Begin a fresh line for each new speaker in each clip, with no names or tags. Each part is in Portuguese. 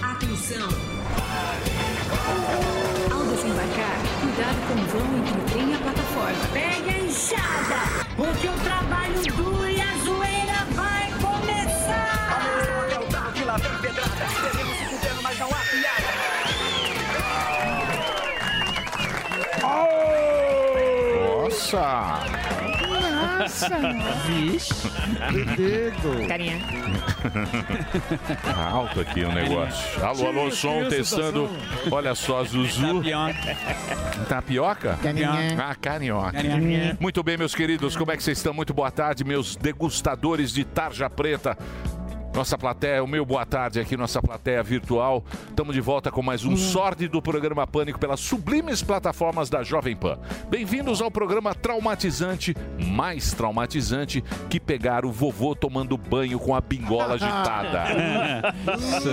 Atenção! Ao desembarcar, cuidado com o vão entre o trem e a plataforma. Pegue a enxada, porque o trabalho duro e a zoeira vai começar!
Nossa!
Nossa!
Vixe! Dedo!
Carinha.
Tá alto aqui o negócio. Alô, alô, som testando. Olha só, Zuzu. Tapioca?
Carinha.
Ah, carinhoca.
Carinha.
Muito bem, meus queridos, como é que vocês estão? Muito boa tarde, meus degustadores de tarja preta. Nossa plateia, o meu boa tarde aqui, nossa plateia virtual. Estamos de volta com mais um sórdido programa Pânico pelas sublimes plataformas da Jovem Pan. Bem-vindos ao programa traumatizante, mais traumatizante, que pegar o vovô tomando banho com a bingola agitada.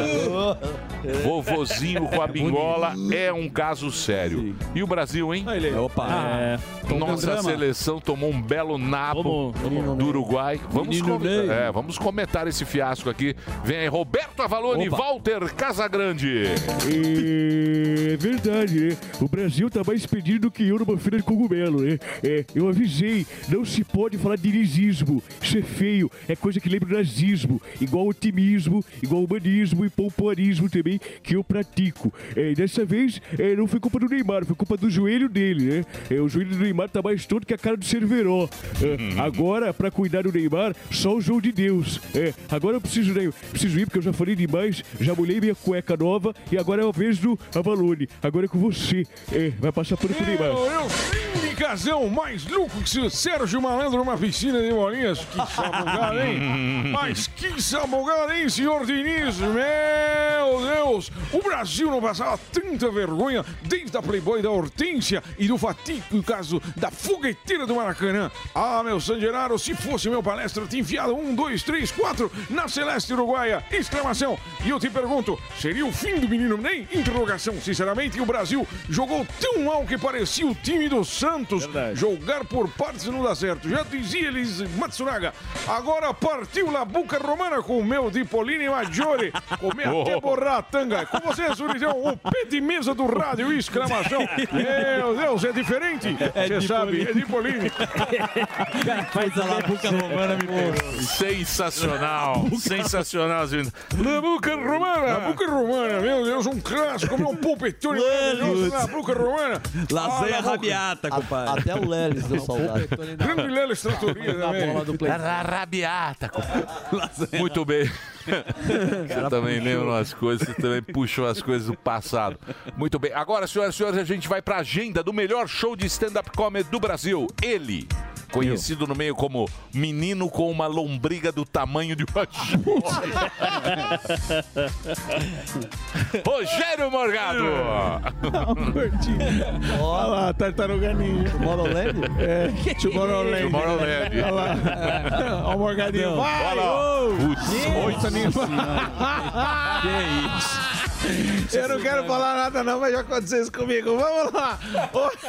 Vovozinho com a bingola é um caso sério. E o Brasil, hein?
Opa.
É.
Tomou um
Nossa
drama.
seleção tomou um belo napo do Uruguai. Vamos,
Menino
com-
Ney.
é, vamos comentar esse fiasco aqui. Vem aí Roberto Avalone,
Opa.
Walter Casagrande.
É verdade, né? O Brasil tá mais perdido do que eu numa feira de cogumelo, né? É, eu avisei, não se pode falar de lisismo. Isso é feio, é coisa que lembra o nazismo. Igual otimismo, igual humanismo e pompoarismo também, que eu pratico. É, e dessa vez, é, não foi culpa do Neymar, foi culpa do joelho dele, né? É, o joelho do Neymar tá mais torto que a cara do Cerveró. É, agora, pra cuidar do Neymar, só o João de Deus. É, agora eu preciso, né, preciso ir, porque eu já falei demais, já molhei minha cueca nova e agora é a vez do Avalone. Agora é com você. É, vai passar por aqui
Eu,
Neymar.
eu fim de casão mais louco que se o Sérgio Malandro numa piscina de bolinhas. Que sabugado, hein? Mas que sabugado, hein, senhor Diniz? Meu Deus! O Brasil não passava tanta vergonha desde a Playboy da Hortência e do fatídico caso da fogueteira do Maracanã. Ah, meu San Genaro, se fosse meu palestra, eu tinha enfiado um, dois, três, quatro na Celeste Uruguaia! Exclamação! E eu te pergunto, seria o fim do menino Ney? Interrogação, sinceramente, o Brasil jogou tão mal que parecia o time do Santos. Jogar por partes não dá certo. Já dizia eles Matsunaga. Agora partiu Labuca Romana com o meu de Polini Maggiore. Comer até
Oh.
borrar a tanga. Com você, Surizão, o pé de mesa do rádio! Exclamação! Meu Deus, é diferente!
É
Você
de
sabe,
Polini.
é de Polini.
Faz a labuca romana me pegou.
Sensacional. Sensacional. gente. Labuca
A
Romana.
Buca Romana, meu Deus, um clássico, meu um polpetone
um
maravilhoso na Buca Romana.
Lasanha
Ah, na boca.
rabiata, compadre.
Até o Lelis deu saudade.
Grande Lela Estratoria também.
Bola do play.
Tá Rabiata. Muito bem. Você também lembra as coisas, você também puxou as coisas do passado. Muito bem. Agora, senhoras e senhores, a gente vai para a agenda do melhor show de stand-up comedy do Brasil. Ele, conhecido no meio como menino com uma lombriga do tamanho de uma chuva. Rogério Morgado.
Olha lá, tartaruga ninja. É, Tomorrowland?
Tomorrowland.
Olha o Morgadinho.
Olha lá. Putz, Ah!
Eu não quero falar nada não, mas já aconteceu isso comigo. Vamos lá.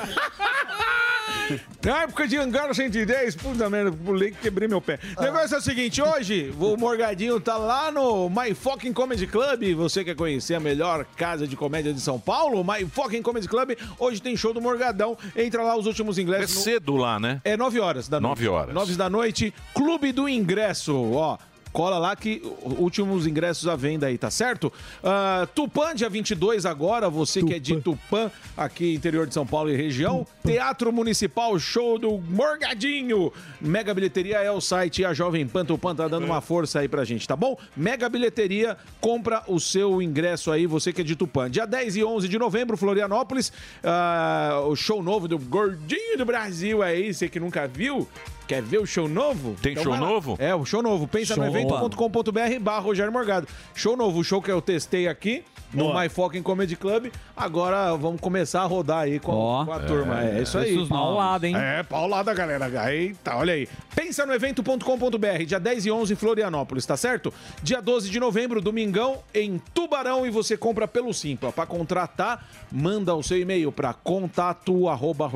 Na época de Angaro 110, puta merda, pulei que quebrei meu pé.
Ah.
O negócio é o seguinte, hoje o Morgadinho tá lá no My Fucking Comedy Club. Você quer conhecer a melhor casa de comédia de São Paulo? My Fucking Comedy Club. Hoje tem show do Morgadão. Entra lá os últimos
É
ingressos. no-
cedo lá, né?
É 9 horas da noite.
Nove horas.
9 da noite, Clube do Ingresso, ó. Cola lá que últimos ingressos à venda aí, tá certo? Ah, Tupã, dia 22 agora, você que é de Tupã, aqui interior de São Paulo e região. Teatro Municipal, show do Morgadinho. Mega Bilheteria é o site e a Jovem Pan Tupã tá dando uma força aí pra gente, tá bom? Mega Bilheteria, compra o seu ingresso aí, você que é de Tupã. Dia 10 e 11 de novembro, Florianópolis, ah, o show novo do Gordinho do Brasil aí, você que nunca viu, Quer ver o show novo?
Tem show
vai lá.
novo?
É, o show novo. Pensa no
Show.
evento.com.br barra Rogério Morgado. Show novo, o show que eu testei aqui no My Fucking Comedy Club. Agora vamos começar a rodar aí com,
Ó.
com a turma. É,
É,
isso aí.
esses nomes. Paulada, hein?
É, paulada, galera. Eita, olha aí. Pensa no evento.com.br, dia 10 e 11 em Florianópolis, tá certo? Dia 12 de novembro, domingão, em Tubarão e você compra pelo Simpla. Para contratar, manda o seu e-mail para contato arroba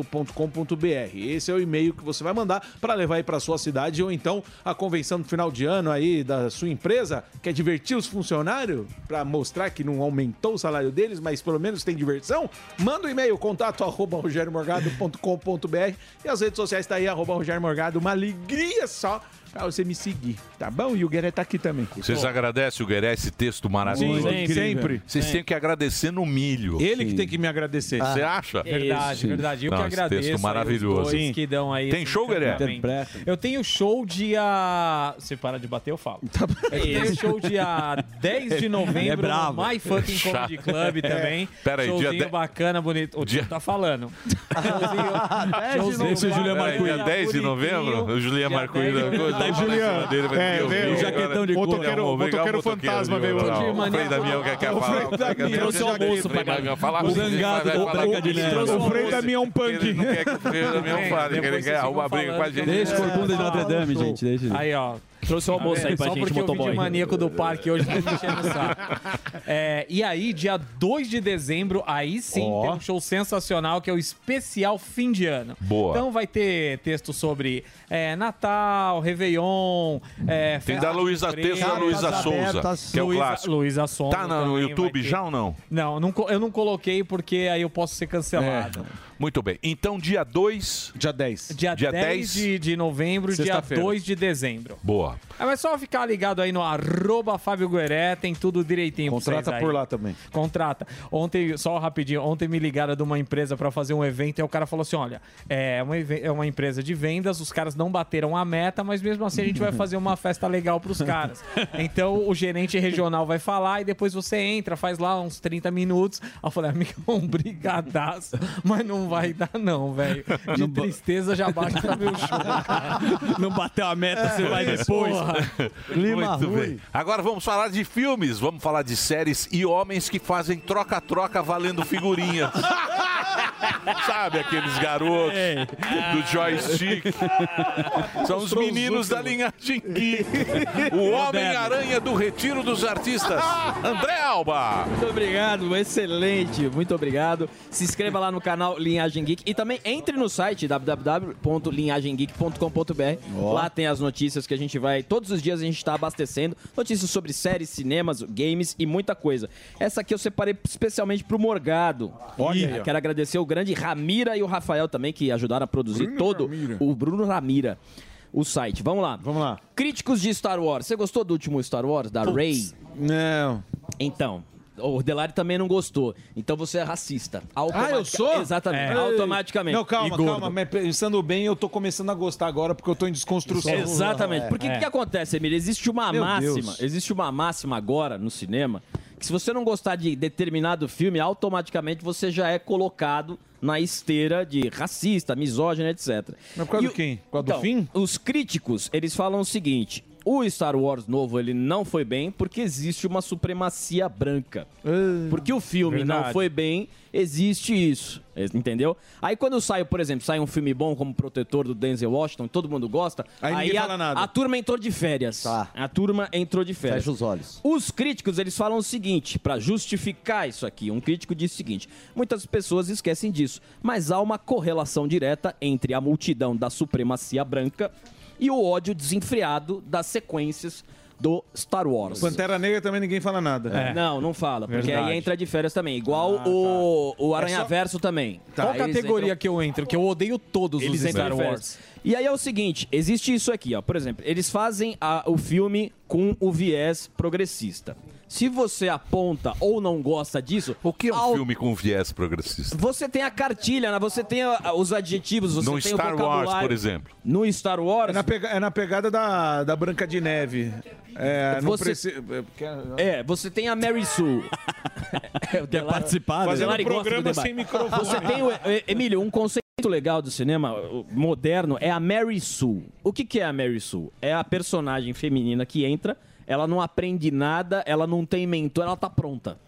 rogeriomorgado.com.br. Esse é o e-mail que você vai mandar para levar aí para sua cidade ou então a convenção do final de ano aí da sua empresa, quer divertir os funcionários para mostrar que não aumentou o salário deles, mas pelo menos tem diversão? Manda o e-mail contato arroba rogeriomorgado.com.br e as redes sociais tá aí arroba Rogério Morgado, uma alegria só para você me seguir, tá bom? E o Gueré tá aqui também.
Vocês agradecem o Gueré esse texto maravilhoso?
Sim, sempre. Sempre.
Vocês têm que agradecer no milho.
Ele que tem que me agradecer. Ah,
Você acha?
Verdade, verdade. Eu
Não,
que
esse
agradeço.
texto
aí
maravilhoso.
Os dois que dão aí
Tem
esse
show, Gueré?
encantamento. Eu tenho show dia. Se parar de bater, eu falo. Eu tenho show dia 10 de novembro.
É bravo.
no My Fucking Comedy
Chato.
Club também.
É. Pera aí, dia
Showzinho
10
bacana, bonito. O dia... tá falando.
Esse Julian Marcuí. Dia 10 de novembro? O Julian Marcuí.
Tá, Julian. É, veio.
o
Jaquetão de couro. Motoqueiro fantasma veio lá.
O Frei Damião quer quer falar. O Frei Damião
Trouxe o
já
almoço pra
quer
cá.
falar.
O zangado
Vai
do
falar
Branca
com
de Neve.
trouxe
O Frei
almoço.
Damião
punk.
Ele não quer que o Frei Damião fale, que ele quer
Tá né?
arrumar briga com a gente.
Deixa o corcunda de Notre Dame,
Show.
gente. Deixa ele.
Aí, ó.
Trouxe o almoço
Tá
aí
vendo?
pra
Só
gente,
porque eu
motoboy.
vídeo maníaco do parque hoje tá me enchendo o saco. É, e aí, dia 2 de dezembro, aí sim
Ó.
tem um show sensacional que é o especial fim de ano.
Boa.
Então vai ter texto sobre é, Natal, Réveillon,
Tem
é, festa
da
de
Luísa
emprego,
Texto e da Luísa
cartas
Souza,
abertas.
que é o
Luísa-
clássico.
Luísa Sonza.
Tá no
também vai
YouTube
ter.
já ou não?
Não, não co- eu não coloquei porque aí eu posso ser cancelado.
Muito bem. Então, dia 2.
Dia 10.
Dia,
É,
10 de, de novembro, dia
Sexta-feira.
2 de dezembro.
Boa.
Ah, mas só ficar ligado aí no arroba Fábio Gueré, tem tudo direitinho. pra
Contrata
vocês aí.
por lá também.
Contrata. Ontem, só rapidinho, ontem me ligaram de uma empresa pra fazer um evento e aí o cara falou assim: olha, é uma, even- é uma empresa de vendas, os caras não bateram a meta, mas mesmo assim a gente vai fazer uma festa legal pros caras. Então o gerente regional vai falar e depois você entra, faz lá uns 30 minutos. Aí eu falei, amigão, brigadaço, mas não vai dar, não, velho. De tristeza já basta meu show.
Não bateu a meta, você vai
Isso.
depois.
Muito bem. Agora vamos falar de filmes, vamos falar de séries e homens que fazem troca-troca valendo figurinhas. Sabe aqueles garotos do joystick? São os
São os
meninos
últimos.
da linhagem Geek. O Homem-Aranha do Retiro dos Artistas, André Alba.
Muito obrigado, excelente, muito obrigado. Se inscreva lá no canal Linhagem Geek e também entre no site www.linhagemgeek.com.br.
Ó.
Lá tem as notícias que a gente vai. Todos os dias a gente está abastecendo notícias sobre séries, cinemas, games e muita coisa. Essa aqui eu separei especialmente pro Morgado.
Olha
E
aí, ó.
quero agradecer o grande Ramira e o Rafael também que ajudaram a produzir
Bruno
todo
Ramira.
o Bruno Ramira. O site, vamos lá. Vamos lá. Críticos de Star Wars. Você gostou do último Star Wars, da Rey? Não. Então, o Delari também não gostou. Então você é racista.
Ah, eu
Automatica-
sou?
Exatamente.
Ei.
Automaticamente.
Não,
E
calma,
gordo.
calma. Mas pensando bem, eu tô começando a gostar agora porque eu tô em desconstrução.
É,
Exatamente. Porque o que, que acontece, Emílio? Existe uma
Meu
máxima.
Deus.
Existe uma máxima agora no cinema que se você não gostar de determinado filme, automaticamente você já é colocado na esteira de racista, misógino, etc. Mas
por causa do quem? Por causa do fim?
Então, Os críticos, eles falam o seguinte. O Star Wars novo, ele não foi bem porque existe uma supremacia branca.
Ah,
Porque o filme não
Verdade.
foi bem, existe isso, entendeu? Aí quando sai, por exemplo, sai um filme bom como Protetor do Denzel Washington, todo mundo gosta,
Aí ninguém
a,
fala nada.
a turma entrou de férias. A turma entrou de férias.
Tá. Fecha os olhos.
Os críticos, eles falam o seguinte, pra justificar isso aqui, um crítico disse o seguinte: muitas pessoas esquecem disso, mas há uma correlação direta entre a multidão da supremacia branca e o ódio desenfreado das sequências do Star Wars.
Pantera Negra também ninguém fala nada. né?
É. Não, não fala, porque
Verdade.
aí entra de férias também.
Ah,
Igual o, o Aranha Verso também.
tá. Qual
Eles
categoria
entram-
que eu entro? Que eu odeio todos os
eles entram
Star
de
Wars.
férias. E aí é o seguinte, existe isso aqui, ó. Por exemplo, eles fazem a- o filme com o viés progressista. Se você aponta ou não gosta disso, o que é um
Filme com viés progressista.
Você tem a cartilha, né? você tem a- os adjetivos, você
No
tem
Star
o
Wars,
vocabulário.
por exemplo.
No Star Wars.
É na, pega- é na pegada da, da Branca de Neve. É, não
Você-
precisa. é, porque-
É, você tem a Mary Sue. Quer
participar, né? Fazendo um programa sem microfone.
Você tem, o, Emílio, um conceito muito legal do cinema o- moderno é a Mary Sue. O que, que é a Mary Sue? É a personagem feminina que entra, ela não aprende nada, ela não tem mentor, ela tá pronta.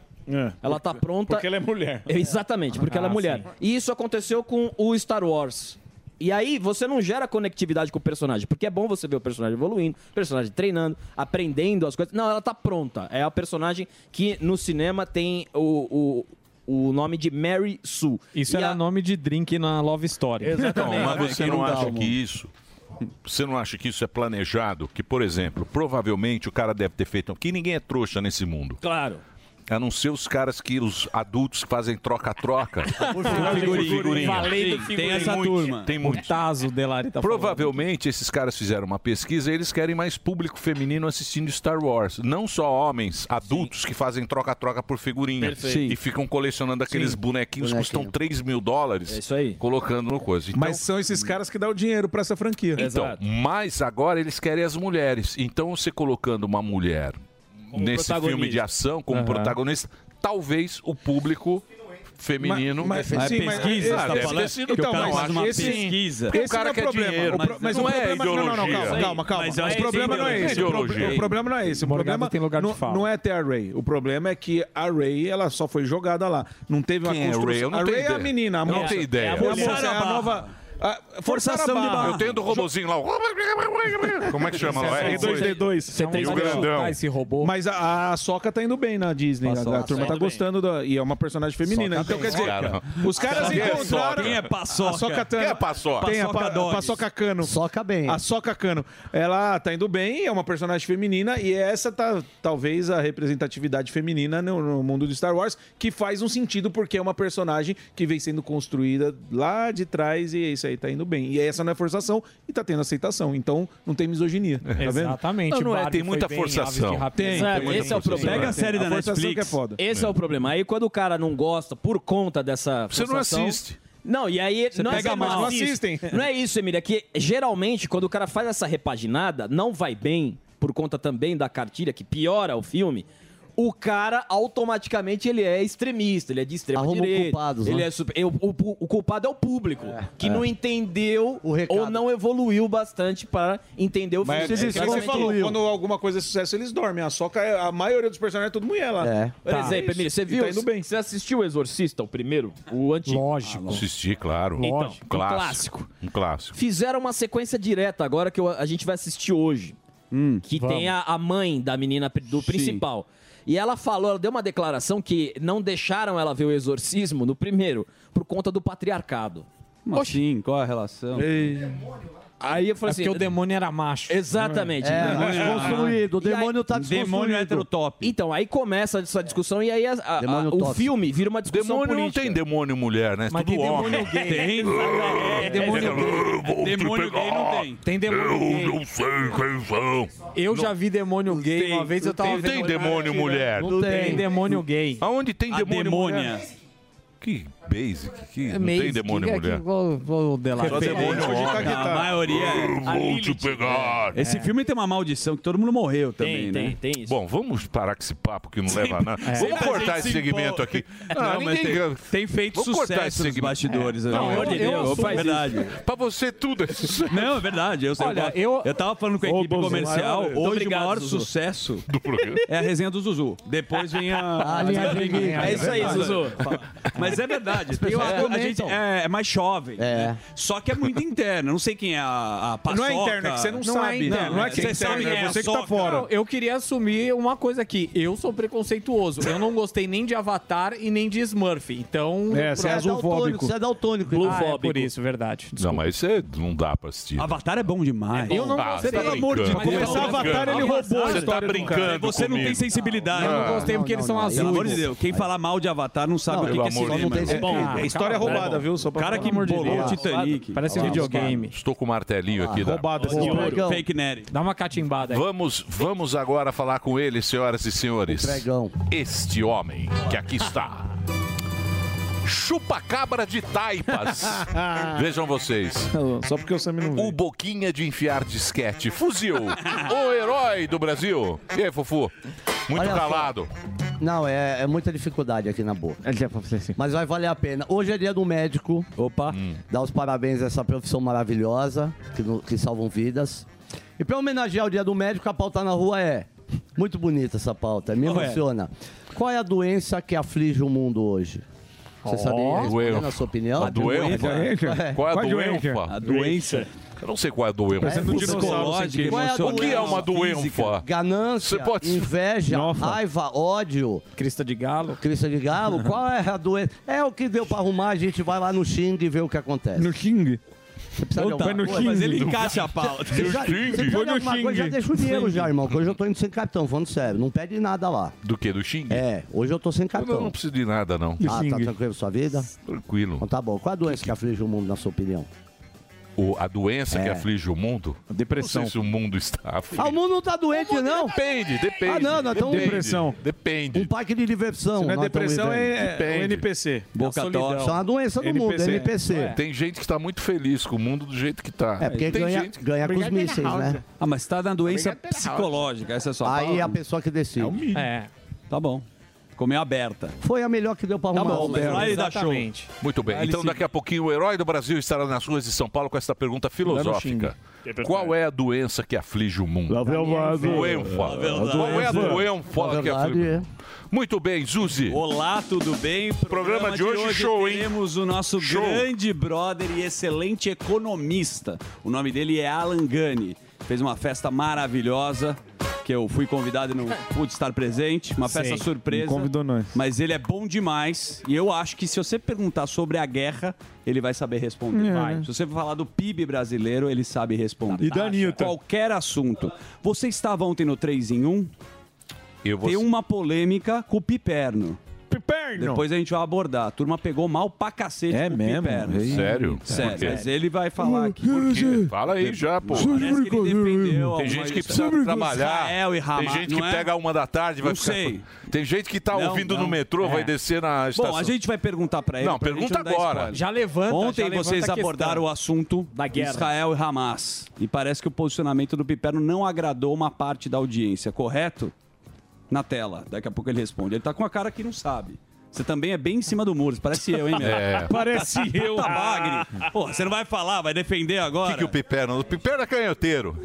Ela tá pronta.
É. porque ela é mulher.
Exatamente, porque ela é
Ah,
mulher.
sim.
E isso aconteceu com o Star Wars. E aí você não gera conectividade com o personagem, porque é bom você ver o personagem evoluindo, o personagem treinando, aprendendo as coisas. Não, ela tá pronta. É a personagem que no cinema tem o, o, o nome de Mary Sue.
Isso
E
era
a-
nome de drink na Love Story.
Então, mas você não
um
um
acha que isso. Você não acha que isso é planejado? Que, por exemplo, provavelmente o cara deve ter feito. Que ninguém é trouxa nesse mundo.
Claro.
A não ser os caras que, os adultos que fazem troca-troca.
Por figurinha. Valendo
Tem-
figurinha.
Tem essa
Muito.
turma. Tem muito.
O Tazo Delari tá falando.
Provavelmente esses caras fizeram uma pesquisa e eles querem mais público feminino assistindo Star Wars. Não só homens, adultos que fazem troca-troca por figurinha.
Perfeito. Sim.
E ficam colecionando aqueles
Sim.
bonequinhos que custam 3 mil dólares.
É isso aí.
Colocando no coisa. Então,
Mas são esses caras que dão o dinheiro pra essa franquia.
então, mas agora eles querem as mulheres. Então você colocando uma mulher nesse
protagonista.
filme de ação como
Aham.
protagonista, talvez o público feminino
Mas- mas- sim, mas-
Ah,
tá
deve ter
falando-
sido-
Então,
não,
mas
acho que
esse-
sim.
pesquisa.
Porque o
esse
um cara
não é o
quer
problema.
dinheiro.
O pro- mas o problema- não, não, não, calma,
é ideologia.
calma, calma.
Mas
Mas
aí
o problema
tem
não é esse. O, pro-
ideologia.
o problema não é esse. O
Morgado
problema
tem lugar de
não,
fala.
não é ter a Ray. O problema é que a Ray, ela só foi jogada lá. Não teve uma
Quem é a
construção.
Rey? Eu não
a
tenho
Rey é a
ideia.
menina, a
Eu não
moça.
tenho
É
ideia.
a moça,
Forçaram
é
a
a
barra.
nova... a- forçaram a barra.
Eu tenho do robozinho lá. o- Como é que chama lá? É
R2D2.
Você tem o grandão.
esse robô.
Mas a, a Soca tá indo bem na Disney. A,
Passou.
a turma
Soca
tá
bem.
gostando da- e é uma personagem feminina.
Soca tá
então,
bem.
quer dizer,
Soca.
os caras
Quem é
encontraram.
Soca? Quem é Paçoca?
A Soca tá- Tano.
Quem é Paçoca?
Tem a,
Paçoca
pa,
Doris.
a Paçoca Cano. Soca bem. A Soca Cano. Ela tá indo bem, é uma personagem feminina e essa tá talvez a representatividade feminina no, no mundo de Star Wars, que faz um sentido porque é uma personagem que vem sendo construída lá de trás e isso aí tá indo bem. E essa não é forçação e tá tendo aceitação. Então, não tem misoginia. Tá vendo?
Exatamente,
Não, não é, tem
muita forçação.
Tem, tem muita
esse é o
forçação.
problema.
Pega a série da A forçação Netflix. que é foda.
Esse é. o problema. Aí quando o cara não gosta por conta dessa
Você não
forçação-
assiste.
Não, e aí
Você
não
pega
é
mal.
mal.
Não assistem.
Não é isso, Emília, que geralmente quando o cara faz essa repaginada, não vai bem por conta também da cartilha que piora o filme. O cara automaticamente ele é extremista, ele é de extrema
Arruma
direita.
culpados,
ele
né?
é super- eu- o, o- o culpado é o público que
é.
não entendeu ou não evoluiu bastante para entender o filme.
Mas é, que você
Exatamente.
falou, quando alguma coisa é sucesso, eles dormem. A soca, é- a maioria dos personagens é tudo mulher lá.
Por
Tá.
exemplo, Emílio, você
E
viu?
Tá indo bem.
Você assistiu o Exorcista, o primeiro? O antigo?
Ah,
Lógico.
Assisti, claro.
Então,
Lógico.
um
clássico. Um clássico.
Fizeram uma sequência direta agora que eu- a gente vai assistir hoje.
Hum,
que tem a, a mãe da menina pri- do principal. E ela falou, ela deu uma declaração que não deixaram ela ver o exorcismo no primeiro, por conta do patriarcado.
Sim, assim? qual a relação?
Aí eu falei
É
assim.
porque o demônio era macho.
Exatamente.
É, desconstruído, o
E aí-
demônio tá desconstruído. Demônio
heterotop. Então, aí começa essa discussão e aí a-
Ah,
a- a-
Demônio
o
tóxico.
um filme vira uma discussão
Demônio não
política.
tem demônio mulher, né?
Mas
Tudo
tem
homem.
demônio gay. Tem.
É,
Demônio
gay.
Demônio gay não tem. Tem demônio
eu
gay.
não sei quem são.
Eu já vi demônio gay uma vez, eu tava
Não
vendo...
tem demônio mulher.
Não tem. demônio gay.
Aonde tem
A
demônio
demônia.
mulher? Que basic. Que, não
Meio
tem demônio
que- é que-
mulher.
vou- vou delar.
Só demônio
Hoje tá
homem.
que tá. A maioria é-
Eu
a
Vou te
Lilith,
pegar.
Esse filme tem uma maldição que todo mundo morreu também, né?
Bom, vamos parar com esse papo que não
Sempre-
leva a nada.
É. Sempre
Vamos
a
cortar
gente
esse
se
segmento
impõe.
aqui.
Não, mas tem- tem feito sucesso nos bastidores, né? Pelo amor de Deus, faz
verdade.
isso.
Pra você tudo é sucesso.
Não, é verdade. Eu, sei,
Olha,
eu, tava-
eu-
eu tava falando com a equipe
Ô, é, Bonzo,
comercial.
maior-
hoje
Obrigado,
o maior
Zuzu.
sucesso
do programa
é a resenha do Zuzu. Depois vem a.
Ah, a linha de mim.
É isso aí,
É verdade.
Zuzu. Mas é verdade. as
Eu
pessoas- a
argumento.
gente é, é mais jovem. né? Só que é muito interna. Não sei quem é a, a
Não
paçoca.
é interna, é que você não sabe. Não, não é que é
Você sabe
interna,
quem
é
é a
você que tá
soca.
fora.
Não, eu queria assumir uma coisa aqui. Eu sou preconceituoso. Eu não gostei nem de Avatar e nem de Smurf. Então.
É, você é azulfóbico. Você é
daltônico, ah, é por isso, verdade.
Não, mas isso é- não dá pra assistir.
Avatar é bom demais.
Eu não
Ah,
gostei.
você tá
Pelo amor
brincando.
de Deus.
Você tá
Começar
brincando.
Avatar, ele roubou a
Você tá
história do cara.
brincando
Você não tem
comigo.
sensibilidade.
Eu não
Ah.
gostei porque
eles são azuis.
Pelo amor de Deus, quem falar mal de Avatar não sabe
Não,
o que,
pelo
que é
amor de
cinema.
Deus. É bom.
É
História roubada,
bom.
viu? Só pra-
cara que
pelo amor de
bolou o
Deus.
Titanic.
Parece um
Olha lá,
videogame.
Estou com o martelinho aqui. da-
Roubada,
Ô, Marcão.
Fake Nery.
Dá uma catimbada aí.
Vamos, vamos agora falar com ele, senhoras e senhores. Este homem que aqui está. Chupacabra de taipas. Vejam vocês.
Só porque o Sammy não
O boquinha de enfiar disquete. Fuzil. o herói do Brasil. E aí, Fufu? Muito
Olha só.
calado.
Não, é, é muita dificuldade aqui na boca.
É,
Mas vai valer a pena. Hoje é dia do médico. Opa.
Hum.
Dá os parabéns a essa profissão maravilhosa, que, no- que salvam vidas. E pra homenagear o dia do médico, a pauta na rua é... Muito bonita essa pauta, me
Qual é?
emociona. Qual é a doença que aflige o mundo hoje? Você
Ó,
saberia responder
doença.
na sua opinião?
A doenfa?
É.
Qual é a doenfa? Eu não sei qual é a doenfa.
É psicológica,
Qual é a doenfa? O que é uma doenfa?
Ganância,
Você pode-
inveja,
Nofa.
raiva, ódio.
Crista de galo.
Crista de galo. Qual é a doença? É o que deu pra arrumar, a gente vai lá no Xing e vê o que acontece. No
Xing?
Você precisa de
Então,
alguma
vai no
coisa?
Xing. Mas ele encaixa a pauta.
Você já,
No
você
Xing.
precisa
Foi
de
no
alguma coisa,
Xing.
já deixa o dinheiro
Xing.
já, irmão. que Hoje eu tô indo sem cartão, falando sério. Não pede nada lá.
Do que? Do Xing?
É, hoje eu tô sem
Eu
cartão.
não preciso de nada, não.
Ah, tá tranquilo a sua vida?
Tranquilo.
Então tá bom. Qual a doença que aflige o mundo, na sua opinião?
O- a doença que
tá. É.
aflige o mundo? Depressão. Não sei se o mundo está afligido.
Ah, o mundo não tá doente, não?
Depende, depende.
Ah, não, nós estamos...
Depressão. Depende.
Um parque de diversão.
Se não é
nós estamos
depressão, é-
vivendo.
é Depende. o NPC.
Boca torta. Isso é uma doença do mundo, NPC.
Tem gente que está muito feliz com o mundo do jeito que está.
É, porque
Tem
ganha-
gente que-
ganha com os Brigadeiro mísseis, House. né?
Ah, mas tá na doença
Obrigado, House.
psicológica, essa é a sua
Aí
palavra?
é a pessoa que decide. É o mínimo.
É.
um- Tá bom. Ficou meio aberta.
Foi a melhor que deu pra
Tá
arrumar.
bom, mas lá ele dá show.
Exatamente.
Muito bem.
Aí ele
Então,
se-
daqui a pouquinho, o herói do Brasil estará nas ruas de São Paulo com esta pergunta
é
filosófica. Qual é a doença que aflige o mundo?
Lá vem o vaso.
Doenfa.
Lá vem o
Qual é a
vaso.
doenfa
Na
que
verdade,
aflige? Muito bem, Zuzi.
Olá, tudo bem?
Programa de hoje, show, hein?
Temos o nosso grande brother e excelente economista. O nome dele é Alan Gani. Fez uma festa maravilhosa que eu fui convidado e não pude estar presente. Uma festa
Sei.
surpresa.
Não convidou nós.
Mas ele é bom demais e eu acho que se você perguntar sobre a guerra, ele vai saber responder.
É,
Vai.
né?
Se você falar do PIB brasileiro, ele sabe responder.
E da Anitta.
Qualquer assunto. Você estava ontem no 3 em 1?
Eu
Tem uma polêmica com o Piperno.
Piperno!
Depois a gente vai abordar. A turma pegou mal pra cacete
É
com o
mesmo?
Piperno.
Ei. Sério? Por quê?
Sério. Mas ele vai falar aqui.
Por quê? Fala aí já, pô.
Parece que ele defendeu
Tem
alguma
gente que
coisa.
precisa trabalhar.
Israel é e Hamas,
Tem gente que
não é?
pega uma da tarde e vai
Não
ficar.
sei.
Tem gente que tá
Não,
ouvindo
não.
no metrô,
É.
vai descer na estação.
Bom, a gente vai perguntar pra ele.
Não,
pra
pergunta
gente dar
agora.
spoiler.
Já levanta,
Ontem
já levanta a
vocês
questão.
abordaram o assunto da
guerra.
Israel e Hamas. E parece que o posicionamento do Piperno não agradou uma parte da audiência, correto? Na tela. Daqui a pouco ele responde. Ele tá com a cara que não sabe. Você também é bem em cima do muro. Parece eu, hein, meu? Tá
É.
Parece eu.
Puta bagre. Porra, você não vai falar, vai defender agora.
O que, que o Piperno? O Piperno é canhoteiro.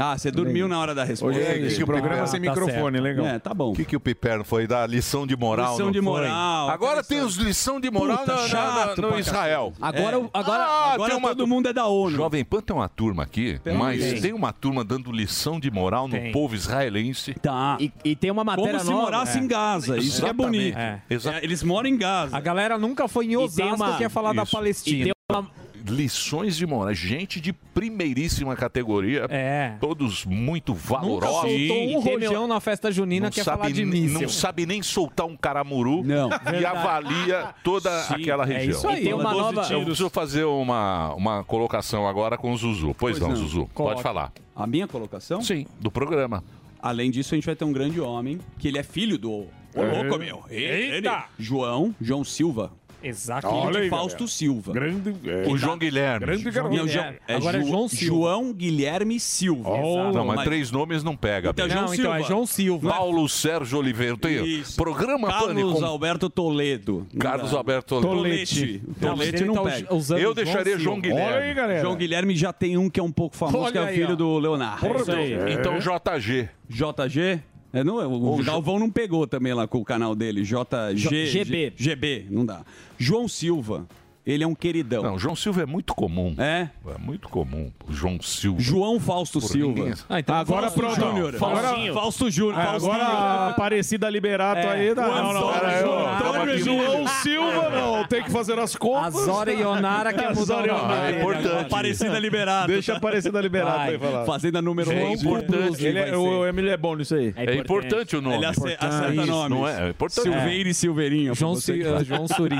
Ah, você dormiu na hora da resposta.
Olha aí, esse programa sem microfone, legal.
tá É, tá bom.
O que, que o Piperno foi dar lição de moral?
Lição
não
de
foi?
moral,
Agora tem os lição de moral
Puta,
na- na-
chato
na- no
pra
Israel.
cacete. Agora-
É.
agora-
Ah,
agora
tem uma
todo mundo é da ONU.
Jovem Pan tem uma turma aqui,
Tem.
mas
Tem.
tem uma turma dando lição de moral Tá no
Tem.
povo israelense.
Tá.
E,
tem uma
Como se morasse em Gaza. Isso que é bonito. É, eles moram em Gaza.
A galera nunca foi em Osasco que ia falar da Palestina.
Lições de moral. Gente de primeiríssima categoria.
É.
Todos muito
Nunca
valorosos.
soltou um rojão na festa junina
não
que ia
sabe
falar de
nem-
míssil.
Não sabe nem soltar um caramuru e
Verdade.
avalia toda
Sim,
aquela
é
região.
isso aí. E tem uma Doze nova-
Eu preciso fazer uma, uma colocação agora com o Zuzu. Pois, não, Zuzu, pode
Coloque.
falar.
A minha colocação?
Sim, do programa.
Além disso, a gente vai ter um grande homem, que ele é filho do... Ô,
É.
louco, meu. Ele-
Eita!
João, João Silva.
Exato.
Filho de Fausto Silva.
Grande,
O João Guilherme.
João, Não, João, é Agora é João Silva. João Guilherme
Oh,
Silva.
não, mas três nomes não pega.
Então,
bicho.
João Não, então, Silva. é João Silva.
Paulo Sérgio Oliveira. Tem
Isso.
programa
Carlos
Pânico.
Alberto Toledo.
Carlos Alberto
Tolete. Tolete não tá pega.
Eu deixaria João Guilherme.
João Guilherme já tem um que é um pouco famoso,
Olha
que é o
aí,
filho
ó.
do Leonardo.
Porra, Deus. Então, JG.
JG? É, não, o Galvão não pegou também lá com o canal dele. JG.
J- GB.
GB, não dá. João Silva. Ele é um queridão.
Não, João Silva é muito comum.
É?
É muito comum. O João Silva.
João Fausto
Por
Silva.
ninguém-
Ah, então
Agora
Fausto
pronto.
Júnior.
Agora,
Faustinho. Fausto Júnior.
Ah,
Faustinho.
Agora parecida liberato
É.
aí.
O Antônio João
Antônio
Antônio
João
Júnior.
Silva, não. Tem que fazer as contas.
Azora Ionara quer mudar
Azora
o nome
Ionara.
dele agora.
Aparecida Liberato.
Deixa Aparecida Liberada
Vai.
aí falar.
Fazenda número
Gente,
11.
importante. Ele
Vai
é,
ser.
o Emílio um. é bom nisso aí.
É importante o nome.
Ele ace-
Importante.
acerta
Isso,
nomes.
Não é? é importante.
Silveira e Silveirinho.
João,
Você que faz.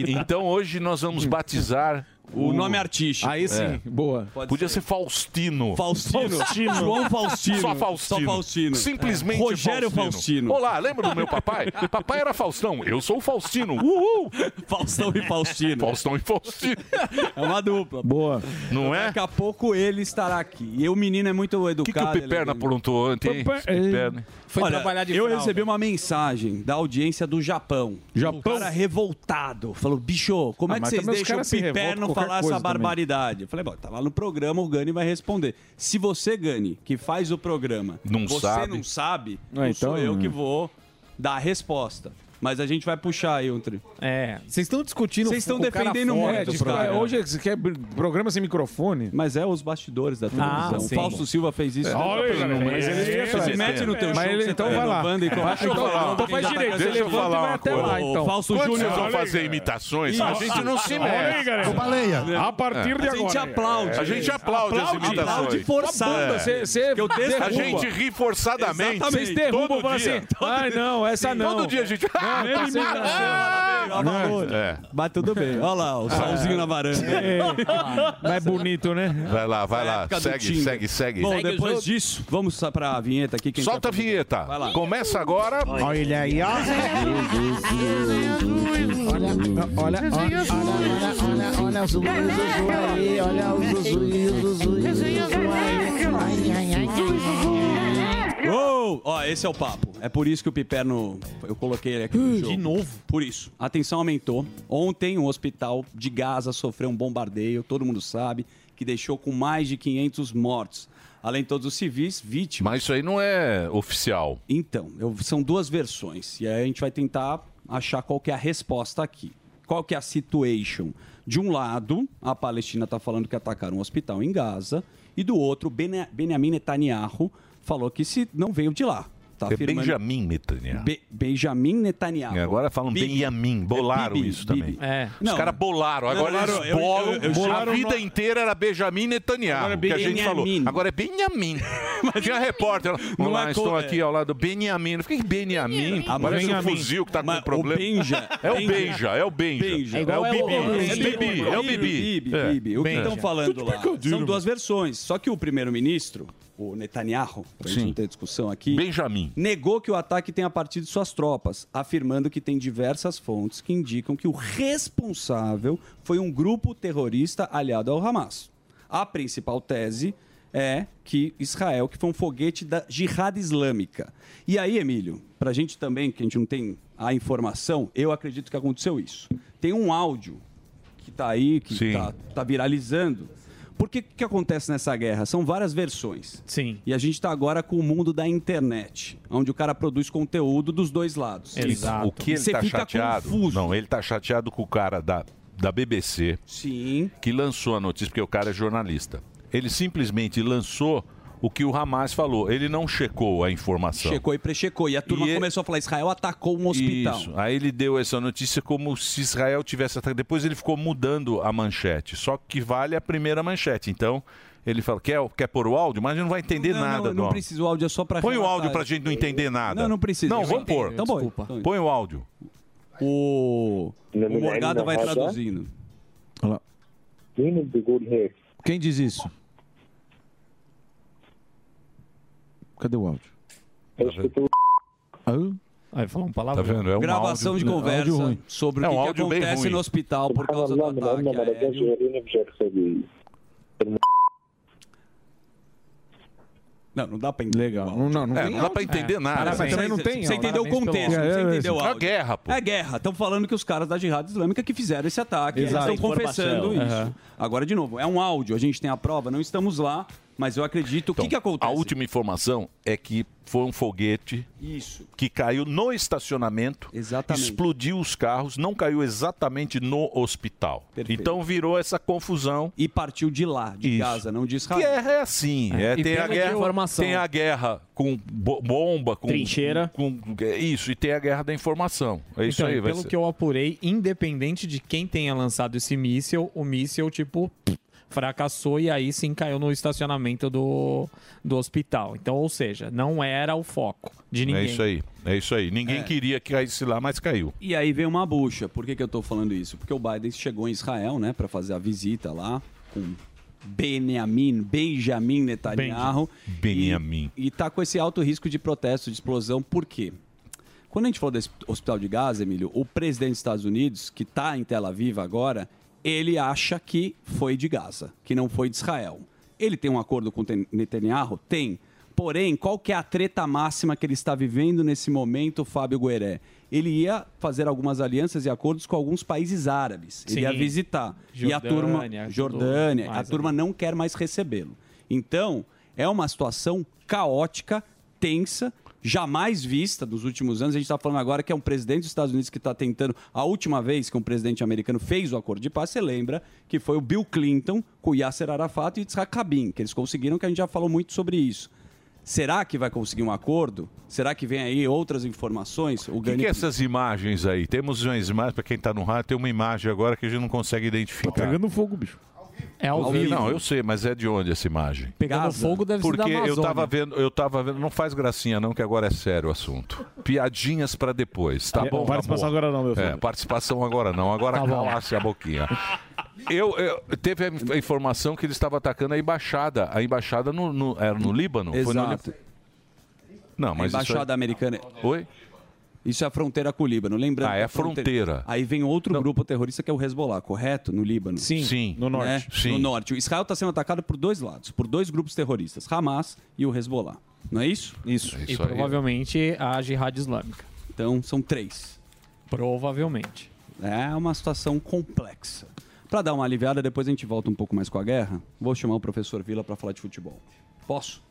Então hoje nós vamos batizar
O nome artístico.
Aí sim,
É.
boa.
Podia ser Faustino.
Faustino. João Faustino.
Só Faustino.
Só Faustino.
Simplesmente
É. Rogério Faustino.
Olá, lembra do meu papai? papai era Faustão. Eu sou o Faustino. Uhul.
Faustão e Faustino.
Faustão e Faustino.
É uma dupla.
Boa.
Não é?
Daqui a pouco ele estará aqui. E o menino é muito
O que, que o
educado. ele é
Piperna aprontou ontem? hein?
Pepe-
Esse Piperna.
Olha, Eu
fralda.
né?
recebi uma mensagem da audiência do Japão. Japão? O cara revoltado. Falou, bicho, como
Ah,
é que
mas
vocês
também os
deixam o
caras se revoltam
Piperno
com qualquer
falar
coisa
essa
também.
barbaridade? Eu falei, bom, tá lá no programa, o Gani vai responder. Se você, Gani, que faz o programa,
Não
você
sabe.
não sabe,
Ah,
é,
é
não sou
então-
eu que vou dar a resposta. Mas a gente vai puxar aí um tri.
É, vocês estão discutindo
Vocês estão
com o cara
defendendo
fora do
muito, cara.
programa.
É,
Hoje você quer br- programa sem microfone?
Mas é os bastidores da televisão.
Ah,
o
sim.
Fausto Silva fez isso.
É, olha aí, galera. Mas ele
É,
fez,
se
é,
mete no teu
mas
show.
ele-
que você
então
tá
vai lá.
gravando e coloca-
Deixa eu
Então,
falar.
então faz
Deixa
direito,
eu
você levanta
falar
e vai
uma
até
coisa.
lá, então.
O Fausto
Quando
Júnior
vocês
vão
olhem,
fazer
galera.
imitações.
Isso.
A gente não se
Olhem,
mexe.
galera. Ô, Baleia.
A partir de
É. A gente
agora.
aplaude.
É. A gente aplaude,
Aplaude,
as imitações.
aplaude forçado.
Tá bom.
É.
Cê- cê
Porque o texto
A
derruba.
gente ri forçadamente.
Exatamente.
Todo
Vocês derrubam, falam
dia.
assim,
Todo
"Ai,
dia.
não, essa não."
Todo dia a gente... Ah,
Não, tá sem graça. Dá valor.
É.
Mas tudo bem. Olha lá, o solzinho na varanda.
Mas é bonito, né? Vai lá, vai
Na
lá.
época do
Segue,
Tinder.
segue, segue.
Bom,
Segue o
depois
jogo.
disso, vamos para a vinheta aqui. Quem
Solta a
quer-
vinheta.
Vai lá.
Começa agora.
Olha ele aí, ó.
Olha, olha, olha, olha, olha o Zuzu aí, olha o Zuzu e o Zuzu e o Zuzu aí. Ai, ai, ai, ai,
É,
ai.
Uou! Ó, esse é o papo. É por isso que o Piperno. Eu coloquei ele aqui no jogo. De novo? Por isso. A tensão aumentou. Ontem, um hospital de Gaza sofreu um bombardeio, todo mundo sabe, que deixou com mais de 500 mortos. Além de todos os civis, vítimas.
Mas isso aí não é oficial.
Então, eu- são duas versões. E aí a gente vai tentar achar qual que é a resposta aqui. Qual que é a situation? De um lado, a Palestina está falando que atacaram um hospital em Gaza. E do outro, Bene- Benjamin Netanyahu falou que se não veio de lá. Tá
é
afirmando-
Benjamin Netanyahu.
Be- Benjamin Netanyahu.
E agora falam
Bibi.
Benjamin. Bolaram
Bibi,
isso
Bibi.
também.
É.
Os
Não.
caras bolaram. Agora
Não,
eles
bolaram. Eu-
bolam.
eu- eu-
a
bolaram
vida
uma-
inteira era Benjamin Netanyahu,
Agora é
que a gente
Benjamin.
falou. Agora é Benjamin. Tinha uma repórter. lá,
Não
Olá,
é
estou
co-
aqui ao lado do Benjamin. Por que que Benjamin?
Ah,
Parece um
Benjamin.
fuzil que tá com
Mas
um problema.
o Benja-
É o Benja, é o Benja.
Benja.
É o Bibi. É Bibi, é o Bibi.
Bibi,
É.
Bibi. O que
Benja.
estão falando lá? São duas versões. Só que o primeiro-ministro, o Netanyahu, pra gente não ter discussão aqui,
Benjamin.
negou que o ataque tenha partido de suas tropas, afirmando que tem diversas fontes que indicam que o responsável foi um grupo terrorista aliado ao Hamas. A principal tese é que Israel que foi um foguete da Jihad Islâmica. E aí, Emílio, pra gente também, que a gente não tem a informação, eu acredito que aconteceu isso. Tem um áudio que tá aí, que tá, tá viralizando. Porque o que acontece nessa guerra? São várias versões. Sim. E a gente tá agora com o mundo da internet, onde o cara produz conteúdo dos dois lados.
O que ele
Você
tá
fica
chateado? Não, ele tá chateado com o cara da, da BBC.
Sim.
Que lançou a notícia, porque o cara é jornalista. Ele simplesmente lançou o que o Hamas falou. Ele não checou a informação.
Checou e prechecou. E a turma
E ele-
começou a falar: Israel atacou um hospital.
Isso. Aí ele deu essa notícia como se Israel tivesse atacado. Depois ele ficou mudando a manchete. Só que vale a primeira manchete. Então, ele fala: quer, quer pôr o áudio? Mas a gente não vai entender
Não,
nada
não,
do
não
áudio.
precisa. O áudio é só pra.
Põe o
relatar
áudio pra
isso.
gente não entender nada.
Não, não precisa.
Não,
Eu
vamos
entendo.
pôr.
Então põe. Desculpa.
Põe o áudio.
O, o Morgado vai traduzindo.
Quem diz isso? Cadê o áudio? é
Aí falou um palavrão.
Tá vendo? É um
Gravação
áudio-
de conversa
áudio ruim.
sobre
É
o
um
que, que
áudio bem
acontece
ruim.
no hospital por causa do ataque aéreo. Não, não dá pra entender. Legal.
Não, não,
É, não dá pra entender nada. assim.
Parabéns,
Também não tem
assim. Você
áudio.
entendeu o
Parabéns pelo
contexto,
áudio.
você
É, é,
entendeu o
é.
áudio.
É guerra, pô.
É guerra. Estão falando que os caras da Jihad Islâmica que fizeram esse ataque. Eles
Exato.
estão confessando isso.
Informação. Uhum.
Agora, de novo, é um áudio. A gente tem a prova, não estamos lá, mas eu acredito. o que, que acontece?
Então, A última informação é que foi um foguete
Isso.
que caiu no estacionamento, explodiu os carros, não caiu exatamente no hospital. Então virou essa confusão.
E partiu de lá, de Gaza, não de Israel.
Guerra é assim. É,
E
tem, a
pela
guerra,
informação.
tem a guerra com bo- bomba, com
Trincheira.
Com, é isso, e tem a guerra da informação. É isso
então,
aí,
e
vai
pelo
ser.
que eu apurei, independente de quem tenha lançado esse míssil, o míssil, tipo, fracassou e aí sim caiu no estacionamento do, do hospital. Então, ou seja, não era o foco de ninguém.
É isso aí, é isso aí. Ninguém
É.
queria que caísse lá, mas caiu.
E aí vem uma bucha. Por que, que eu tô falando isso? Porque o Biden chegou em Israel, né, para fazer a visita lá com Benjamin, Benjamin Netanyahu.
Benjamin.
E, e tá com esse alto risco de protesto, de explosão. Por quê? Quando a gente falou desse hospital de Gaza, Emílio, o presidente dos Estados Unidos, que está em Tel Aviv agora, ele acha que foi de Gaza, que não foi de Israel. Ele tem um acordo com o Ten- Netanyahu? Tem. Porém, qual que é a treta máxima que ele está vivendo nesse momento, Fábio Gueré? Ele ia fazer algumas alianças e acordos com alguns países árabes.
Sim.
Ele ia visitar. e a
Jordânia,
turma.
tudo
Jordânia. A
mais
turma não quer mais recebê-lo. Então, é uma situação caótica, tensa, jamais vista nos últimos anos. A gente está falando agora que é um presidente dos Estados Unidos que está tentando. A última vez que um presidente americano fez o acordo de paz, você lembra que foi o Bill Clinton com o Yasser Arafat e o Yitzhak Rabin, que eles conseguiram, que a gente já falou muito sobre isso. Será que vai conseguir um acordo? Será que vem aí outras informações? O
O que,
Gani-
que é essas imagens aí? Temos umas imagens, para quem está no rádio, tem uma imagem agora que a gente não consegue identificar. Tá pegando
fogo, bicho.
É ao vivo.
Não, eu sei, mas é de onde essa imagem?
Pegando fogo deve ser
Porque
da Amazônia.
eu tava vendo, eu tava vendo, não faz gracinha não, que agora é sério o assunto. Piadinhas para depois, tá
É,
bom?
participação
Ramon?
agora não, meu filho.
É, participação agora não, agora
Tá bom.
calasse a boquinha. Eu, eu- teve a inf- a informação que ele estava atacando a embaixada, a embaixada no, no- era no Líbano, Foi no
Exato.
Lí- Não, mas isso aí-
Embaixada americana.
Oi?
Isso é a fronteira com o Líbano, lembrando.
Ah, é
que
fronteira.
Então,
Então-
Aí vem outro grupo terrorista que é o Hezbollah, correto? No Líbano. Sim.
Sim.
No
norte. Sim.
No norte. O Israel está sendo atacado por dois lados, por dois grupos terroristas, Hamas e o Hezbollah. Não é isso? Isso.
E provavelmente a Jihad Islâmica.
Então são três.
Provavelmente.
É uma situação complexa. Para dar uma aliviada, depois a gente volta um pouco mais com a guerra. Vou chamar o professor Vila para falar de futebol. Posso?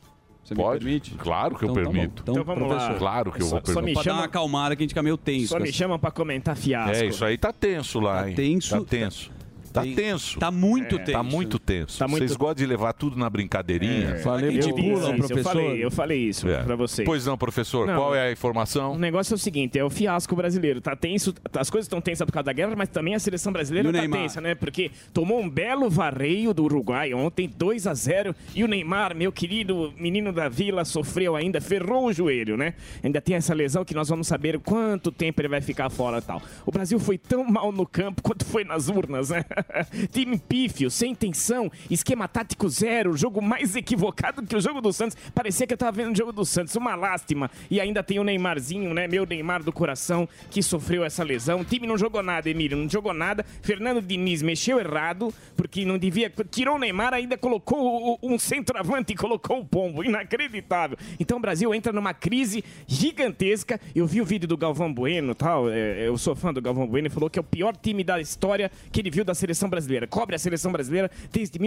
Você
Pode?
me permite?
Claro que eu
Então tá bom.
permito.
Então,
Então vamos lá.
professor.
Claro que eu vou Só- só permitir. me
Pra dar
chama-
uma acalmada que a gente fica meio tenso.
Só me chamam pra comentar fiasco.
É, isso aí tá tenso lá, hein?
tenso.
Tá tenso. Tá
Tem-
tenso.
tá muito
É. Tá
tenso.
muito tenso.
Tá muito-
Vocês gostam de levar tudo na brincadeirinha?
É. Falei pro Bula, o professor. eu falei isso
É.
pra vocês.
Pois não, professor.
Não.
Qual é a informação?
O negócio é o seguinte, é o fiasco brasileiro. Tá tenso, as coisas estão tensas por causa da guerra, mas também a seleção
E
brasileira
o
tá
Neymar?
tensa, né? Porque tomou um belo varreio do Uruguai ontem, 2 a 0 e o Neymar, meu querido menino da vila, sofreu ainda, ferrou o joelho, né? Ainda tem essa lesão que nós vamos saber quanto tempo ele vai ficar fora e tal. O Brasil foi tão mal no campo quanto foi nas urnas, né? Time pífio, sem tensão, esquema tático zero, jogo mais equivocado que o jogo do Santos. Parecia que eu tava vendo o jogo do Santos, uma lástima. E ainda tem o Neymarzinho, né? Meu Neymar do coração, que sofreu essa lesão. O time não jogou nada, Emílio, não jogou nada. Fernando Diniz mexeu errado, porque não devia. Tirou o Neymar, ainda colocou o- o- um centroavante e colocou o pombo. Inacreditável. Então o Brasil entra numa crise gigantesca. Eu vi o vídeo do Galvão Bueno tal. é, Eu sou fã do Galvão Bueno, ele falou que é o pior time da história que ele viu da seleção brasileira. Cobre a seleção brasileira desde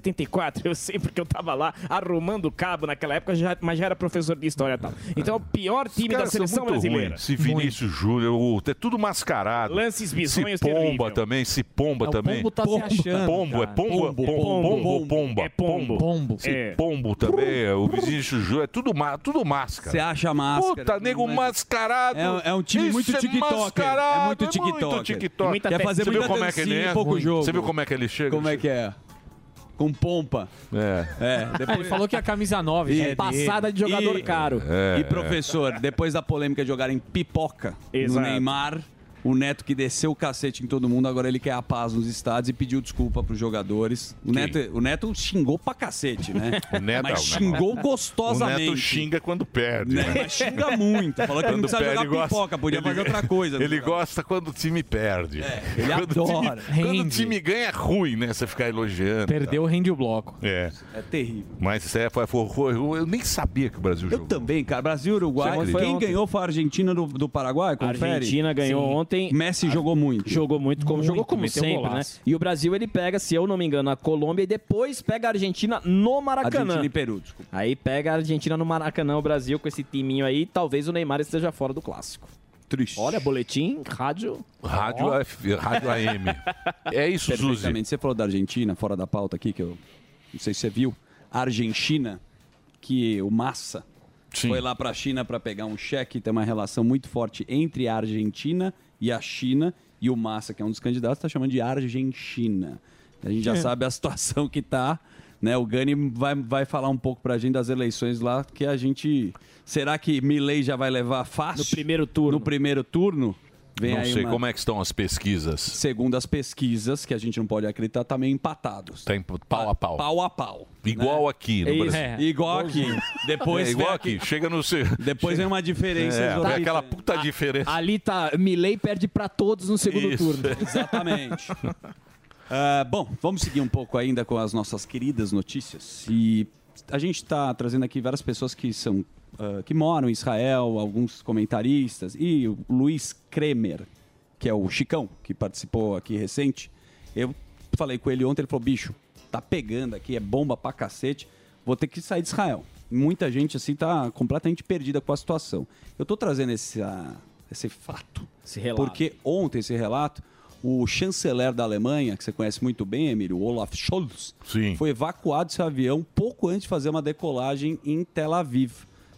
1974. Eu sei porque eu tava lá arrumando cabo naquela época, já- mas já era professor de história e tal. Então é o pior
Os
time da
caras são
seleção
muito
brasileira.
ruins. Esse Vinícius Júnior, o- é tudo mascarado.
Lances bizonhos
Se pomba
terrível.
também, se pomba
É, o
também.
pombo tá se achando,
Pombo, é
cara.
pombo,
Pombo,
pombo, pombo,
pombo,
pombo, pombo.
é pombo. Pombo.
Se
É.
pombo também, o Vinícius Júnior, é tudo, ma- tudo máscara.
Você acha máscara?
Puta, nego
Mas-
mascarado.
É, é um time
Isso
muito
é
TikToker.
mascarado,
É muito
é
TikToker.
muito TikToker. Muita
Quer fazer
Você viu
muita
como é que ele
dancinha e
é?
pouco
Você
jogo.
viu como é que ele chega?
Como é que é? Com pompa.
É.
É.
Ah, ele falou que a camisa 9
E-
já é passada de jogador
e-
caro.
É,
e professor, depois da polêmica de jogarem pipoca
Exato.
no Neymar, o Neto que desceu o cacete em todo mundo, agora ele quer a paz nos estádios e pediu desculpa pros jogadores. O Neto, o Neto xingou pra cacete, né?
O Neto-
Mas
É, não,
xingou
não.
gostosamente.
O Neto xinga quando perde.
Né? Mas xinga muito. Falou que não precisa
perde,
jogar
ele gosta-
pipoca, podia
ele-
fazer outra coisa. né? É,
Ele gosta quando o time perde.
ele
quando
adora,
O time, quando o
rende.
time ganha é ruim, né? Você ficar elogiando.
Perdeu, rende o bloco.
É.
É terrível.
Mas é, foi, foi, foi- eu nem sabia que o Brasil
Eu
jogou.
também, cara. Brasil e Uruguai.
Você foi
Quem
ontem.
ganhou foi a Argentina do, do Paraguai,
A
confere.
Argentina ganhou
Sim.
ontem.
Messi jogou muito.
Jogou muito,
como
jogou
como
meteu um
sempre,
golaço.
né?
E o Brasil ele pega, se eu não me engano, a Colômbia e depois pega a Argentina no Maracanã.
Argentina e Peru, desculpa.
Aí pega a Argentina no Maracanã, o Brasil com esse timinho aí, talvez o Neymar esteja fora do clássico.
Triste.
Olha, boletim, rádio.
Rádio,
Ó.
F- rádio AM. É isso, Zuzi.
Perfeitamente. Você falou da Argentina, fora da pauta aqui, que eu não sei se você viu. A Argentina, que o Massa foi lá para a China para pegar um cheque. Tem uma relação muito forte entre a tá Argentina e a China. E o Massa, que é um dos candidatos, está chamando de Argentina. A gente já
É.
sabe a situação que tá. Né, o Gani vai, vai falar um pouco pra gente das eleições lá, que a gente. Será que Milley já vai levar fácil? No primeiro turno. No primeiro turno? Vem
não
aí
sei
uma-
como é que estão as pesquisas.
Segundo as pesquisas, que a gente não pode acreditar, tá meio empatados.
Tá em pau a pau.
Pau a pau.
Igual aqui no
Isso.
Brasil.
É. Igual aqui. Depois
É, igual
vem
aqui. Chega no seu.
Depois vem uma diferença
É,
exorbitante.
vem aquela puta diferença.
Ali tá, Milley perde para todos no
segundo Isso. turno.
Exatamente. Ah, bom, vamos seguir um pouco ainda com as nossas queridas notícias. E a gente está trazendo aqui várias pessoas que são ah, que moram em Israel, alguns comentaristas e o Luiz Kremer, que é o Chicão que participou aqui recente. Eu falei com ele ontem, ele falou: "Bicho, tá pegando aqui, é bomba pra cacete. Vou ter que sair de Israel." Muita gente assim tá completamente perdida com a situação. Eu tô trazendo esse ah, esse fato
Esse relato.
porque ontem esse relato, o chanceler da Alemanha, que você conhece muito bem, Emílio, Olaf Scholz, foi evacuado de seu avião pouco antes de fazer uma decolagem em Tel Aviv.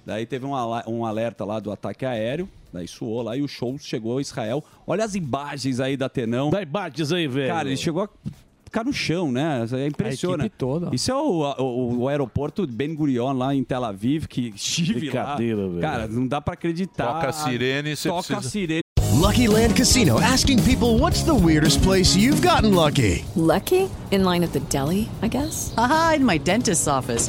Daí teve um, ala- um alerta lá do ataque aéreo, daí suou lá e o Scholz chegou a Israel. Olha as imagens aí da Tenão. Dá imagens aí, velho. Cara, ele chegou a ficar no chão, né? É impressiona.
equipe toda.
Isso é o, o- o aeroporto Ben Gurion lá em Tel Aviv, que estive lá.
Brincadeira, velho.
Cara, não dá pra acreditar.
Toca a sirene, você
Toca a
precisa-
sirene.
Lucky Land Casino asking people what's the weirdest place you've gotten lucky?
Lucky? In line at the deli, I guess? Aha, in my dentist's office.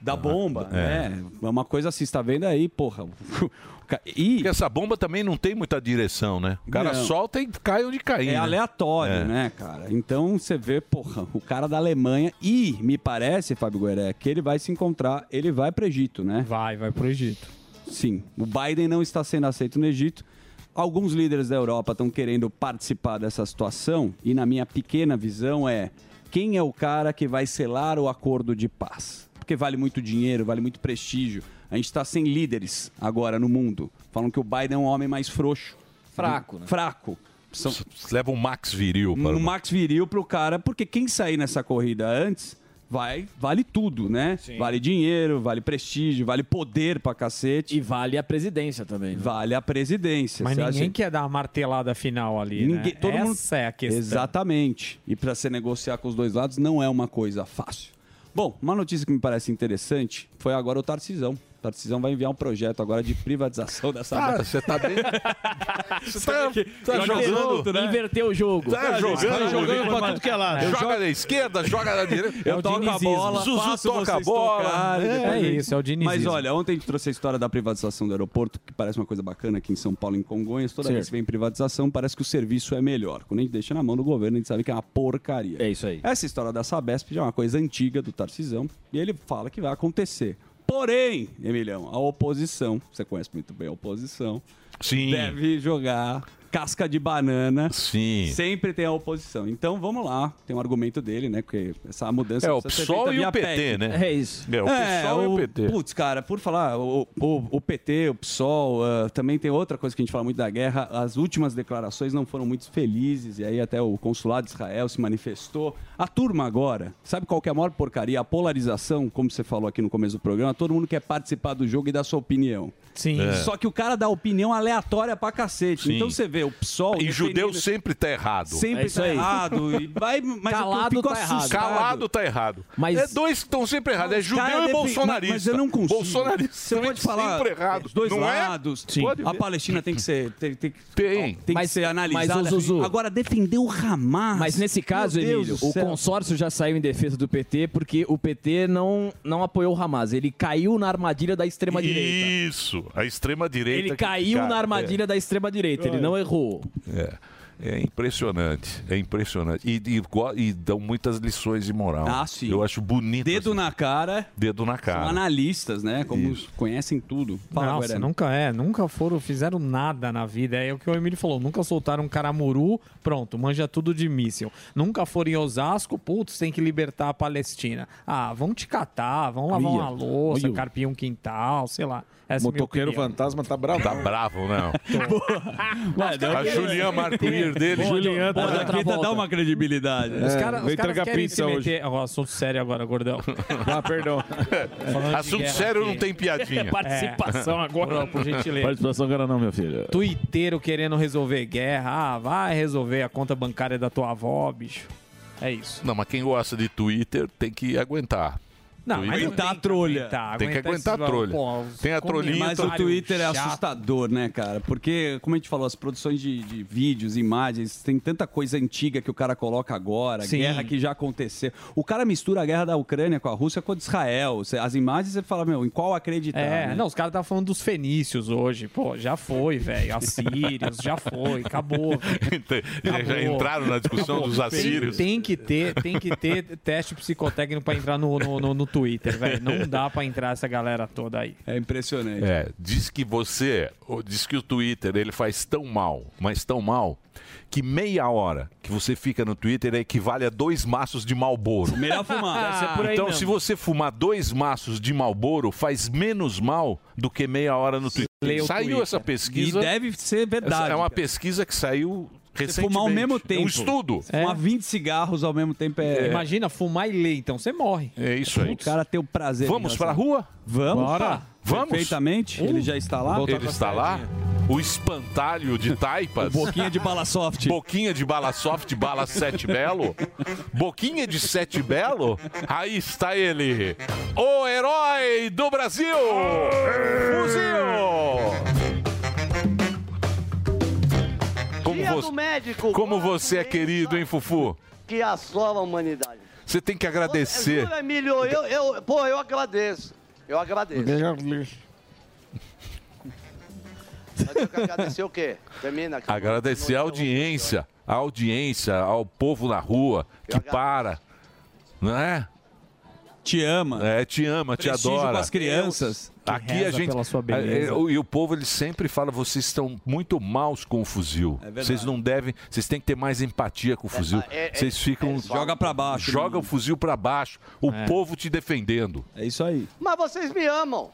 Da bomba,
É.
né? É uma coisa assim, você tá vendo aí, porra. E...
Porque essa bomba também não tem muita direção, né? O cara
Não.
solta e cai onde cair.
É
né?
aleatório,
É.
né, cara? Então você vê, porra, o cara da Alemanha e me parece, Fábio Gueré, que ele vai se encontrar, ele vai pro Egito, né? Vai, vai pro Egito. Sim, o Biden não está sendo aceito no Egito. Alguns líderes da Europa estão querendo participar dessa situação e na minha pequena visão é quem é o cara que vai selar o acordo de paz? Porque vale muito dinheiro, vale muito prestígio. A gente está sem líderes agora no mundo. Falam que o Biden é um homem mais frouxo.
Fraco, né?
Fraco. São-
Leva um Max viril para
o Max viril pro cara, porque quem sair nessa corrida antes vai vale tudo, né? Vale dinheiro, vale prestígio, vale poder pra cacete. E vale a presidência também. né? Vale a presidência.
Mas
Você
ninguém
acha-
quer dar uma martelada final ali,
Ninguém,
né?
todo
Essa
mundo-
é a questão.
Exatamente. E para se negociar com os dois lados não é uma coisa fácil. Bom, uma notícia que me parece interessante foi agora o Tarcisão. O Tarcisão vai enviar um projeto agora de privatização dessa
Ah, você tá bem.
Você tá,
tá jogando, né?
Inverteu o jogo.
Tá jogando, Eu Joga da esquerda, joga da direita.
é Eu toco É a bola,
Zuzu
faço
toca a
vocês
bola. É
tocarem, depois a gente- É Mas
Mas olha,
olha, ontem a gente trouxe a história da privatização do aeroporto, que parece uma coisa bacana aqui em São Paulo, em Congonhas. Toda vez
Certo.
que vem privatização, parece que o serviço é melhor. Quando a gente deixa na mão do governo, a gente sabe que é uma porcaria. É isso aí. Essa história da Sabesp já é uma coisa antiga do Tarcisão, e ele fala que vai acontecer. Porém, Emilhão, a oposição, você conhece muito bem a oposição,
Sim.
deve jogar casca de banana.
Sim.
Sempre tem a oposição. Então vamos lá, tem um argumento dele, né? Porque essa mudança
É, o
precisa ser
PSOL
feita
e o
via
PT,
PEC.
né?
É isso.
É, o PSOL e o PT.
Putz, cara, por falar, o, o- o PT, o PSOL, ah, também tem outra coisa que a gente fala muito da guerra. As últimas declarações não foram muito felizes, e aí até o consulado de Israel se manifestou. A turma agora, sabe qual que é a maior porcaria? A polarização, como você falou aqui no começo do programa, todo mundo quer participar do jogo e dar sua opinião.
Sim.
É.
Só que o cara dá opinião aleatória pra cacete.
Sim.
Então você vê, o PSOL.
E
defendendo-
judeu sempre tá errado.
Sempre tá errado. E vai, mas eu fico assustado.
Calado tá errado.
tá Mas-
É dois que estão sempre errados. É
Os
judeu
cara
e
defende-
bolsonarista.
Mas eu não consigo.
Bolsonarista
Você pode falar
sempre errado.
os dois
não
lados.
É? Pode
A
ver.
Palestina tem que ser tem, tem,
tem.
que ser analisada.
Mas, ô, Zuzu-
Agora defender o Hamas.
Mas nesse caso,
Meu Deus
Emílio,
do
o
céu.
consórcio já saiu em defesa do PT porque o PT não, não apoiou o Hamas. Ele caiu na armadilha da extrema-direita.
Isso. A extrema-direita.
Ele
que-
caiu
cara,
na
é.
armadilha da extrema-direita. Ele não errou.
É. É impressionante, é impressionante. E, e go- e dão muitas lições de moral.
Ah, sim.
Eu acho bonito. assim.
Dedo na cara.
Dedo na cara.
Analistas, né? Como conhecem tudo. Fala,
Nossa,
Guarani.
nunca é, nunca foram, fizeram nada na vida. É o que o Emílio falou, nunca soltaram um caramuru, pronto, manja tudo de míssil. Nunca foram em Osasco, putz, tem que libertar a Palestina. Ah, vão te catar, vão lavar
Olha,
uma louça,
olha.
carpir um quintal, sei lá. Essa é a minha
Motoqueiro
opinião.
fantasma tá bravo.
Tá bravo, não.
É,
Mas
a
daqui-
Juliana Martuir dele.
Juliana
Pô, a Jaqueta dá uma credibilidade.
É,
Os
É,
caras os caras querem se meter...
hoje.
Ó, assunto sério agora, gordão.
Ah, perdão.
Falando de
Assunto
guerra
sério
aqui.
não tem piadinha.
Participação agora, por gentileza.
É. Participação agora não, meu filho.
Tuiteiro querendo resolver guerra. Ah, vai resolver a conta bancária da tua avó, bicho. É isso.
Não, mas quem gosta de Twitter tem que aguentar.
Não,
Twitter-
mas não tem que
tá trolha.
Tem que aguentar a trolha. Tem a trolhinha.
Mas o
trolha.
Twitter é
Chato.
assustador, né, cara? Porque, como a gente falou, as produções de, de vídeos, imagens, tem tanta coisa antiga que o cara coloca agora,
Sim.
guerra que já aconteceu. O cara mistura a guerra da Ucrânia com a Rússia com a de Israel. Cê- As imagens você fala, meu, em qual acreditar?
É,
né?
não, os caras estavam falando dos fenícios hoje. Pô, já foi, velho. Assírios, já foi, acabou.
Então, já- Já
Acabou.
entraram na discussão
Acabou.
dos assírios.
Tem, tem que ter, tem que ter teste psicotécnico pra entrar no, no, no- no Twitter, velho. Não dá pra entrar essa galera toda aí.
É impressionante.
É, diz que você, ou diz que o Twitter ele faz tão mal, mas tão mal, que meia hora que você fica no Twitter equivale a dois maços de Malboro.
Melhor fumar. Deve ser por aí
então,
mesmo.
se você fumar dois maços de Malboro, faz menos mal do que meia hora no
Leia
Twitter.
o
Saiu
Twitter.
essa pesquisa.
E deve ser verdade,
É uma
cara.
pesquisa que saiu
Você
recentemente.
fumar ao mesmo tempo.
Um estudo.
Fumar 20 cigarros ao mesmo tempo é.
É. Imagina fumar e ler, então você morre.
É isso aí.
O cara tem o prazer.
Vamos
de
pra
fazer.
rua?
Vamos.
Bora.
pá.
Vamos. Uh,
Perfeitamente. Ele já está lá.
Ele está lá. O espantalho de taipas.
O boquinha de bala soft.
Boquinha de bala soft, bala sete belo. Boquinha de sete belo. Aí está ele. O herói do Brasil. Fuzil. Como
Dia do
você,
médico.
como você é querido, hein, Fufu?
Que assola a humanidade.
Você tem que agradecer.
Jura, Emílio, eu, eu, pô, eu agradeço. Eu agradeço. Mas eu que agradecer o quê? Termina aqui.
Agradecer a audiência, a audiência, ao povo na rua que para, não é?
Te ama.
É, te ama, te
Prestígio
adora.
com as crianças. Que
Aqui
reza
a gente.
pela sua beleza.
É, é, E o povo ele sempre fala: vocês estão muito maus com o fuzil.
É verdade.
vocês não devem. Vocês têm que ter mais empatia com o fuzil.
é, é,
vocês ficam.
Joga pra baixo.
Joga o fuzil pra baixo. O povo te defendendo.
É isso aí.
Mas vocês me amam.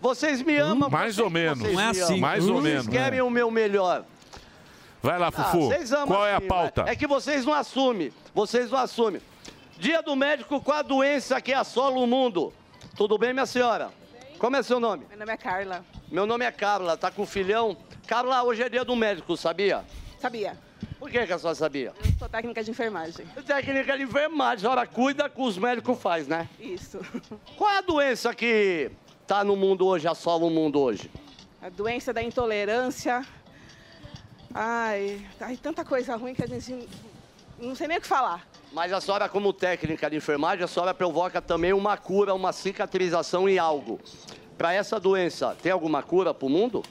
Vocês me amam.
Hum? mais
vocês-
ou menos.
vocês
Não é
me
assim.
amam.
Mais ou menos.
Vocês querem o meu melhor.
Vai lá,
Ah,
Fufu.
vocês amam
Qual é a
sim,
pauta?
mas É que vocês não assumem. Vocês não assumem. Dia do médico com a doença que assola o mundo. Tudo bem, minha senhora? Como é seu nome?
Meu nome é Carla.
Meu nome é Carla, tá com o filhão. Carla, hoje é dia do médico, sabia?
Sabia?
Por que, que a senhora sabia?
Sou técnica de enfermagem.
Técnica de enfermagem, a senhora cuida que os médicos faz, né?
Isso.
Qual é a doença que tá no mundo hoje, assola o mundo hoje?
A doença da intolerância. Ai, ai, tanta coisa ruim que a gente não sei nem o que falar.
Mas a senhora, como técnica de enfermagem, a senhora provoca também uma cura, uma cicatrização em algo. Para essa doença, tem alguma cura para o mundo?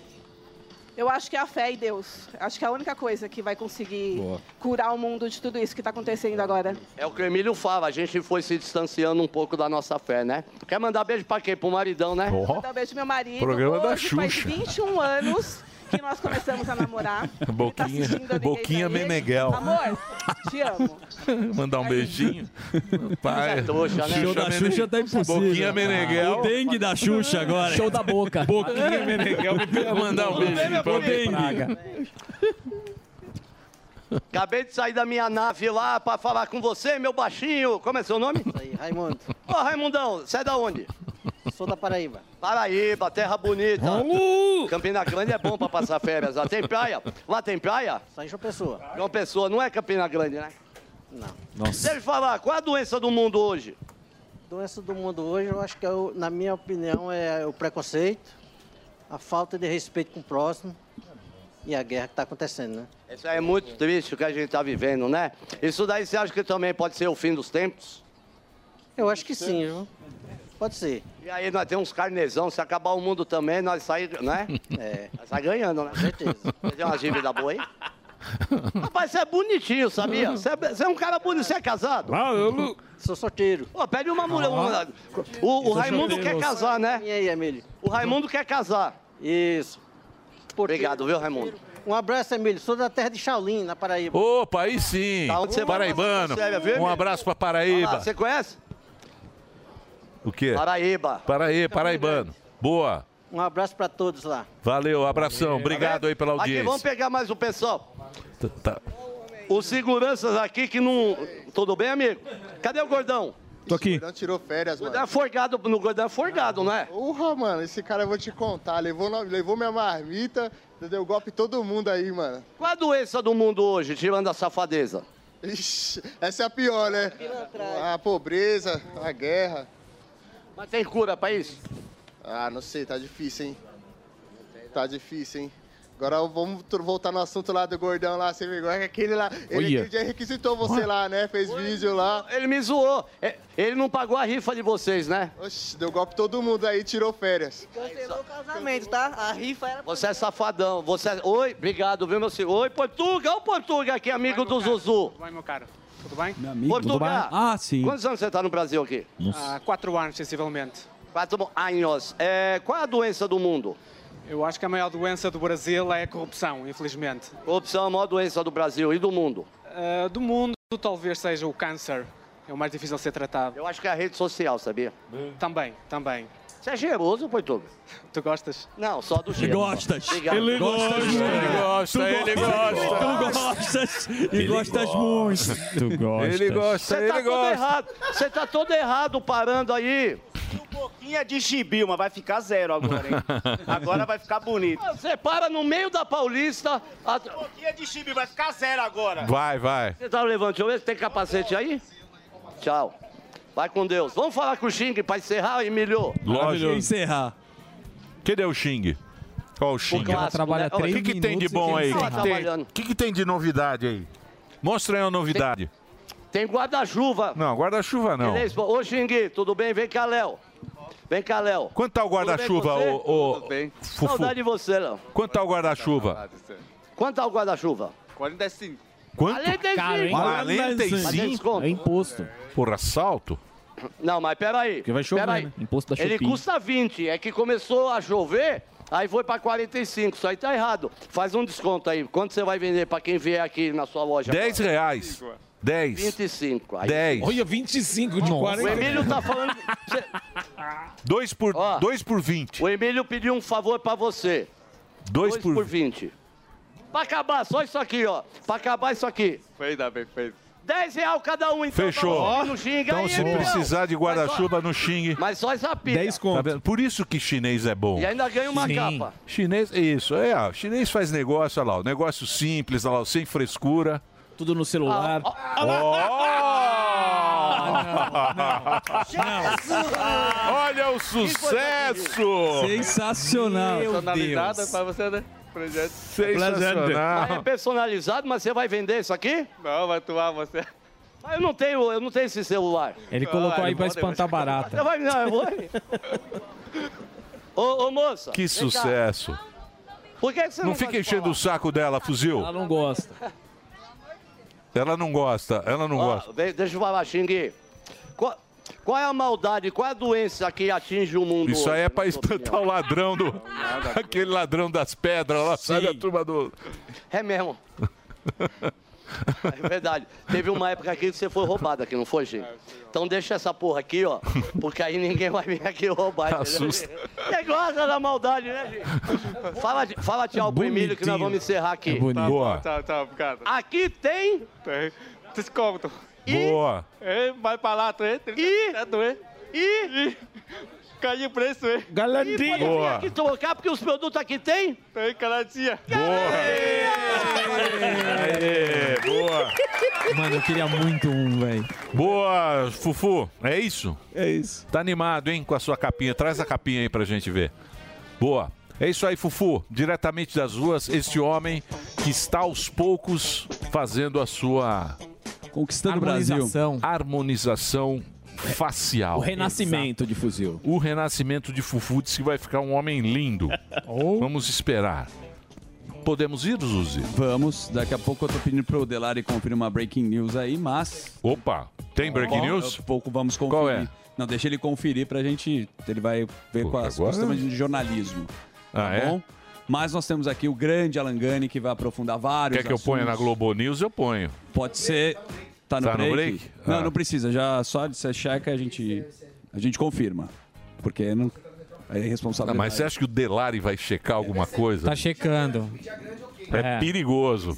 Eu acho que é a fé em Deus. Acho que é a única coisa que vai conseguir
Boa.
curar o mundo de tudo isso que está acontecendo agora.
É o que o Emílio fala, a gente foi se distanciando um pouco da nossa fé, né? Quer mandar beijo para quem? Pro maridão, né?
Mandar um beijo pro meu marido.
Programa da
Hoje Faz
Xuxa.
21 anos que nós começamos a namorar.
Boquinha,
assistindo a
boquinha
Ninguém Tá Aí.
Meneghel.
Amor, te amo.
Mandar um beijinho. Pai.
O show da
Mene-
Xuxa tá impossível.
Boquinha Meneghel.
O dengue da Xuxa agora.
Show da
boca. Boquinha Meneghel.
Mandar um beijinho pra
O
mim.
dengue.
Acabei de sair da minha nave lá para falar com você, meu baixinho. Como é seu nome? Raimundo. Ô, Raimundão, você é da onde? Sou da Paraíba. Paraíba, terra bonita. Campina Grande é bom para passar férias. Lá tem praia? Lá tem praia? Só em João Pessoa. João Pessoa, não é Campina Grande, né? Não. Deixa eu te falar, qual é a doença do mundo hoje?
Doença do mundo hoje, eu acho que, é o- na minha opinião, é o preconceito, a falta de respeito com o próximo e a guerra que está acontecendo, né?
Isso aí é muito triste o que a gente está vivendo, né? Isso daí você acha que também pode ser o fim dos tempos?
Eu acho que sim, viu? Pode ser.
E aí nós temos uns carnezão, se acabar o mundo também, nós saímos, né? É. Nós saímos ganhando, né? Certeza. Você tem uma dívida boa aí? Rapaz, você é bonitinho, sabia? Você é, você é um cara bonito. Você é casado?
Ah, eu não...
Sou solteiro. Pô, pede uma mulher. uma- O, o
Sou
Raimundo
solteiro.
quer casar, né?
E aí, Emílio?
O Raimundo quer casar.
Isso.
Obrigado, viu, Raimundo?
Um abraço, Emílio. Sou da terra de Shaolin, na Paraíba.
Opa, aí sim.
Da onde você mora,
Paraibano.
você é
Um
vermelho?
abraço pra
Ah
Paraíba.
lá,
Você conhece?
O quê?
Paraíba.
Paraíba, paraibano. Boa.
Um abraço pra todos lá.
Valeu, abração. Obrigado aí pela
Aqui, vamos
audiência.
pegar mais um pessoal.
Tá.
Os seguranças aqui que não... Tudo bem, amigo? Cadê o gordão?
Tô aqui.
Não tirou férias, mano.
Gordão é forgado no gordão é forgado, não é?
Porra, mano, esse cara eu vou te contar. Levou, no- levou minha marmita, deu golpe em todo mundo aí, mano.
Qual a doença do mundo hoje, tirando a safadeza?
Ixi, essa é a pior, né? A pobreza, a guerra.
Mas tem cura pra isso?
Ah, não sei, tá difícil, hein? Tá difícil, hein? Agora vamos tro- voltar no assunto lá do gordão lá, sem vergonha, que aquele lá. Ele
Olha.
aquele dia requisitou você lá, né? Fez vídeo lá.
Ele me zoou. É, Ele não pagou a rifa de vocês, né?
Oxi, deu golpe em todo mundo aí, tirou férias.
Cancelou o casamento, tá? A rifa era... Você é safadão. Você é... Oi, obrigado, viu, meu senhor? Oi, Portuga. Olha o Portuga aqui, amigo do Zuzu.
Tudo bem, meu caro? Tudo bem? Meu
Portuga.
Ah, sim.
Quantos anos você tá no Brasil aqui?
Há Ah, quatro anos, sensivelmente.
Quatro anos. É, qual é a doença do mundo?
Eu acho que a maior doença do Brasil é a corrupção, infelizmente.
Corrupção é a maior doença do Brasil e do mundo.
Ah, do mundo, talvez seja o câncer. É o mais difícil de ser tratado.
Eu acho que é a rede social, sabia?
Também, também.
Você é cheiroso, Poituga?
Tu gostas?
Não, só do cheiro.
Gostas.
Obrigado.
Ele gosta,
Ele gosta, ele gosta.
gostas
e gostas muito.
Tu
gostas. Ele gosta,
Você
ele
tá todo
gosta.
errado. Você tá todo errado parando aí.
Tinha é de gibi, mas vai ficar zero agora, hein? Agora vai ficar bonito.
Ah, Você para no meio da Paulista. A...
Tinha de gibi, vai ficar zero agora.
Vai, vai.
Você tá levando, deixa eu ver se tem capacete aí. Tchau. Vai com Deus. Vamos falar com o Xing pra encerrar, Emilio?
Lógico.
encerrar.
Cadê o Xing? Ó, o Xing.
O clássico, Ela trabalha né?
O que,
três
que tem de
minutos
bom
e
aí?
quem
O que,
tá
que tem,
trabalhando.
que que tem de novidade aí? Mostra aí uma novidade.
Tem guarda-chuva.
Não, guarda-chuva não.
Beleza? Ô, Xing, tudo bem? Vem cá, Léo. Vem cá, Léo.
Quanto tá o guarda-chuva, ô- ô- Tudo bem. Fufu?
Saudade de você, Léo.
Quanto tá o guarda-chuva?
Quanto tá o guarda-chuva?
45.
Quanto?
45.
Caro, hein? assim, 45?
Mas tem desconto?
É imposto.
Por assalto?
Não, mas peraí.
Porque vai chover,
peraí.
né? Imposto da
Ele
Shopee.
custa 20. É que começou a chover, aí foi pra 45. Isso aí tá errado. Faz um desconto aí. Quanto você vai vender pra quem vier aqui na sua loja?
10 reais. 10.
25. Aí.
10.
Olha,
25
de 40. O Emílio tá falando.
2 por,
Ó.
dois por 20.
O Emílio pediu um favor pra você.
2 por...
20. Pra acabar, só isso aqui, ó. Pra acabar isso aqui.
Feita, bem feito.
10 reais cada um, então.
Fechou.
Tá bom, não xinga
então,
aí,
se
Emílio.
precisar de guarda-chuva, não xingue.
Mas só essa pilha. 10 conto.
Por isso que chinês é bom.
E ainda ganha uma Sim. capa.
Chinês, isso. É, ó, chinês faz negócio, olha lá. ó, Negócio simples, olha lá, ó, sem frescura.
Tudo no
Ah,
celular.
Ah, Olha o sucesso!
Sensacional.
Personalizada pra você, né? Projeto.
Mas é personalizado, mas você vai vender isso aqui?
Não, vai atuar você.
Mas eu não tenho, eu não tenho esse celular.
Ah, Ele colocou aí pra espantar
Você
barata.
vai me dar eu vou aí. ô, ô, moça.
Que
vem
sucesso!
cá. Por que, que você não,
Não fica
faz
enchendo o saco dela, fuzil.
Ela não gosta.
Ela não gosta, ela não
Ó,
gosta.
de- Ah, Deixa eu falar, Xingui. Qual, qual é a maldade, qual é a doença que atinge o mundo
Isso aí
hoje,
é pra
na sua
espantar
opinião?
o ladrão do. Aquele ladrão das pedras lá, sai da turma do.
É mesmo. É verdade. Teve uma época aqui que você foi roubado aqui, não foi, Xing? Então deixa essa porra aqui, ó. Porque aí ninguém vai vir aqui roubar. entendeu?
Assusta.
Você gosta da maldade, né, gente? Fala, fala tchau pro Emílio que nós vamos encerrar aqui.
É
Tá
Boa.
Tchau, tchau, obrigado.
Aqui tem.
Tem. Desconto.
Boa.
É, vai pra lá, tem. E.
E.
Caiu o preço, hein?
Galantinha. Pode vir aqui trocar, porque os produtos aqui tem?
Tem, galantia.
Aê, boa.
Mano,
eu queria muito um, velho. Boa, Fufu. É isso?
É isso.
Tá animado, hein, com a sua capinha. Traz a capinha aí pra gente ver. Boa. É isso aí, Fufu. Diretamente das ruas, este homem que está aos poucos fazendo a sua.
Conquistando o Brasil.
Harmonização. Harmonização facial.
O renascimento
de fuzil.
O renascimento de Fufu diz que vai ficar um homem lindo. Vamos esperar. Podemos ir, Zuzi?
Vamos. Daqui a pouco eu tô pedindo pro Delari conferir uma breaking news aí, mas.
Opa! Tem breaking news?
Daqui a pouco vamos conferir. Qual é? Não, deixa ele conferir pra gente. Ele vai ver com as
agora- é?
questões de jornalismo. tá
Ah, é?
Mas nós temos aqui o grande Alan Gani que vai aprofundar vários.
Quer que eu ponha na
assuntos.
Globo News? Eu ponho.
Pode ser. Tá no
Tá
break?
no break?
Não,
Ah.
não precisa. Já só de você checa a gente a gente confirma. Porque não é
Ah,
irresponsabilidade.
mas você acha que o Delari vai checar alguma coisa?
Tá checando.
É perigoso.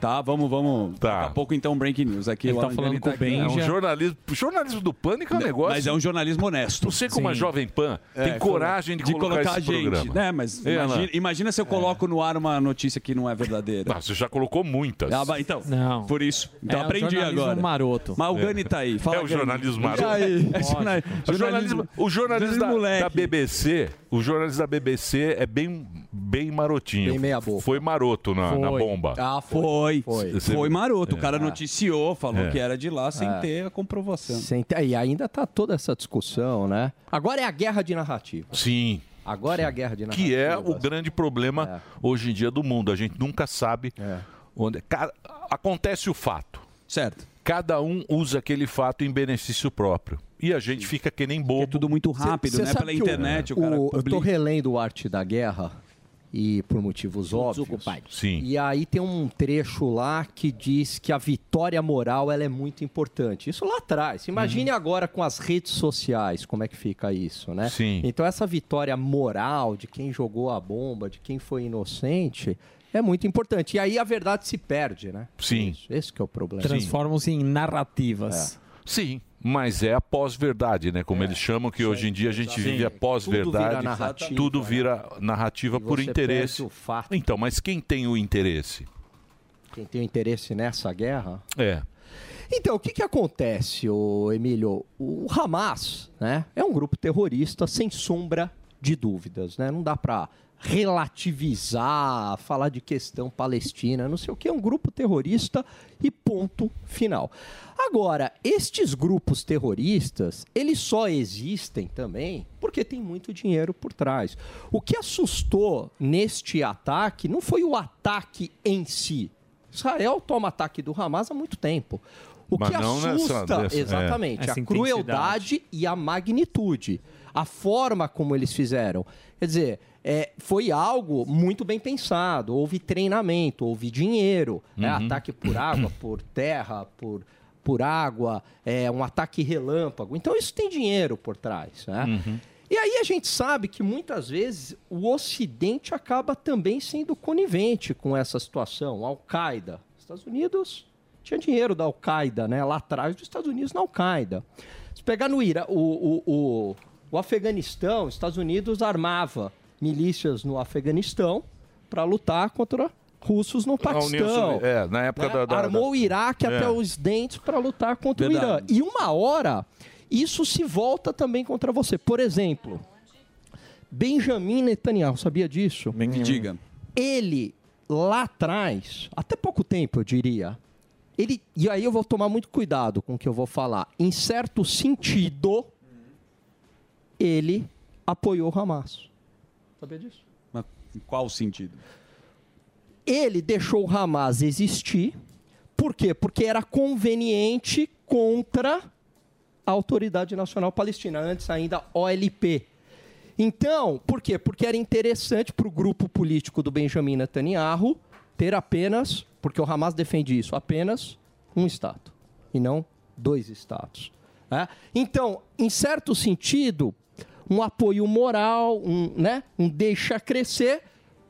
Tá, vamos, vamos. Daqui a pouco então break news aqui.
Ele
o
tá
Alan
falando
Gani
com o
aqui.
Benja. É um jornalismo- jornalismo do pânico é um negócio-
Mas é um jornalismo honesto.
Não sei como a
Sim.
Jovem Pan tem
É,
coragem de, colocar,
colocar a
esse
gente.
programa.
Né, mas
É,
imagina,
Alan?
imagina se eu coloco no ar uma notícia que não é verdadeira.
Ah, você já colocou muitas.
Ah, mas então,
Não.
por isso. Então
É o
aprendi
jornalismo
agora.
maroto.
Mas o
É.
Gani tá aí. Fala,
É o
Gani.
jornalismo
E
maroto.
aí? É jorna-
O jornalismo, o jornalismo da- da,
moleque.
BBC, o jornalismo da BBC é bem, bem marotinho.
Bem meia boca.
Foi maroto na, na
Foi.
bomba.
Ah, foi. Foi,
Você-
maroto. O
É.
cara noticiou, falou
É.
que era de lá sem
É.
ter a comprovação.
Sem ter- E ainda tá toda essa discussão, né? Agora é a guerra de narrativa.
Sim.
Agora é a guerra de narrativa.
Que é o grande problema
É.
hoje em dia do mundo. A gente nunca sabe onde. é. Ca- Acontece o fato.
Certo.
Cada um usa aquele fato em benefício próprio. E a gente fica que nem bobo. É tudo
muito né?
Cê- cê sabe que Eu tô relendo o Arte da Guerra e por motivos óbvios.
Sim.
E aí tem um trecho lá que diz que a vitória moral ela é muito importante. Isso lá atrás. Imagine
Uhum.
agora com as redes sociais, como é que fica isso, né?
Sim.
Então essa vitória moral de quem jogou a bomba, de quem foi inocente, é muito importante. E aí a verdade se perde, né?
Sim.
Esse que é o problema.
Transformam-se em narrativas.
É. Sim, mas é a pós-verdade, né?
É.
Como eles chamam, que hoje em dia a gente
Sim.
vive a
Tudo
pós-verdade.
vira narrativa, né?
Tudo vira narrativa
E
por
você
interesse.
perde o fato.
Então, mas quem tem o interesse?
Quem tem o interesse nessa guerra
É.
Então, o que, que acontece, ô Emílio? O Hamas né, é um grupo terrorista sem sombra de dúvidas. Né? Não dá para relativizar, falar de questão palestina, não sei o que. É um grupo terrorista e ponto final. Agora, estes grupos terroristas, eles só existem também porque tem muito dinheiro por trás. O que assustou neste ataque não foi o ataque em si. Israel toma ataque do Hamas há muito tempo. O
Mas
que
não nessa-
assusta,
dessa- é.
exatamente,
Essa
a crueldade e a magnitude, a forma como eles fizeram. Quer dizer, é, foi algo muito bem pensado. Houve treinamento, houve dinheiro, né?
Uhum.
ataque por água, por terra, por, por água, é, um ataque relâmpago. Então isso tem dinheiro por trás, né? E aí a gente sabe que muitas vezes o Ocidente acaba também sendo conivente com essa situação. A Al-Qaeda. Estados Unidos tinha dinheiro da Al-Qaeda, né? Lá atrás dos Estados Unidos na Al-Qaeda. Se pegar no Ira, o, o, o, o Afeganistão, os Estados Unidos armava milícias no Afeganistão para lutar contra russos no
União
Paquistão. né?
Sovi- Ah, é, na época da- da-
Armou
da-
o Iraque
É.
até os dentes para lutar contra o Irã.
Verdade.
E uma hora isso se volta também contra você. Por exemplo, Benjamin Netanyahu, sabia disso?
Me diga.
Ele, lá atrás, até pouco tempo, eu diria, ele, e aí eu vou tomar muito cuidado com o que eu vou falar, em certo sentido, ele apoiou o Hamas.
Ah,
Sabia disso?
Mas em qual sentido?
ele deixou o Hamas existir. Por quê? Porque era conveniente contra a Autoridade Nacional Palestina, antes ainda OLP. Então, por quê? Porque era interessante para o grupo político do Benjamin Netanyahu ter apenas, porque o Hamas defende isso, apenas um Estado e não dois Estados. né? Então, em certo sentido, um apoio moral, um, né, um deixa crescer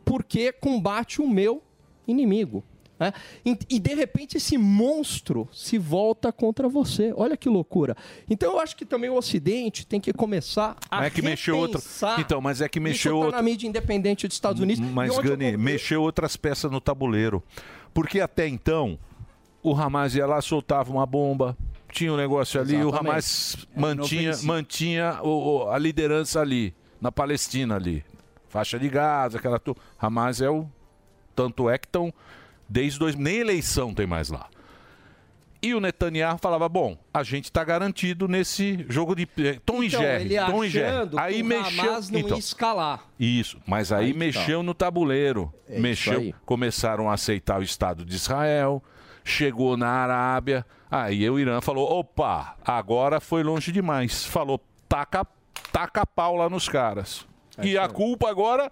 porque combate o meu inimigo. né? E, e, de repente esse monstro se volta contra você. Olha que loucura. Então eu acho que também o Ocidente tem que começar a
Mas é que mexeu outro.
repensar.
Então, mas é que mexeu
Isso tá
outro-
na mídia independente dos Estados Unidos. E
Mas,
onde eu
Gani, mexeu outras peças no tabuleiro. Porque até então, o Hamas ia lá, soltava uma bomba, tinha um negócio ali,
Exatamente.
o
É,
Hamas
Era
mantinha,
inofensivo.
mantinha o- o- a liderança ali, na Palestina ali. Faixa de Gaza, aquela... Tu... Hamas é o... Tanto é que estão... Desde dois... Nem eleição tem mais lá. E o Netanyahu falava: bom, a gente está garantido nesse jogo de eh, tom e
Então,
jerry.
ele
tom e jerry.
achando que o Hamas não ia
Então.
escalar.
Isso, mas aí,
Aí que
mexeu
tá.
no tabuleiro.
É isso
mexeu,
aí.
começaram a aceitar o Estado de Israel, chegou na Arábia, aí o Irã falou: opa, agora foi longe demais. Falou: taca, taca pau lá nos caras. e a culpa agora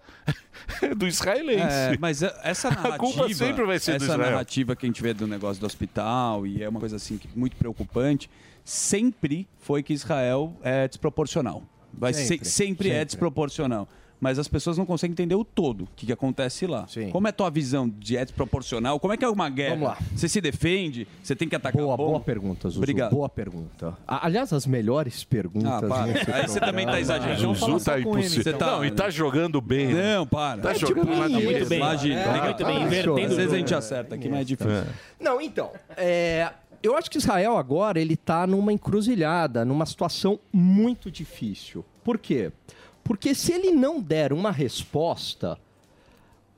é do israelense.
É, mas é- essa narrativa,
A culpa sempre vai ser do
essa
Israel.
narrativa que a gente vê do negócio do hospital e é uma coisa assim que muito preocupante, sempre foi que Israel é desproporcional. Vai se- sempre,
Sempre,
é
sempre.
desproporcional. Mas as pessoas não conseguem entender o todo, o que, que acontece lá. Como é a tua visão de é desproporcional? Como é que é uma guerra?
Vamos lá.
Você se defende? Você tem que atacar boa,
Boa pergunta, Zuzu.
Obrigado.
Boa pergunta. A- aliás, as melhores
Ah,
perguntas.
para.
nesse
Aí você
programa.
também tá exagerando.
Zuzu
Vamos falar
tá
só com ele,
impossível.
então. Você tá-
Não, e tá jogando bem. né?
Não, para.
Tá
É,
jogando
tipo,
uma
muito
beleza.
bem. Imagina,
É,
muito
tá
bem,
chorando.
invertendo Às vezes a gente tudo. acerta aqui, mas é difícil.
Não, então, é, eu acho que Israel agora ele está numa encruzilhada, numa situação muito difícil. Por quê? Porque se ele não der uma resposta,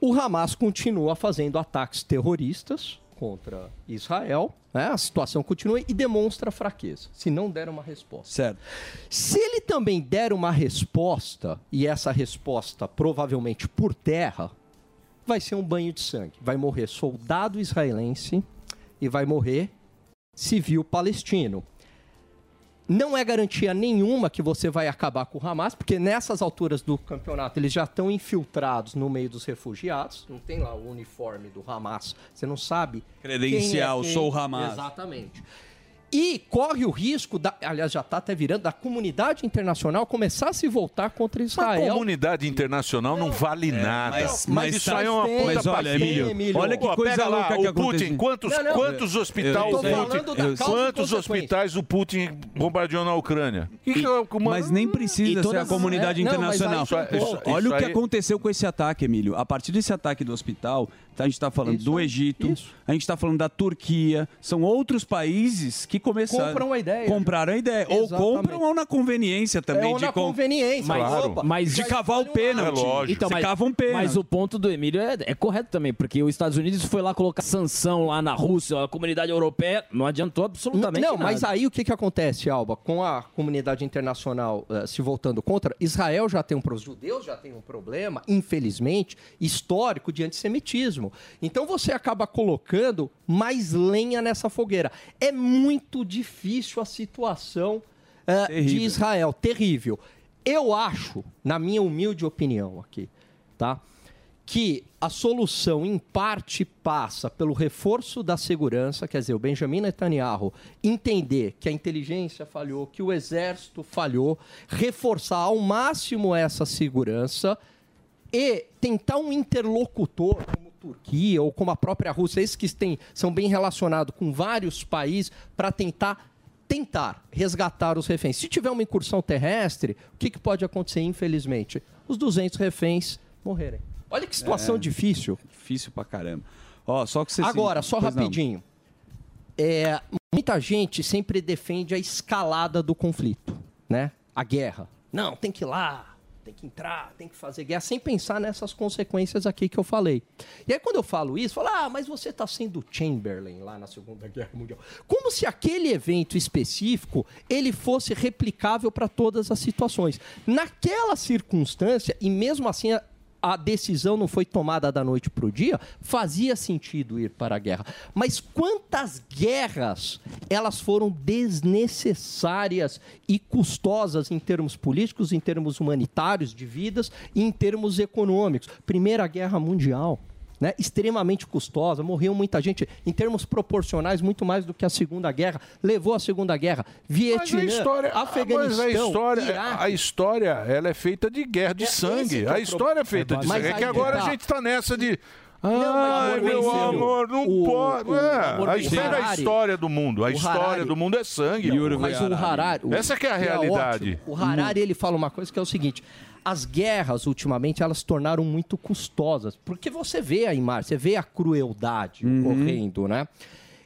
o Hamas continua fazendo ataques terroristas contra Israel, né? a situação continua e demonstra fraqueza, se não der uma resposta.
Certo.
Se ele também der uma resposta, e essa resposta provavelmente por terra, vai ser um banho de sangue. Vai morrer soldado israelense e vai morrer civil palestino. Não é garantia nenhuma que você vai acabar com o Hamas, porque nessas alturas do campeonato eles já estão infiltrados no meio dos refugiados. Não tem lá o uniforme do Hamas. Você não sabe.
Credencial,
quem é quem.
sou o Hamas.
Exatamente. E corre o risco, da, aliás, já está até virando, da comunidade internacional começar a se voltar contra
A
Israel.
comunidade internacional não vale nada.
mas-
É. Mas,
mas
isso
tá-
aí é uma
mas
puta
olha,
pastilha.
Emílio, olha que
Pô,
coisa
pega lá,
louca
o
que
Putin,
aconteceu.
quantos,
Não, não,
quantos
eu-
hospitais
eu tô falando
o
da
Putin,
causa e
quantos
consequência.
hospitais o Putin bombardeou na Ucrânia? é
Mas
Ah.
nem precisa
E
ser a
todas-
comunidade
é, não, mas
internacional.
aí Isso-
um
tem isso- pouco.
Olha
isso
o que
aí-
aconteceu com esse ataque, Emílio. A partir desse ataque do hospital, tá, a gente está falando do Egito, a gente está falando da Turquia. São outros países que começaram.
Compram a ideia. né?
Compraram a ideia. Ou
Exatamente.
compram ou na conveniência também.
É, ou
de
na conveniência.
Mas,
Claro. Opa,
mas de
já
cavar o pênalti.
Então,
Você
mas,
cava um pênalti.
mas o ponto do Emílio é, é correto também, porque os Estados Unidos foi lá colocar sanção lá na Rússia, a comunidade europeia, não adiantou absolutamente
Não,
nada.
mas aí o que, que acontece, Alba? Com a comunidade internacional eh, se voltando contra, Israel já tem um problema, os judeus já tem um problema, infelizmente, histórico de antissemitismo. Então você acaba colocando mais lenha nessa fogueira. É muito difícil a situação eh, de Israel, terrível. Eu acho, na minha humilde opinião aqui, tá? que a solução, em parte, passa pelo reforço da segurança, quer dizer, o Benjamin Netanyahu entender que a inteligência falhou, que o exército falhou, reforçar ao máximo essa segurança e tentar um interlocutor como a Turquia ou como a própria Rússia, esses que têm, são bem relacionados com vários países, para tentar tentar resgatar os reféns. Se tiver uma incursão terrestre, o que, que pode acontecer, infelizmente? Os 200 reféns morrerem. Olha que situação
É.
difícil.
Difícil pra caramba. Ó, só que você
Agora, só
Pois não.
rapidinho. É, muita gente sempre defende a escalada do conflito, né? A guerra. Não, tem que ir lá, tem que entrar, tem que fazer guerra, sem pensar nessas consequências aqui que eu falei. E aí, quando eu falo isso, fala, ah, mas você está sendo Chamberlain lá na Segunda Guerra Mundial. Como se aquele evento específico, ele fosse replicável para todas as situações. Naquela circunstância, e mesmo assim... a- a decisão não foi tomada da noite para o dia, fazia sentido ir para a guerra. Mas quantas guerras elas foram desnecessárias e custosas em termos políticos, em termos humanitários de vidas e em termos econômicos? Primeira Guerra Mundial. Né? extremamente custosa, morreu muita gente em termos proporcionais, muito mais do que a Segunda Guerra, levou a Segunda Guerra,
Mas
Vietnã,
a história, mas
Afeganistão,
a história,
Iraque.
a história, ela é feita de guerra, de sangue.
que é o
a história
problema.
é feita
É,
de
mas
sangue. É
aí
que
que
agora
tá.
a gente está nessa de...
Não,
Ai,
mas o amor
meu
venceu.
amor, não
O-
pode...
o-
É,
o
a história é a
Harari-
história do mundo. A
o
história
Harari-
do mundo é sangue.
Não, mas o Harari. o-
Essa que é a
que
realidade.
ótimo. o Harari ele fala uma coisa que é o seguinte: as guerras ultimamente elas se tornaram muito custosas, porque você vê a imagem, você vê a crueldade ocorrendo, né?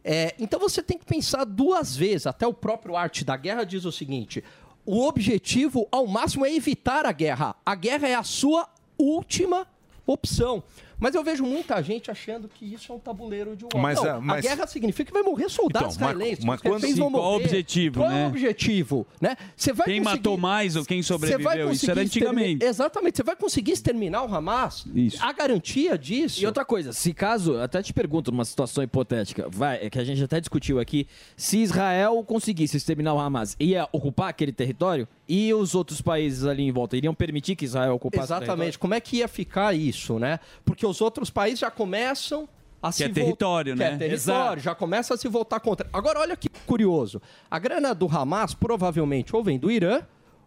É, então você tem que pensar duas vezes. Até o próprio Arte da Guerra diz o seguinte: o objetivo ao máximo é evitar a guerra. A guerra é a sua última opção. Mas eu vejo muita gente achando que isso é um tabuleiro de war.
Mas,
Não,
ah, mas-
A guerra significa que vai morrer soldados
Então, mas-
israelenses.
mas
os reféns vão
quando- Sim, qual
morrer.
o objetivo,
um Qual é
né?
o objetivo? Né? Você vai
Quem
conseguir-
matou mais ou quem
você vai
sobreviveu? Isso era
conseguir extermi-
antigamente.
Exatamente. Você vai conseguir exterminar o Hamas? A garantia disso...
E outra coisa, se caso, até te pergunto numa situação hipotética, vai, é que a gente até discutiu aqui, se Israel conseguisse exterminar o Hamas, ia ocupar aquele território? E os outros países ali em volta iriam permitir que Israel ocupasse o território?
Exatamente. Como é que ia ficar isso, né? Porque os outros países já começam a se
é
vol-
território,
que
né?
É território,
Exato.
já começa a se voltar contra. Agora olha que curioso. A grana do Hamas provavelmente ou vem do Irã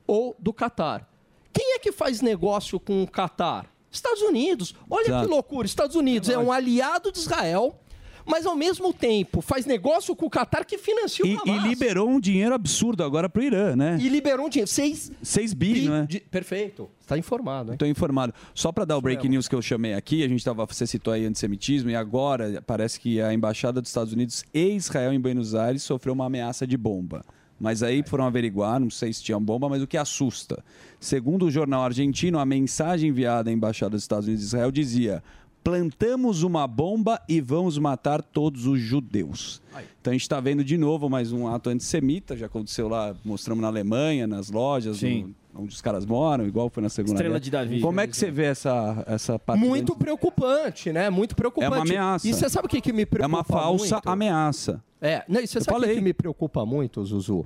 ou do Catar. Quem é que faz negócio com o Catar? Estados Unidos. Olha
Exato.
que loucura. Estados Unidos é, um aliado de Israel, mas ao mesmo tempo faz negócio com o Catar que financia o
E, e
Hamas.
liberou um dinheiro absurdo agora pro Irã, né?
Tá E liberou um dinheiro. 6
6 bi, não é?
Perfeito. Está informado, né? hein?
Estou informado. Só para dar o break news que eu chamei aqui, a gente tava, você citou aí antissemitismo, e agora parece que a embaixada dos Estados Unidos e Israel em Buenos Aires sofreu uma ameaça de bomba. Mas aí foram averiguar, não sei se tinha bomba, mas o que assusta. Segundo o jornal argentino, a mensagem enviada à embaixada dos Estados Unidos e Israel dizia: plantamos uma bomba e vamos matar todos os judeus. Então a gente está vendo de novo mais um ato antissemita, já aconteceu lá, mostramos na Alemanha, nas lojas,
Sim.
no- onde os caras moram, igual foi na Segunda
Estrela
Guerra.
de Davi.
Como é que você vê essa, essa parte?
Muito preocupante, né? Muito preocupante.
É uma ameaça.
E você sabe o que, que me preocupa
É uma falsa
muito?
ameaça.
É, não, e você
Eu
sabe o que
falei.
que me preocupa muito, Zuzu?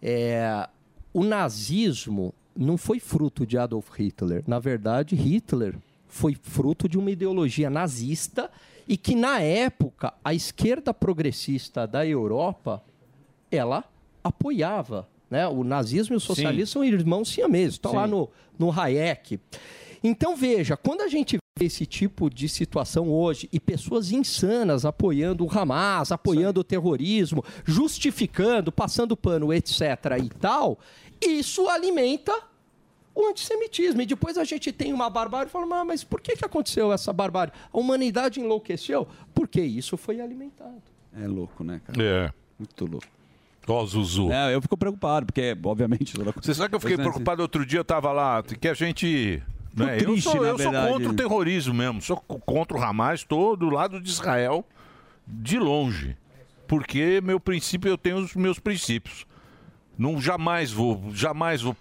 É, o nazismo não foi fruto de Adolf Hitler. Na verdade, Hitler foi fruto de uma ideologia nazista e que, na época, a esquerda progressista da Europa, ela apoiava. Né? O nazismo e o socialismo são irmãos siameses. Estão lá
Sim.
no, no Hayek. Então, veja, quando a gente vê esse tipo de situação hoje e pessoas insanas apoiando o Hamas, apoiando o terrorismo, justificando, passando pano, etc. e tal, isso alimenta o antissemitismo. E depois a gente tem uma barbárie e fala, "Ah, mas por que, que aconteceu essa barbárie? A humanidade enlouqueceu? Porque isso foi alimentado.
É louco, né, cara?
É.
Muito louco.
Ó, Zuzu.
É, eu fico preocupado, porque, obviamente...
Você sabe que eu fiquei
assim.
preocupado outro dia, eu tava lá, que a gente.
Tô
é
né,
triste,
eu sou,
na
eu sou
verdade.
né?
contra o terrorismo mesmo, sou co- contra o Hamas, estou do lado de Israel, de longe. Porque meu princípio, eu tenho os meus princípios. Não jamais vou, jamais vou,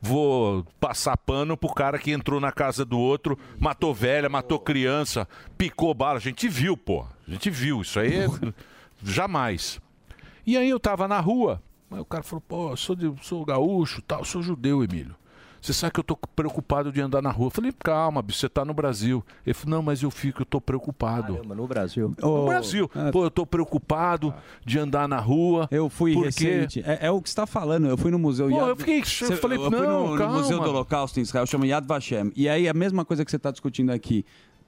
vou passar pano pro cara que entrou na casa do outro, matou velha, matou criança, picou bala. A gente viu, pô. A gente viu. Isso aí é- jamais. E aí eu tava na rua, aí o cara falou, pô, eu sou, de- sou gaúcho, tal, sou judeu, Emílio. Você sabe que eu tô preocupado de andar na rua. Eu falei, calma, bicho, você tá no Brasil. Ele falou, não, mas eu fico, eu tô preocupado.
Caramba, no Brasil.
No Brasil.
é.
Pô, eu tô preocupado de andar na rua.
Eu fui
porque...
recente. É, é o que você está falando. Eu fui no museu
Pô,
Yad...
eu fiquei- eu
Cê-
falei,
eu fui no-
não,
no,
calma.
Museu do Holocausto em Israel, chama Yad Vashem. E aí, a mesma coisa que você está discutindo aqui.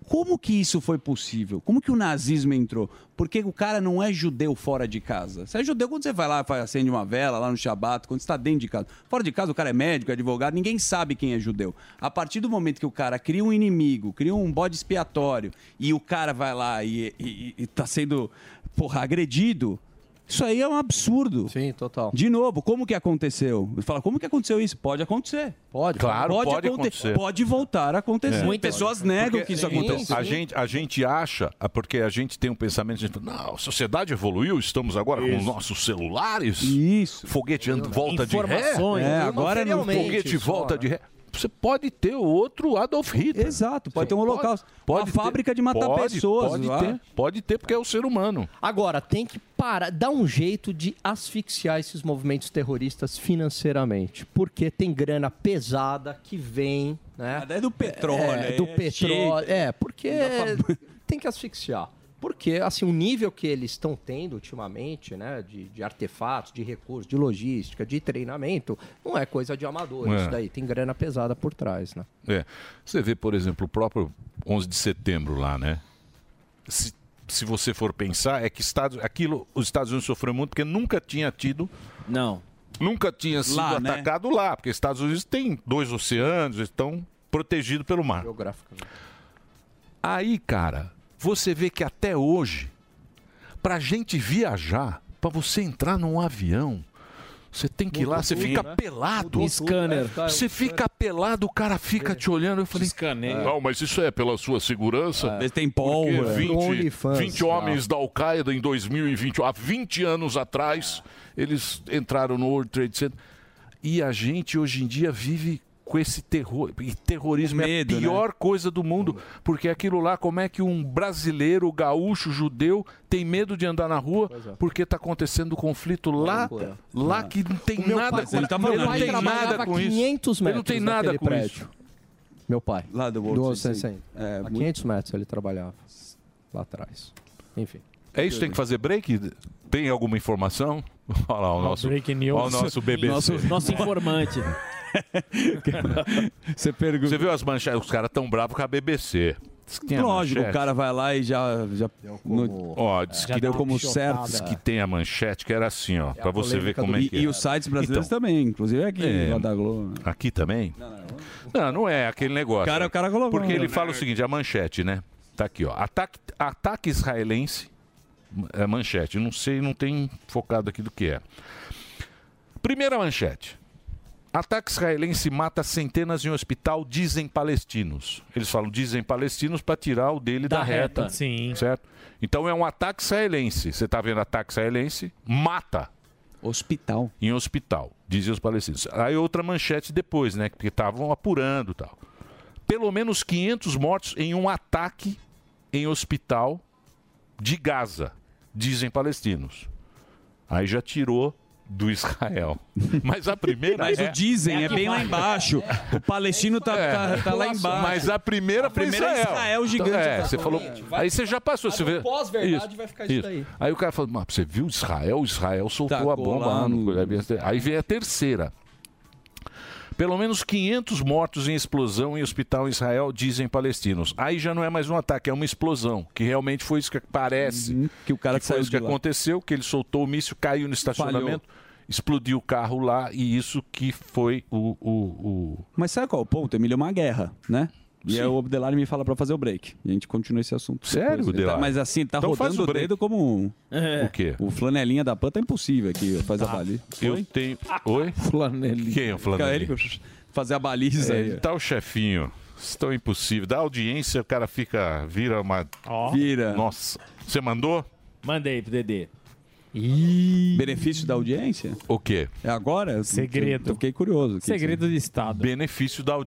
Como que isso foi possível? Como que o nazismo entrou? Porque o cara não é judeu fora de casa. Você é judeu quando você vai lá, faz- acende uma vela lá no Shabat, quando você está dentro de casa. Fora de casa, o cara é médico, é advogado, ninguém sabe quem é judeu. A partir do momento que o cara cria um inimigo, cria um bode expiatório, e o cara vai lá e está sendo, porra, agredido, isso aí é um absurdo.
Sim, total.
De novo, como que aconteceu? Fala, como que aconteceu isso? Pode acontecer.
Pode.
Claro, pode
aconte-
acontecer.
Pode voltar a acontecer.
É.
Muitas pessoas negam
Porque
que isso
sim,
aconteceu.
A gente, a gente acha, ah, porque a gente tem um pensamento, a gente fala, não, a sociedade evoluiu, estamos agora com os
Isso.
nossos celulares.
Isso.
Foguete anda, volta de ré.
Informações, É, tudo agora não-
o
materialmente
foguete
só,
volta
né?
de ré. Você pode ter outro Adolf Hitler.
Exato, pode ter um holocausto.
Pode ter.
Uma fábrica de matar
Pode,
pessoas,
Pode
lá.
ter, pode ter, porque é o ser humano.
Agora, tem que parar, dar um jeito de asfixiar esses movimentos terroristas financeiramente. Porque tem grana pesada que vem, né?
é do petróleo,
É, do
é
petróleo.
cheio.
É, porque tem que asfixiar. Porque, assim, o nível que eles estão tendo ultimamente, né? De, de artefatos, de recursos, de logística, de treinamento, não é coisa de amador.
É.
Isso daí tem grana pesada por trás, né?
É. Você vê, por exemplo, o próprio 11 de setembro lá, né? Se, se você for pensar, é que Estados, aquilo, os Estados Unidos sofreu muito porque nunca tinha tido.
Não.
Nunca tinha sido
Lá, né?
atacado lá, porque Estados Unidos tem dois oceanos, estão protegidos pelo mar. Aí, cara, você vê que até hoje, pra gente viajar, pra você entrar num avião, Você tem que ir lá,
Mudou
você
tudo,
fica
né?
pelado.
Mudou tudo. Scanner.
Você fica pelado, o cara fica te olhando. Eu falei, Escaneio. É. não, mas isso é pela sua segurança.
Mas É. tem pólvora.
Porque
Pro
20,
OnlyFans,
20 homens da Al-Qaeda em 2020, há 20 anos atrás, eles entraram no World Trade Center. E a gente hoje em dia vive com esse terror. E terrorismo
né?
é a pior coisa do mundo. Porque aquilo lá, como é que um brasileiro, gaúcho, judeu, tem medo de andar na rua porque está acontecendo um conflito lá, Ah, tá. lá que não tem
Ah. O meu
nada
pai
com isso.
tra-
Ele
meu
não
pai
tem nada
trabalhava
com isso.
500
Ele não
metros
tem nada
daquele
com isso.
prédio. Meu pai.
Lá do World
Do
Trade Center.
160.
É,
a
muito-
500 metros ele trabalhava. Lá atrás. Enfim.
É isso, tem que fazer break? Tem alguma informação? Olha lá o nosso,
break news.
Olha o nosso BBC.
Nosso- nosso
informante.
Você, pergunta... Você viu as manchetes? Os caras tão bravos com a BBC. Diz que tem a
Lógico, o
manchete.
cara vai lá e já. já deu como,
Ó, diz que
deu como certo.
Diz que tem a manchete que era assim, ó, pra você ver
polêmica
como
do-
é Então,
Então. e-
que
e
era.
os sites brasileiros também, inclusive aqui, lá da Globo.
Aqui também? Não, não, é aquele negócio.
Cara, o cara colocou.
Porque ele
Não,
fala
não.
o seguinte, a manchete, né? Tá aqui, ó. Ataque, ataque israelense, é manchete. Não sei, não tem focado aqui do que é. Primeira manchete. Ataque israelense mata centenas em hospital, dizem palestinos. Eles falam dizem palestinos para tirar o dele da,
Da reta,
reta. Sim. Certo? Então é um ataque israelense. Você está vendo ataque israelense? Mata.
Hospital.
Em hospital, dizem os palestinos. Aí outra manchete depois, né? Porque estavam apurando e tal. Pelo menos 500 mortos em um ataque em hospital de Gaza, dizem palestinos. Aí já tirou do Israel. Mas a primeira.
Mas o dizem, é, bem lá embaixo. O palestino tá, tá- tá lá embaixo.
É. Mas a primeira,
A primeira
foi
é
Israel.
Israel gigante.
É,
tá
você falou.
falando.
Aí você já passou. Você vê...
pós-verdade vai ficar isso daí.
Aí o cara falou: mas você viu Israel? Israel soltou
Tá
a bomba.
lá
lá no- Aí vem a terceira. Pelo menos 500 mortos em explosão em hospital em Israel, dizem palestinos. Aí já não é mais um ataque, é uma explosão, que realmente foi isso que parece.
Uhum, que o cara
foi
saiu
isso que
de lá.
aconteceu, que ele soltou o míssil, caiu no estacionamento, explodiu o carro lá e isso que foi o... o, o...
Mas sabe qual é o ponto, Emílio? É uma guerra, né? E
Sim.
aí o Abdelali me fala pra fazer o break. E a gente continua esse assunto.
Sério,
depois. Ele tá-
Abdelali?
Mas assim, ele tá
Então faz o
rodando o
break.
dedo como um.
É. O quê? Tá.
O flanelinha da PAN tá impossível aqui. ó, Faz a baliza.
Eu tenho... Oi?
Flanelinha.
Quem é o flanelinha?
Ele- Fazer a baliza
É,
aí. ó.
tá o chefinho. Estão impossível. Da audiência, o cara fica... Vira uma...
Vira.
Nossa. Você mandou?
Mandei pro Dedê.
Benefício da audiência?
O quê?
É agora? Segredo. Eu fiquei curioso. Segredo
de Estado.
Benefício da audiência.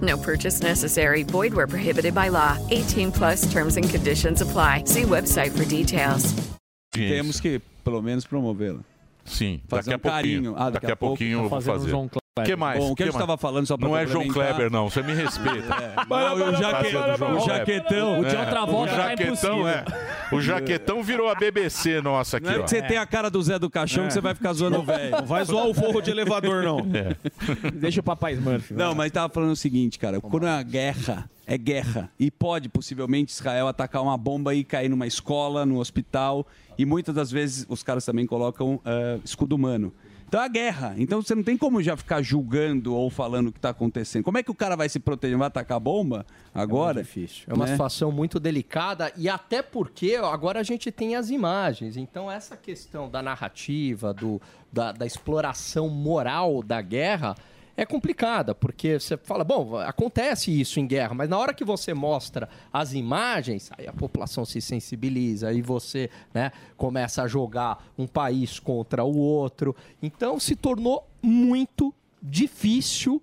No purchase necessary. Void where prohibited by law. 18 plus terms and conditions apply. See website for details.
Temos que, pelo menos, promovê-la.
Sim,
fazer
daqui a
um carinho.
pouquinho. Daqui a pouquinho
tá
eu vou Fazendo um fazer. João Kleber. Que mais?
Bom, o que,
Que
a gente
mais?
estava falando só pra
Não é João
complementar-
Kleber, não. Você me respeita.
É. Não, o, jaque... o Jaquetão.
É, o
tá
jaquetão, é. O jaquetão virou a BBC nossa aqui,
Não é
ó. É.
que você tem a cara do Zé do Caixão que você vai ficar zoando o velho. É.
Não vai zoar o forro de elevador, não.
É.
Deixa o papai Smurf.
Não, mas tava falando o seguinte, cara. Quando é uma guerra, é guerra. E pode, possivelmente, Israel atacar uma bomba e cair numa escola, num hospital. E muitas das vezes os caras também colocam ah, escudo humano. Então é a guerra. Então você não tem como já ficar julgando ou falando o que tá acontecendo. Como é que o cara vai se proteger? Vai atacar a bomba agora? É difícil.
É uma situação muito delicada e até porque agora a gente tem as imagens. Então essa questão da narrativa, do, da, da exploração moral da guerra é complicada, porque você fala, bom, acontece isso em guerra, mas na hora que você mostra as imagens, aí a população se sensibiliza e você né, começa a jogar um país contra o outro. Então se tornou muito difícil,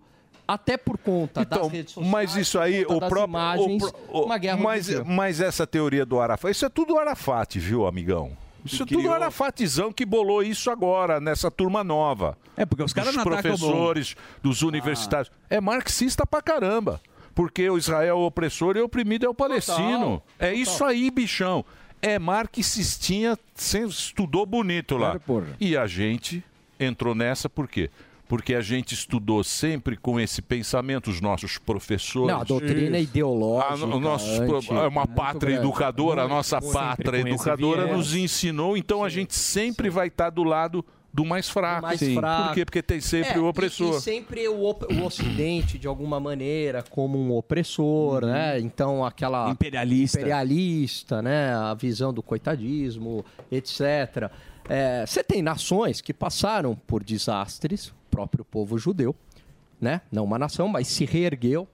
até por conta das Tá, redes sociais.
Então, Mas isso aí,
conta
o
das
próprio.
imagens,
o pro- o-
uma guerra
mas,
horrível.
mas essa teoria do Arafat, isso é tudo Arafat, viu, amigão? Isso é tudo Arafatizão que bolou isso agora, nessa turma nova.
É, porque os caras
Dos
não atacam o
professores, dos universitários. É marxista pra caramba. Porque o Israel é o opressor e o oprimido é o palestino. é isso aí, bichão. É marxistinha, sem- estudou bonito lá. E a gente entrou nessa por quê? Porque a gente estudou sempre com esse pensamento, os nossos professores.
Não, a doutrina
Isso.
ideológica,
A no- nossos pro-
anti-
é uma
muito
pátria
grande.
educadora, a nossa
Sempre com
pátria
esse
educadora
viés.
nos ensinou, então a gente sempre vai estar do lado do mais fraco.
mais
Sim.
fraco.
Por quê? Porque tem sempre
É,
o
e-
opressor.
E, sempre o, op- o Ocidente, de alguma maneira, como um opressor, né? Então, aquela.
Imperialista.
Imperialista, né? A visão do coitadismo, etc. É, Você tem nações que passaram por desastres, o próprio povo judeu, né? Não uma nação, mas se reergueu.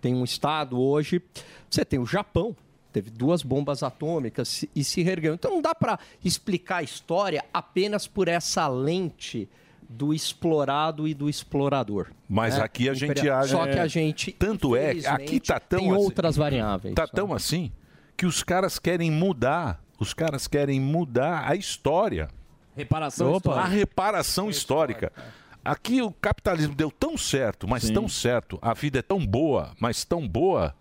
Tem um Estado hoje. Você tem o Japão. Teve duas bombas atômicas se- e se reergueu. Então não dá para explicar a história apenas por essa lente do explorado e do explorador.
Mas
né?
aqui a gente
Imperial.
age.
Só que a gente.
Tanto é, aqui tá tão.
Tem outras variáveis. né?
Tá tão assim que os caras querem mudar. Os caras querem mudar a história.
Reparação histórica.
A reparação histórica. Aqui o capitalismo deu tão certo, mas tão certo. A vida é tão boa, mas tão boa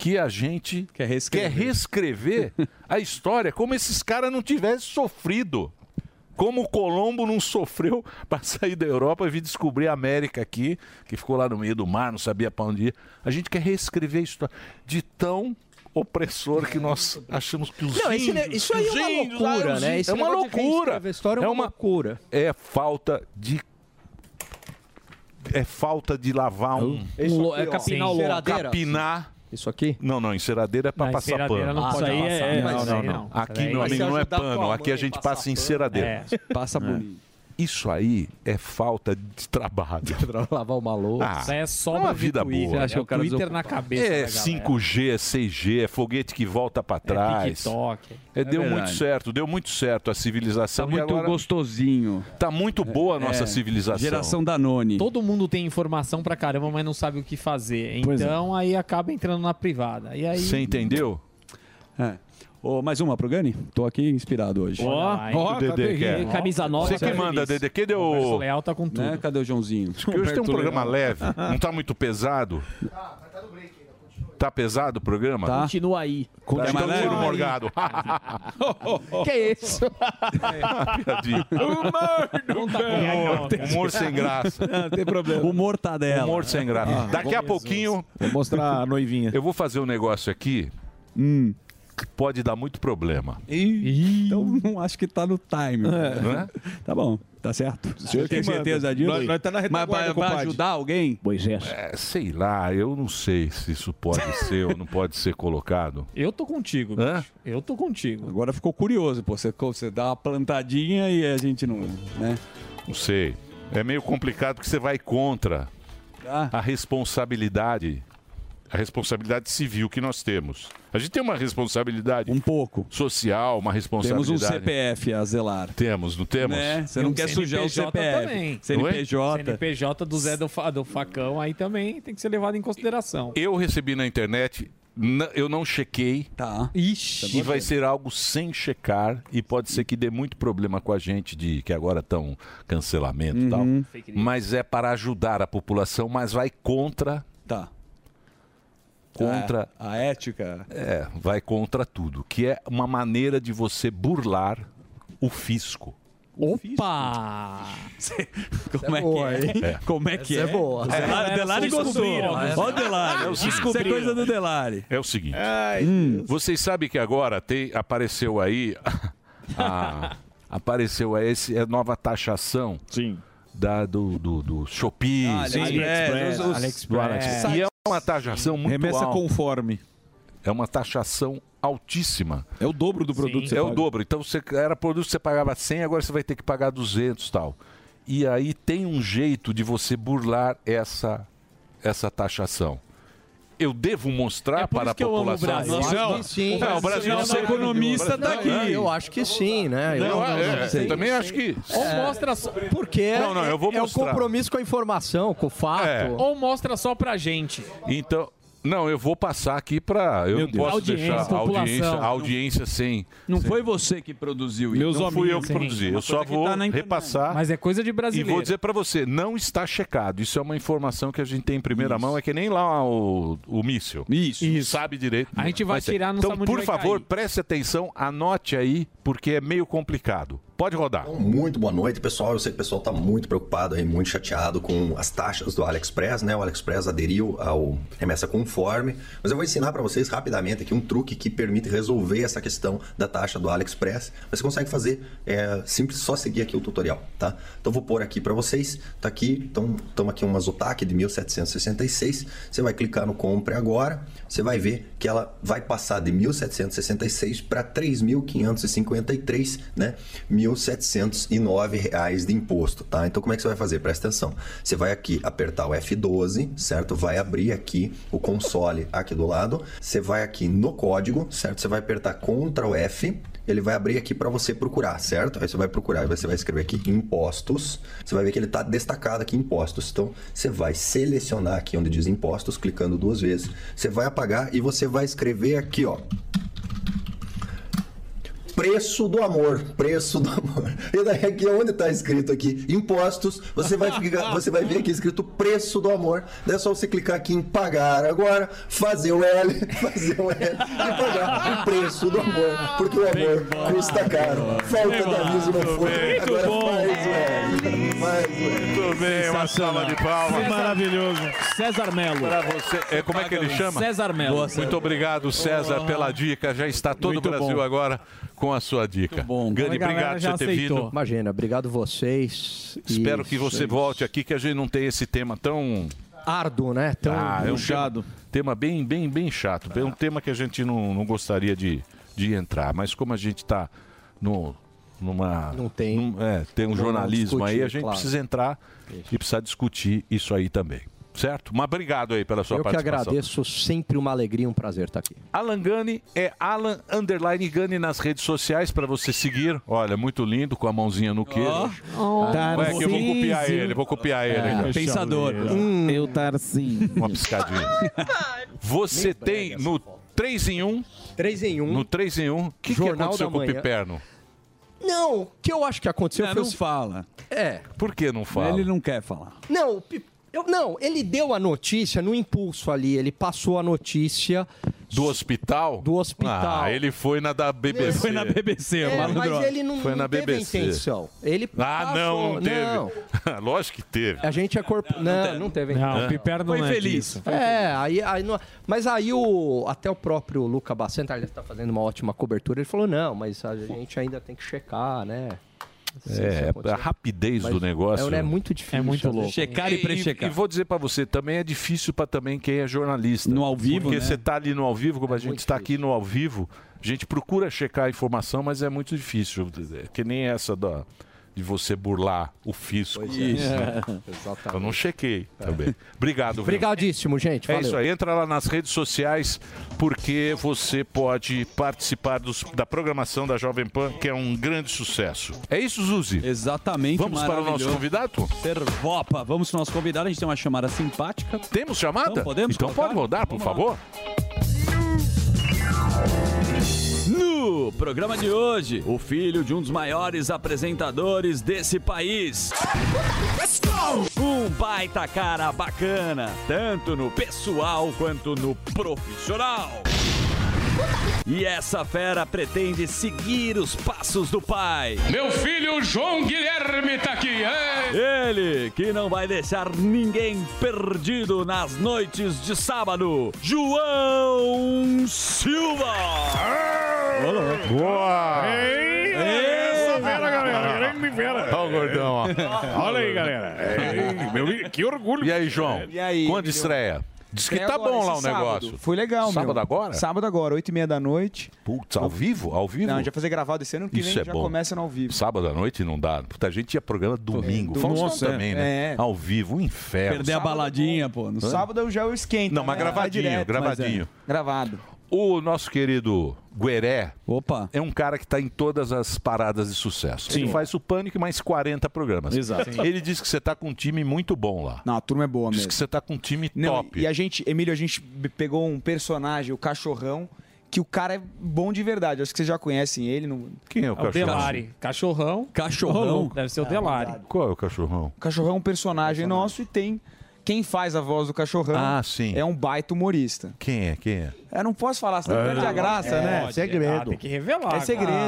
que a gente quer reescrever, a história como esses caras não tivessem sofrido. Como o Colombo não sofreu para sair da Europa e vir descobrir a América aqui, que ficou lá no meio do mar, não sabia para onde ir. A gente quer reescrever a história de tão opressor que nós achamos que os
Não, esse
índios,
ne- isso aí é uma loucura, né? Esse
é uma
negócio de
loucura.
reescrever a história é uma
loucura. É falta de é falta de lavar um,
É Isso aqui, ó. Sim. Enceradeira.
capinar.
Isso aqui?
Não, não, enceradeira é pra
Não,
passar
enceradeira
pano.
não Ah, pode isso aí passar. é-
não,
isso
não,
aí
não.
não.
Aqui,
Isso aí
meu
vai
amigo,
se
não é
ajudar tua
pano.
mãe
Aqui a gente
passar
passa enceradeira.
É.
Passa bonito.
Isso aí é falta de trabalho. Ah,
Lavar uma louça.
Isso aí é sobra
uma
de
vida
Twitter,
boa.
acho que É o o cara Twitter desocupado. na cabeça da
É
galera.
5G, 6G, é foguete que volta pra trás.
TikTok.
É,
É
deu
verdade.
muito certo, deu muito certo a civilização.
Tá
e
muito
agora-
gostosinho.
Tá muito boa a nossa
É.
civilização.
Danone.
Todo mundo tem informação pra caramba, mas não sabe o que fazer.
Pois é.
Então aí acaba entrando na privada. E aí.
Você
entendeu?
É. Ô, mais uma pro Gani? Tô aqui inspirado hoje.
Ó, Olha lá, hein? ó,
O
tá bem, hein? Camisa nova,
Você
tá feliz. Roberto Leal tá com tudo.
Né? Cadê o Joãozinho?
Porque hoje tem um programa leve, não tá muito pesado. Tá pesado o programa?
Tá.
Continua aí.
Continua
Continua
Tiro
aí.
Morgado.
Que é isso?
Piadinha.
tá
Humor, humor sem graça.
Não tem problema.
Humor tá dela.
Humor sem graça.
Ah,
Daqui a
bom Jesus.
pouquinho.
Vou mostrar a noivinha.
Eu vou fazer um negócio aqui que pode dar muito problema.
Ih, Então não acho que tá no time.
Né?
Tá bom, tá certo. O senhor
que
tem
manda.
certeza disso?
Nós- nós tá na
Mas
retaguarda,
pra, pra
compadre.
ajudar alguém?
Pois é.
sei lá, eu não sei se isso pode ser ou não pode ser colocado.
Eu tô contigo.
Hã?
Eu tô contigo.
Agora ficou curioso, pô. Você, você dá uma plantadinha e a gente não. Né?
Não sei. É meio complicado porque você vai contra a responsabilidade, a responsabilidade civil que nós temos. A gente tem uma responsabilidade um
pouco
social, uma
Temos
responsabilidade.
um CPF a zelar.
Temos, não temos? é?
Né? Você não
Tem um
quer sujar o
CNPJ
CPF.
Também.
CNPJ.
CNPJ do Zé do, Fa- do Facão aí também tem que ser levado em consideração.
Eu recebi na internet, n- eu não chequei.
Tá.
E vai ser algo sem checar e pode ser que dê muito problema com a gente de que agora estão cancelamento e tal.
Uhum.
Mas é para ajudar a população, mas vai contra.
Tá. É,
Contra
a, ética.
É, vai contra tudo, que é uma maneira de você burlar o fisco.
Opa!
Como é que é? Como é que é? Delari, Delari gostou. Ó, o Delari. Isso é coisa do Delari. Hum.
É o seguinte.
Ai,
Vocês sabem que agora tem, apareceu aí. a- apareceu aí esse, a nova taxação. Da, do, do, do Shopee,
Ah,
sim,
AliExpress,
do Alex- do AliExpress. E é uma taxação muito
Remessa
alta.
conforme.
É uma taxação altíssima.
É o dobro do produto que você
Ah. É o
paga.
dobro. Então você era produto que você pagava 100, agora você vai ter que pagar 200 tal. E aí tem um jeito de você burlar essa essa taxação. Eu devo mostrar para a
É que Tá, eu amo o
população.
Brasil. Eu acho que sim. tá
Não, o Brasil é um
Não,
não,
não, não,
está
não, eu acho que sim, né?
Não, é, é, eu também acho que- Ou
mostra só-
É.
Porque
Não, não, eu vou
é o
mostrar. É.
compromisso com a informação, com o fato.
Ou mostra só pra gente.
Então, não, eu vou passar aqui para. Eu
Meu
não
Deus.
posso
Audiência,
deixar a audiência,
população.
a audiência sem.
Não foi você que produziu isso.
não fui eu que produzi. Eu só vou repassar.
Mas é coisa de brasileiro.
E vou dizer para você, não está checado. Isso é uma informação que a gente tem em primeira mão. É que nem lá o, o míssil.
Isso.
Sabe direito.
A gente vai
Mas tem.
tirar, não
Então,
sabe onde
por
vai
favor, preste atenção, anote aí, porque é meio complicado. Pode rodar.
Então, Muito boa noite, pessoal. Eu sei que o pessoal está muito preocupado aí, muito chateado com as taxas do AliExpress, né? O AliExpress aderiu ao remessa conforme, mas eu vou ensinar para vocês rapidamente aqui um truque que permite resolver essa questão da taxa do AliExpress. Você consegue fazer é, simples, só seguir aqui o tutorial, tá? Então vou pôr aqui para vocês. Tá aqui, então estamos aqui uma Zotac de 1766. Você vai clicar no compre agora. Você vai ver que ela vai passar de 1766 para 3.553, né? 1.709 reais de imposto, tá? Então como é que você vai fazer? Presta atenção. Você vai aqui apertar o F12, certo? Vai abrir aqui o console aqui do lado. Você vai aqui no código, certo? Você vai apertar Ctrl F. Ele vai abrir aqui para você procurar, certo? Aí você vai procurar, você vai escrever aqui impostos. Você vai ver que ele está destacado aqui impostos. Então você vai selecionar aqui onde diz impostos, clicando duas vezes. Você vai apagar e você vai escrever aqui, ó, preço do amor, preço do amor. E daí aqui onde está escrito aqui impostos, você vai ficar, você vai ver aqui escrito preço do amor. Daí é só você clicar aqui em pagar agora, fazer o L, fazer o L e pagar o preço do amor, porque o amor custa caro. Falta de aviso no fundo. Agora faz o L. Faz o L.
Muito bem, uma salva de palmas.
Maravilhoso.
César Melo.
Pra você, é, como é que ele chama?
César Melo. Boa, César.
Muito obrigado, César, pela dica. Já está todo
Muito
o Brasil
bom.
agora com a sua dica.
bom.
Gani,
A galera
obrigado por
já
você ter
aceitou.
vindo.
Imagina, obrigado vocês.
Espero que
Isso,
você
isso.
volte aqui, que a gente não tenha esse tema tão...
Árduo, né? Tão
Ah, é um tema, tema bem, bem, bem chato. É um tema que a gente não, não gostaria de, de entrar, mas como a gente está no numa não tem é, tem um
Vamos
jornalismo aí
discutir,
a gente
claro.
precisa entrar e precisa discutir isso aí também certo mas obrigado aí pela sua
Eu que
participação
agradeço, sempre uma alegria, um prazer estar aqui.
Alan Gani é Alan Underline Gani nas redes sociais para você seguir. Olha, muito lindo, com a mãozinha no queijo.
Oh.
Ué, que eu vou copiar
Tarcísio.
ele, vou copiar ele.
Ah,
É,
cara.
pensador.
Hum. Eu Tarcinho.
Uma piscadinha. Você tem no 3 em 1.
3 em 1.
No 3 em 1. O que, que
Jornal
aconteceu
da
com o
manhã.
Piperno?
Não, o que eu acho que aconteceu
Não,
foi. assim. o
não
se-
Fala.
É.
Por que não fala?
Ele não quer falar.
Não, o Pi- eu, não, ele deu a notícia no impulso ali, ele passou a notícia.
Do hospital?
Do hospital.
Ah, ele foi na da BBC.
Foi na
BBC,
É, mas ele não,
Foi
não
na
teve
BBC.
a intenção. Ele
Ah, não, não
passou-
teve.
não.
Lógico que teve.
A gente é corpo. Não, não teve.
Não,
o
o Piperno Foi não é feliz. disso. Foi
É, aí, aí não- mas aí o até o próprio Luca Bacenta ele está fazendo uma ótima cobertura. Ele falou não, mas a gente ainda tem que checar, né?
É, a rapidez
Mas
do negócio.
é muito difícil,
É muito
às vezes.
louco.
Checar e prechecar.
E vou dizer pra você, também é difícil pra também quem é jornalista.
No ao vivo,
Porque
né?
você tá ali no ao vivo,
É
como a gente está aqui no ao vivo, a gente procura checar a informação, mas é muito difícil. É Que nem essa da de você burlar o fisco.
Pois é.
Isso. né?
É, exatamente.
Eu não chequei também. Obrigado, viu?
Obrigadíssimo, gente.
É
Valeu.
isso aí, entra lá nas redes sociais porque você pode participar dos- da programação da Jovem Pan, que é um grande sucesso. É isso, Zuzi?
Exatamente.
Vamos para o nosso convidado?
Servopa. Vamos para o nosso convidado. A gente tem uma chamada simpática.
Temos chamada?
Então podemos
Então
colocar?
pode rodar, por favor.
No programa de hoje, o filho de um dos maiores apresentadores desse país. Um baita cara bacana, tanto no pessoal quanto no profissional. E essa fera pretende seguir os passos do pai.
Meu filho João Guilherme tá aqui.
Ele que não vai deixar ninguém perdido nas noites de sábado, João Silva.
Boa!
Essa fera, galera. Grande fera.
Olha o gordão, ó. É.
Olha aí, galera. Ei, meu- que orgulho. É.
E aí, João? Quando estreia? Diz que
Estreia
tá
agora,
bom lá o
esse
negócio.
sábado. Foi legal,
Sábado
meu.
agora?
Sábado agora, 8 e meia da noite.
Putz, ao vivo? Ao vivo?
Não, a gente vai fazer gravado esse ano que
Isso
vem
é
já
bom.
começa no ao vivo.
Sábado à noite não dá. Puta, a gente tinha programa domingo.
do-
Faustão
Nossa, é.
também, né?
É.
Ao vivo, um inferno.
Perder a Sábado, é
baladinha, pô. é
No sábado já eu esquento.
Não, mas
né?
gravadinho,
Vai direto,
gravadinho.
mas é, Gravado.
O nosso querido Gueré
Opa.
é um cara que está em todas as paradas de sucesso. Ele
Sim.
faz o Pânico e mais 40 programas.
Exato. Sim.
Ele diz que você está com um time muito bom lá.
Não, a turma é boa
Diz
mesmo.
que você está com um time
Não,
top.
E a gente, Emílio, a gente b- pegou um personagem, o Cachorrão, que o cara é bom de verdade. Acho que vocês já conhecem ele. Não...
Quem é o Cachorrão?
Delari.
Cachorrão.
Cachorrão.
Deve ser o Delari.
Qual é o cachorrão?
O Cachorrão é um personagem nosso e tem Quem faz a voz do cachorrão é um baita humorista.
Ah, Quem é? Quem é?
Eu não posso falar, senão perde
É.
a graça, né?
Ah,
É segredo.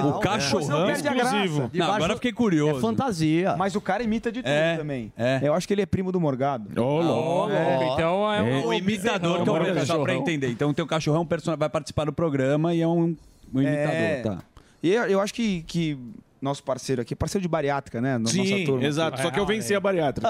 O cachorrão é
Senão perde a graça. é
Não, agora eu fiquei curioso.
fantasia. Mas o cara imita de tudo
É,
também. Eu acho que ele é primo do Morgado.
Ô, louco.
Então é um-
o imitador que é o
Morgado.
cachorro. Só pra entender. Então, o teu cachorro é um personagem, vai participar do programa e é um, um imitador,
É.
tá?
E eu, eu acho que, que nosso parceiro aqui, parceiro de bariátrica, né? Nossa
Sim,
turma.
exato.
Ah,
Só que eu venci a bariátrica.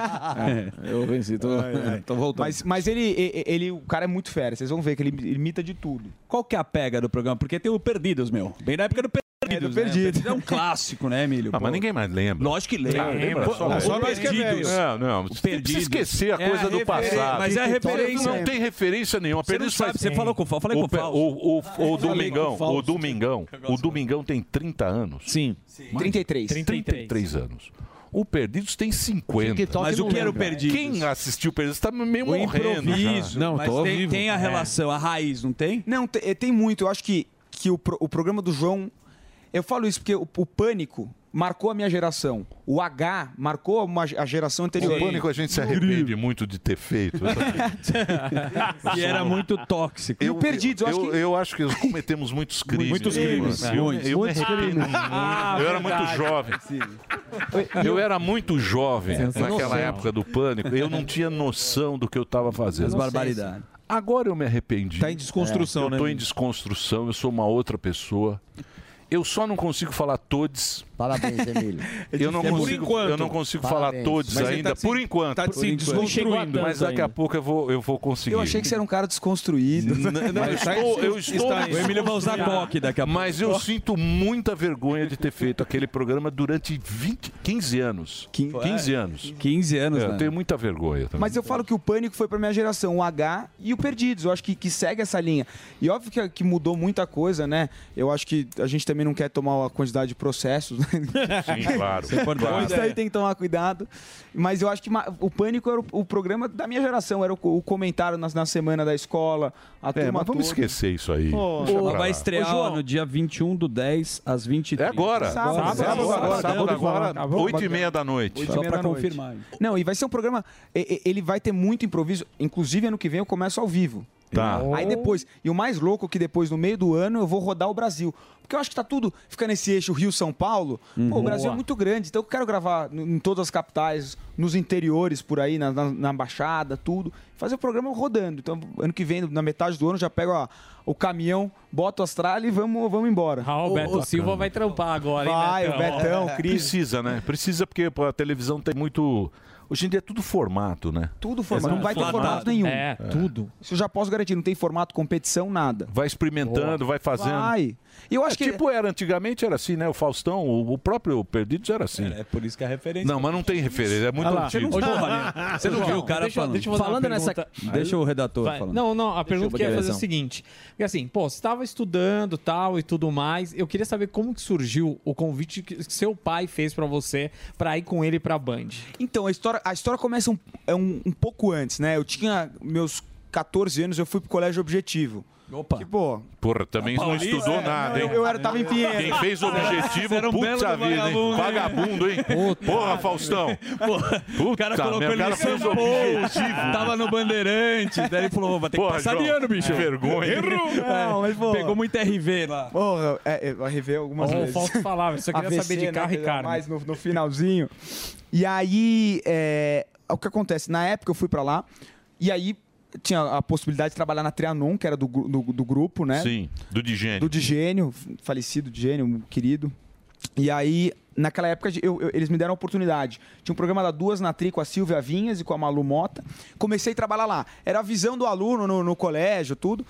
É, eu venci, tô, tô voltando.
Mas, mas ele, e- ele, o cara é muito fera, vocês vão ver que ele imita de tudo.
Qual que é a pega do programa? Porque tem o Perdidos, meu. Bem na época do Perdidos.
É, do Perdidos.
Né? É um clássico, né, Emílio?
Ah, mas ninguém mais lembra.
Lógico que lembra. né,
Ah, lembra?
Pô,
Só-
o
só nós que é
Perdidos.
velho. Não, não,
O
você tem que esquecer a
É
coisa do
referência.
passado.
Mas é a
Vitória
referência.
Não tem um referência nenhuma.
Você não
Perdidos
sabe,
faz-
você falou com o Fausto, falei com o
pe-
Fausto.
O, o, o
Falei com
Domingão,
o Fausto.
é, o Domingão, o Domingão tem 30 anos.
Sim.
33.
33 anos. O Perdidos tem 50.
TikTok Mas o não que era o lembra. Perdidos?
Quem assistiu o Perdidos tá meio
O
morrendo. né?
improviso.
já.
mas tem, tem
É.
a relação, a raiz, não tem?
Não, te- eh, tem muito. Eu acho que, que o, pro- o programa do João. Eu falo isso porque o, o Pânico marcou a minha geração. O H marcou uma ge- a geração anterior.
O um pânico a gente se arrepende muito de ter feito.
E era muito tóxico.
Eu,
Perdidos, eu
eu,
acho
eu,
que-
acho que É, nós cometemos muitos crimes.
Muitos crimes.
Eu,
Muitos.
eu me
Muitos
arrependo
crimes.
muito.
Ah,
eu era muito
verdade.
jovem. Eu era muito jovem
Sem
naquela
noção.
época do pânico. Eu não tinha noção do que eu estava fazendo.
As barbaridades.
Agora eu me arrependi.
Tá
Está
em desconstrução,
eu
né?
estou em desconstrução, eu sou uma outra pessoa. Eu só não consigo falar todos.
Parabéns, Emílio.
Eu não
É por
consigo,
enquanto.
eu não consigo
Parabéns.
falar todos
Mas ele
ainda,
tá se-
por enquanto.
tá se
Por enquanto.
desconstruindo. Não chegou a tanto
Mas daqui a
ainda.
pouco eu vou, eu vou conseguir.
Eu achei que você era um cara desconstruído. tá
Não, eu estou, eu estou
O Emílio vai usar coque daqui a pouco.
Mas eu sinto muita vergonha de ter feito aquele programa durante 20, 15 anos. 15 anos.
15 anos,
Eu
né?
tenho muita vergonha também.
Mas eu falo que o Pânico foi pra minha geração, o H e o Perdidos. Eu acho que, que segue essa linha. E óbvio que, que mudou muita coisa, né? Eu acho que a gente também não quer tomar a quantidade de processos. né?
Sim, claro.
Isso é importante.
Claro.
Isso aí tem que tomar cuidado. Mas eu acho que ma- o Pânico era o, o programa da minha geração. Era o, co- o comentário nas- na semana da escola, a
É,
turma
mas vamos
toda.
esquecer isso aí.
Pô,
Deixa pra lá.
vai estrear no dia 21 do 10 às 23. É
Agora. Sábado, agora, sábado agora, 8 e meia da noite.
Só pra confirmar.
Não, e vai ser um programa. e- e- Ele vai ter muito improviso. Inclusive, ano que vem eu começo ao vivo.
Tá.
Aí depois. E o mais louco é que depois, no meio do ano, eu vou rodar o Brasil. Porque eu acho que tá tudo. Fica nesse eixo Rio-São Paulo.
Uhum.
Pô, o Brasil
Boa.
é muito grande. Então eu quero gravar n- em todas as capitais, nos interiores por aí, na, na- na Baixada, tudo. Fazer o programa rodando. Então, ano que vem, na metade do ano, eu já pego ó, o caminhão, boto as tralhas e vamos, vamos embora. Ah,
O Beto Silva vai trampar agora,
Vai,
hein,
o Betão, o Cris.
Precisa, né? Precisa porque pô, a televisão tem muito... Hoje em dia é tudo formato, né?
Tudo formato. Não vai ter formato nenhum.
É,
É. Isso eu já posso garantir. Não tem formato competição, nada.
Vai experimentando, vai fazendo.
Vai. Eu acho
É, Tipo era antigamente, era assim, né? O Faustão, o, o próprio Perdidos era assim. É,
por isso que é referência.
Não, mas não tem referência, é muito
Ah lá,
antigo.
você não- Porra, né? Você não viu o cara
deixa,
falando.
Deixa eu fazer
Falando
uma
nessa-
pergunta.
Deixa o redator
Vai.
falando.
Não, não, a pergunta que eu ia fazer é o
direção.
seguinte. Porque assim, pô, você estava estudando tal e tudo mais. Eu queria saber como que surgiu o convite que que seu pai fez pra você pra ir com ele pra Band.
Então, a história, a história começa um, é um, um pouco antes, né? Eu tinha meus 14 anos, eu fui pro colégio objetivo. Tipo,
Opa.
Que, pô,
Porra, também não
Paulista,
estudou
é,
nada,
não,
hein?
eu- eu era- tava em Pinheiros.
Quem fez o
Você era-
objetivo,
você era um belo
puta
do
vida,
vagabundo,
hein?
hein?
Vagabundo, hein? Porra, Faustão. Puta, o
cara colocou ele em São Paulo, tava no Bandeirante, daí ele falou, vai ter que
Porra,
passar
João,
de ano, bicho.
que vergonha. É.
Errou.
Não, mas, pô.
Pegou muito RV lá.
Porra, é, é, RV algumas
Ó, o
vezes.
Fausto falava, só queria saber de carro e
que era
carne.
né, Mais no, no finalzinho. E aí, é, o que acontece? Na época eu fui pra lá, e aí tinha a possibilidade de trabalhar na Trianon, que era do, gru- do, do grupo, né?
Sim, do Digênio.
Do Digênio, falecido Digênio, um querido. E aí, naquela época, eu- eu- eles me deram a oportunidade. Tinha um programa da Duas na Tri com a Silvia Vinhas e com a Malu Mota. Comecei a trabalhar lá. Era a visão do aluno no, no colégio, tudo.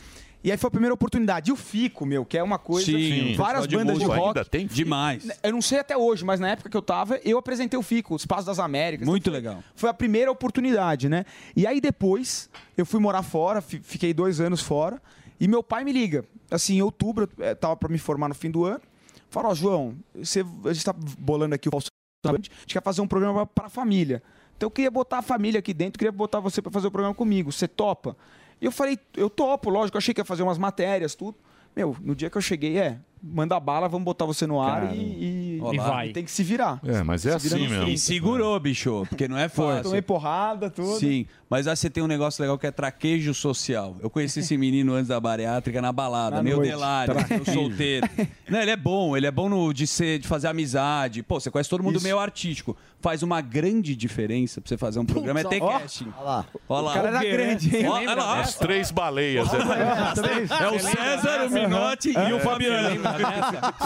E aí foi a primeira oportunidade. E o Fico, meu, que é uma coisa... várias bandas de rock.
tem? Demais.
Eu não sei até hoje, mas na época que eu tava, eu apresentei o FICO, o Espaço das Américas.
Muito
Então, foi-
legal.
Foi a primeira oportunidade, né? E aí depois, eu fui morar fora, fi- fiquei dois anos fora, e meu pai me liga. Assim, em outubro, eu eh, tava pra me formar no fim do ano. Falou, ó, João, você, a gente tá bolando aqui o Faustão, a gente quer fazer um programa pra família. Então eu queria botar a família aqui dentro, queria botar você pra fazer o programa comigo, você topa? E eu falei, eu topo, lógico, eu achei que ia fazer umas matérias, tudo. Meu, no dia que eu cheguei, é, manda bala, vamos botar você no ar
Cara,
e, e
rolar.
E vai.
Tem que se virar.
É, mas é
Se vira
assim
no
mesmo.
fim. E segurou, bicho, porque não é fácil.
Tomei porrada, tudo.
Sim, mas aí você tem um negócio legal que é traquejo social. Eu conheci esse menino antes da bariátrica na balada,
Na
meu
noite.
delário, meu
Traquejo.
solteiro. Não, ele é bom, ele é bom no, de, ser, de fazer amizade. Pô, você conhece todo mundo
Isso.
meio artístico. Faz uma grande diferença pra você fazer um programa, é ter
ó.
casting.
Olha lá.
Olha lá.
O cara era grande, hein?
Ó, olha lá.
As três baleias. né?
É o César, o Minotti e o Fabiano.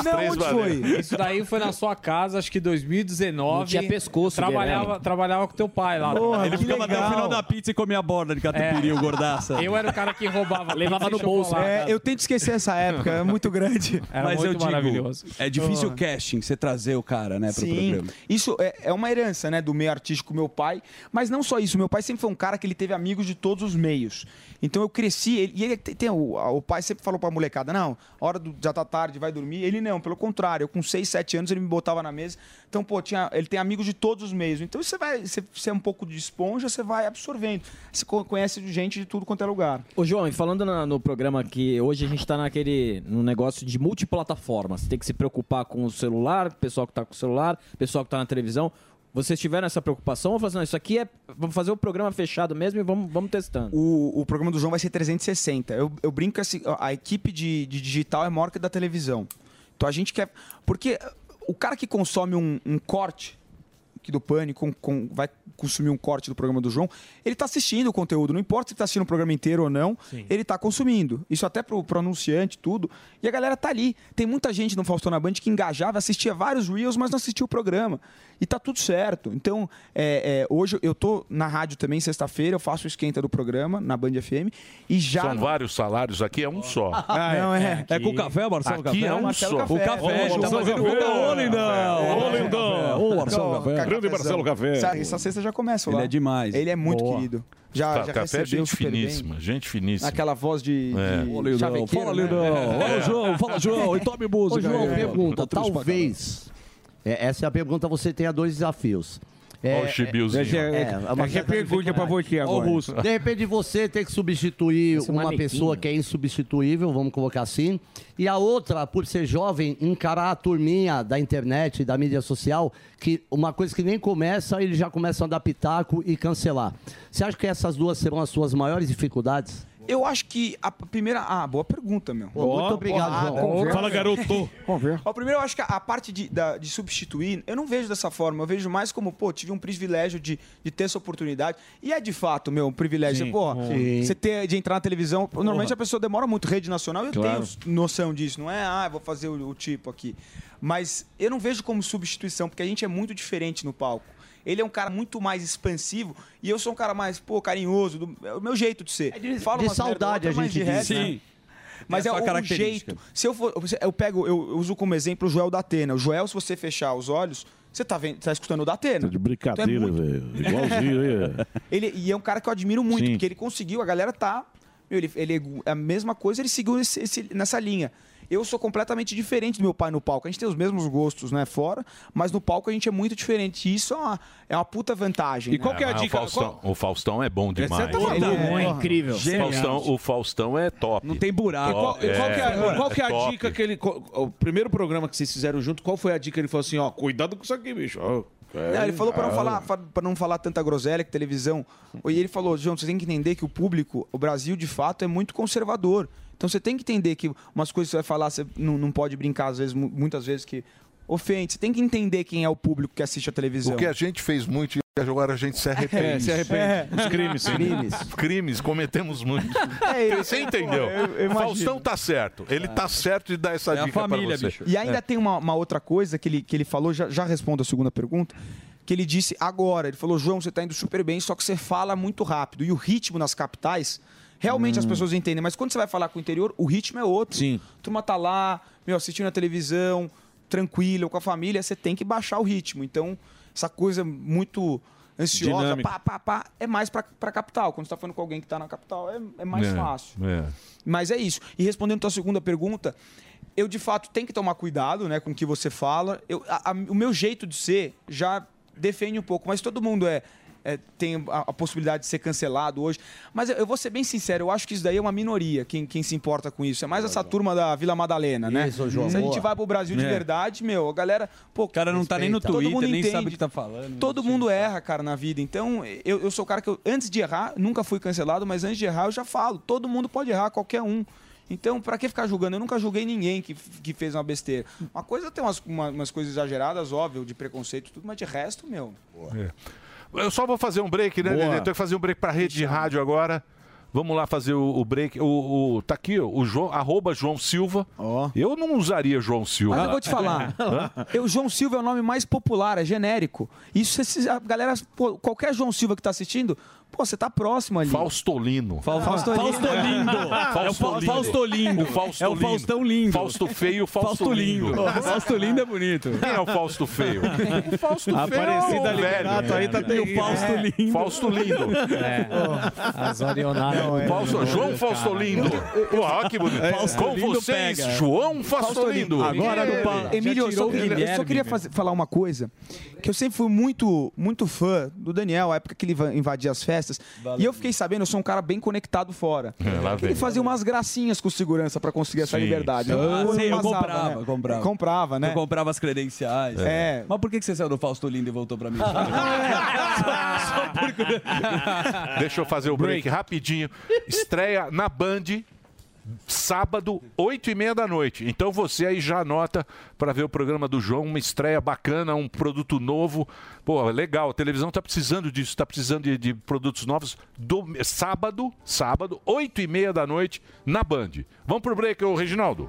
Não, três onde valendo. foi?
Isso daí foi na sua casa, acho que 2019.
Não tinha pescoço,
Trabalhava,
Guilherme.
trabalhava com teu pai lá.
ele ficava até o final da pizza e comia a borda de catupiry,
É.
o gordaça.
Eu era o cara que roubava.
Levava
pizza e
no bolso,
chocolate.
né?
É, eu tento esquecer essa época, é muito grande.
Era Mas eu digo, é difícil o casting, você trazer o cara, né, pro
Sim,
programa.
isso é, é uma herança, né, do meio artístico, meu pai. Mas não só isso, meu pai sempre foi um cara que ele teve amigos de todos os meios. Então eu cresci, ele- e ele tem, tem o, a- o pai sempre falou pra molecada, não, a hora do, já tá tarde, vai dormir. Ele não, pelo contrário, eu com 6, 7 anos ele me botava na mesa. Então, pô, tinha, ele tem amigos de todos os meios. Então você vai, você, você é um pouco de esponja, você vai absorvendo. Você co- conhece gente de tudo quanto é lugar.
Ô, João, e falando na- no programa que hoje a gente tá naquele num negócio de multiplataformas. Tem que se preocupar com o celular, pessoal que tá com o celular, pessoal que tá na televisão. Vocês tiveram essa preocupação ou falaram, não, isso aqui é. Vamos fazer o programa fechado mesmo e vamos, vamos testando.
O, o programa do João vai ser 360. Eu, eu brinco que assim, a a equipe de, de digital é maior que a da televisão. Então a gente quer. Porque o cara que consome um, um corte que do pânico, com- com- vai consumir um corte do programa do João, ele está assistindo o conteúdo. Não importa se ele está assistindo o programa inteiro ou não, ele está consumindo. Isso até pro, pro anunciante, tudo. E a galera tá ali. Tem muita gente no Faustão na Band que engajava, assistia vários Reels, mas não assistia o programa. E tá tudo certo. Então, é, é, hoje eu tô na rádio também, sexta-feira, eu faço o esquenta do programa na Band FM. E já.
São vários salários aqui, é um só.
Ah, não, é.
Aqui-
É com café, Marcelo?
Aqui
Café?
é um
Marcelo
só.
Café. Ô,
tá
Marcelo
fazendo
Café.
Ô, lindão!
Ô,
lindão!
Ô, Marcelo Café.
Grande
Cafezão.
Marcelo Café.
Sabe, Essa sexta já começa lá.
Ele é demais.
Ele é muito
Boa.
querido. Já,
Tá,
já
café é
recebeu
gente
super bem.
finíssima, gente finíssima.
Aquela voz de.
É.
de
Ô, Lindão,
chavequeiro,
fala,
né?
Lindão.
É.
Ô, João, fala, João, e tome música.
Ô, João,
aí.
pergunta,
Tá triste pra
talvez. É, essa é a pergunta, você tenha dois desafios.
Ó o chibiozinho. Essa é-
uma
essa é a
certa
pergunta pra você
dificuldade.
agora. Ó o russo.
De repente você tem que substituir
Esse um
uma
manequim.
pessoa que é insubstituível, vamos colocar assim, e a outra, por ser jovem, encarar a turminha da internet, da mídia social, que uma coisa que nem começa, eles já começam a dar pitaco e cancelar. Você acha que essas duas serão as suas maiores dificuldades?
Eu acho que a primeira. Ah, boa pergunta, meu.
Pô, muito obrigado, João. Fala, garoto.
Ó, primeiro, eu acho que a, a parte de, da- de substituir, eu não vejo dessa forma. Eu vejo mais como, pô, tive um privilégio de, de ter essa oportunidade. E é de fato, meu, um privilégio.
Sim.
Porra,
Sim.
você ter de entrar na televisão. pô, Normalmente
Porra.
a pessoa demora muito, rede nacional, eu
Claro.
tenho noção disso. Não é, ah, eu vou fazer o, o tipo aqui. Mas eu não vejo como substituição, porque a gente é muito diferente no palco. Ele é um cara muito mais expansivo e eu sou um cara mais, pô, carinhoso, do, é o meu jeito de ser.
de-
Falo
de
umas merda ou
saudade,
outra,
a
mas
gente
de
diz,
resto,
né?
Sim. Mas
Essa
é,
é a
o- o
característica.
jeito. Se eu for, eu pego, eu uso como exemplo o Joel da Atena. O Joel, se você fechar os olhos, você tá vendo, tá escutando o da Atena. Então é
De brincadeira, velho. Igualzinho, hein?
Ele, e é um cara que eu admiro muito,
Sim.
porque ele conseguiu, a galera tá. meu, ele, ele- a mesma coisa, ele seguiu esse- esse- nessa linha. Eu sou completamente diferente do meu pai no palco. A gente tem os mesmos gostos, né? Fora, mas no palco a gente é muito diferente. E isso é uma, é uma puta vantagem. né?
É, mas O Faustão, o Faustão é bom
Esse
demais.
é tão maluco, É, é incrível.
O Faustão, o Faustão é top. Não tem
E
buraco.
qual, e qual que é, a- qual que é a dica que ele. qual- O primeiro programa que vocês fizeram junto, qual foi a dica que ele falou assim, ó, cuidado com isso aqui, bicho. Ó,
Não, ele falou pra não
ah.
falar para não falar tanta groselha que televisão. E ele falou, João, você tem que entender que o público, o Brasil de fato é muito conservador. Então você tem que entender que umas coisas que você vai falar, você não, não pode brincar às vezes, mu- muitas vezes que ofende. Você tem que entender quem é o público que assiste a televisão.
O que a gente fez muito e agora a gente se arrepende.
É, se arrepende.
Os crimes.
Crimes. É,
Crimes, cometemos muito. Você entendeu? Faustão tá certo. Ele tá certo de dar essa
É a
dica
família,
pra você. É.
bicho.
E ainda tem uma, uma outra coisa que ele, que ele falou, já, já respondo a segunda pergunta, que ele disse agora. Ele falou, João, você tá indo super bem, só que você fala muito rápido. E o ritmo nas capitais, realmente
Hum.
as pessoas entendem, mas quando você vai falar com o interior, o ritmo é outro. Sim. A turma tá lá, meu, assistindo a televisão, tranquilo, com a família, você tem que baixar o ritmo. Então, essa coisa muito ansiosa,
Dinâmica.
pá, pá, pá, é mais pra, pra capital. Quando você tá falando com alguém que tá na capital, é, é mais
É,
fácil.
é.
Mas é isso. E respondendo a tua segunda pergunta, eu de fato tenho que tomar cuidado né, com o que você fala. Eu, a- a- o meu jeito de ser já defende um pouco, mas todo mundo é. é, tem a, a possibilidade de ser cancelado hoje. Mas eu, eu vou ser bem sincero, eu acho que isso daí é uma minoria quem, quem se importa com isso. É mais essa turma da Vila Madalena, né?
Isso, João,
Se a gente
boa.
vai pro Brasil de
É.
verdade, meu, a galera. Pô, o cara
não tá nem no Twitter, nem sabe o que tá falando.
Todo mundo erra, cara, na vida. Então, eu, eu sou o cara que, eu, antes de errar, nunca fui cancelado, mas antes de errar, eu já falo. Todo mundo pode errar, qualquer um. Então, pra que ficar julgando? Eu nunca julguei ninguém que, que fez uma besteira. Uma coisa tem umas, uma- umas coisas exageradas, óbvio, de preconceito e tudo, mas de resto, meu.
É. Eu só vou fazer um break, né,
Boa.
Nenê? Tenho que fazer um break pra rede de rádio agora. Vamos lá fazer o, o break. O, o- tá aqui, ó, o João, arroba João Silva. Eu não usaria João Silva.
Mas Ah, eu vou te falar. eu, João Silva é o nome mais popular, é genérico. Isso, esses- a galera, pô, qualquer João Silva que tá assistindo, pô, você tá próximo ali.
Faustolino.
Fal Faustolino.
Faustolindo. É o Fa- Faustolindo.
O Fausto
É o
lindo.
Faustão lindo.
Fausto feio, Fausto,
Fausto lindo.
lindo.
Ó, Fausto lindo é bonito.
Quem é o Fausto feio? O Fausto
Aparecida
feio, é o
Liberato
velho.
aí tá
E o
terrível.
Fausto
É.
lindo. Fausto lindo.
É.
As orionadas.
Não, é. Fausto- João Faustolindo. Pô, olha que bonito.
É,
Com
Então
vocês, João Faustolindo.
Ele- Emílio, eu só, queria- eu só queria fazer- falar uma coisa. Que eu sempre fui muito, muito fã do Daniel, a época que ele va- invadia as festas. E eu fiquei sabendo, eu sou um cara bem conectado fora.
É, lá
Que ele
vem.
fazia umas gracinhas com segurança pra conseguir essa
Sim,
liberdade.
sim. Ah,
Quando
sim, eu
passava,
comprava,
né?
comprava.
Comprava, né?
Eu comprava as credenciais.
É.
Mas por que que você saiu do Fausto Lindo e voltou pra mim?
então Deixa eu fazer o break,
Break.
rapidinho. Estreia na Band. Sábado, 8 e meia da noite. Então você aí já anota para ver o programa do João, uma estreia bacana, um produto novo. Pô, legal, a televisão tá precisando disso, tá precisando de, de produtos novos. Do, sábado, sábado, 8 e meia da noite, na Band. Vamos pro break, ô Reginaldo.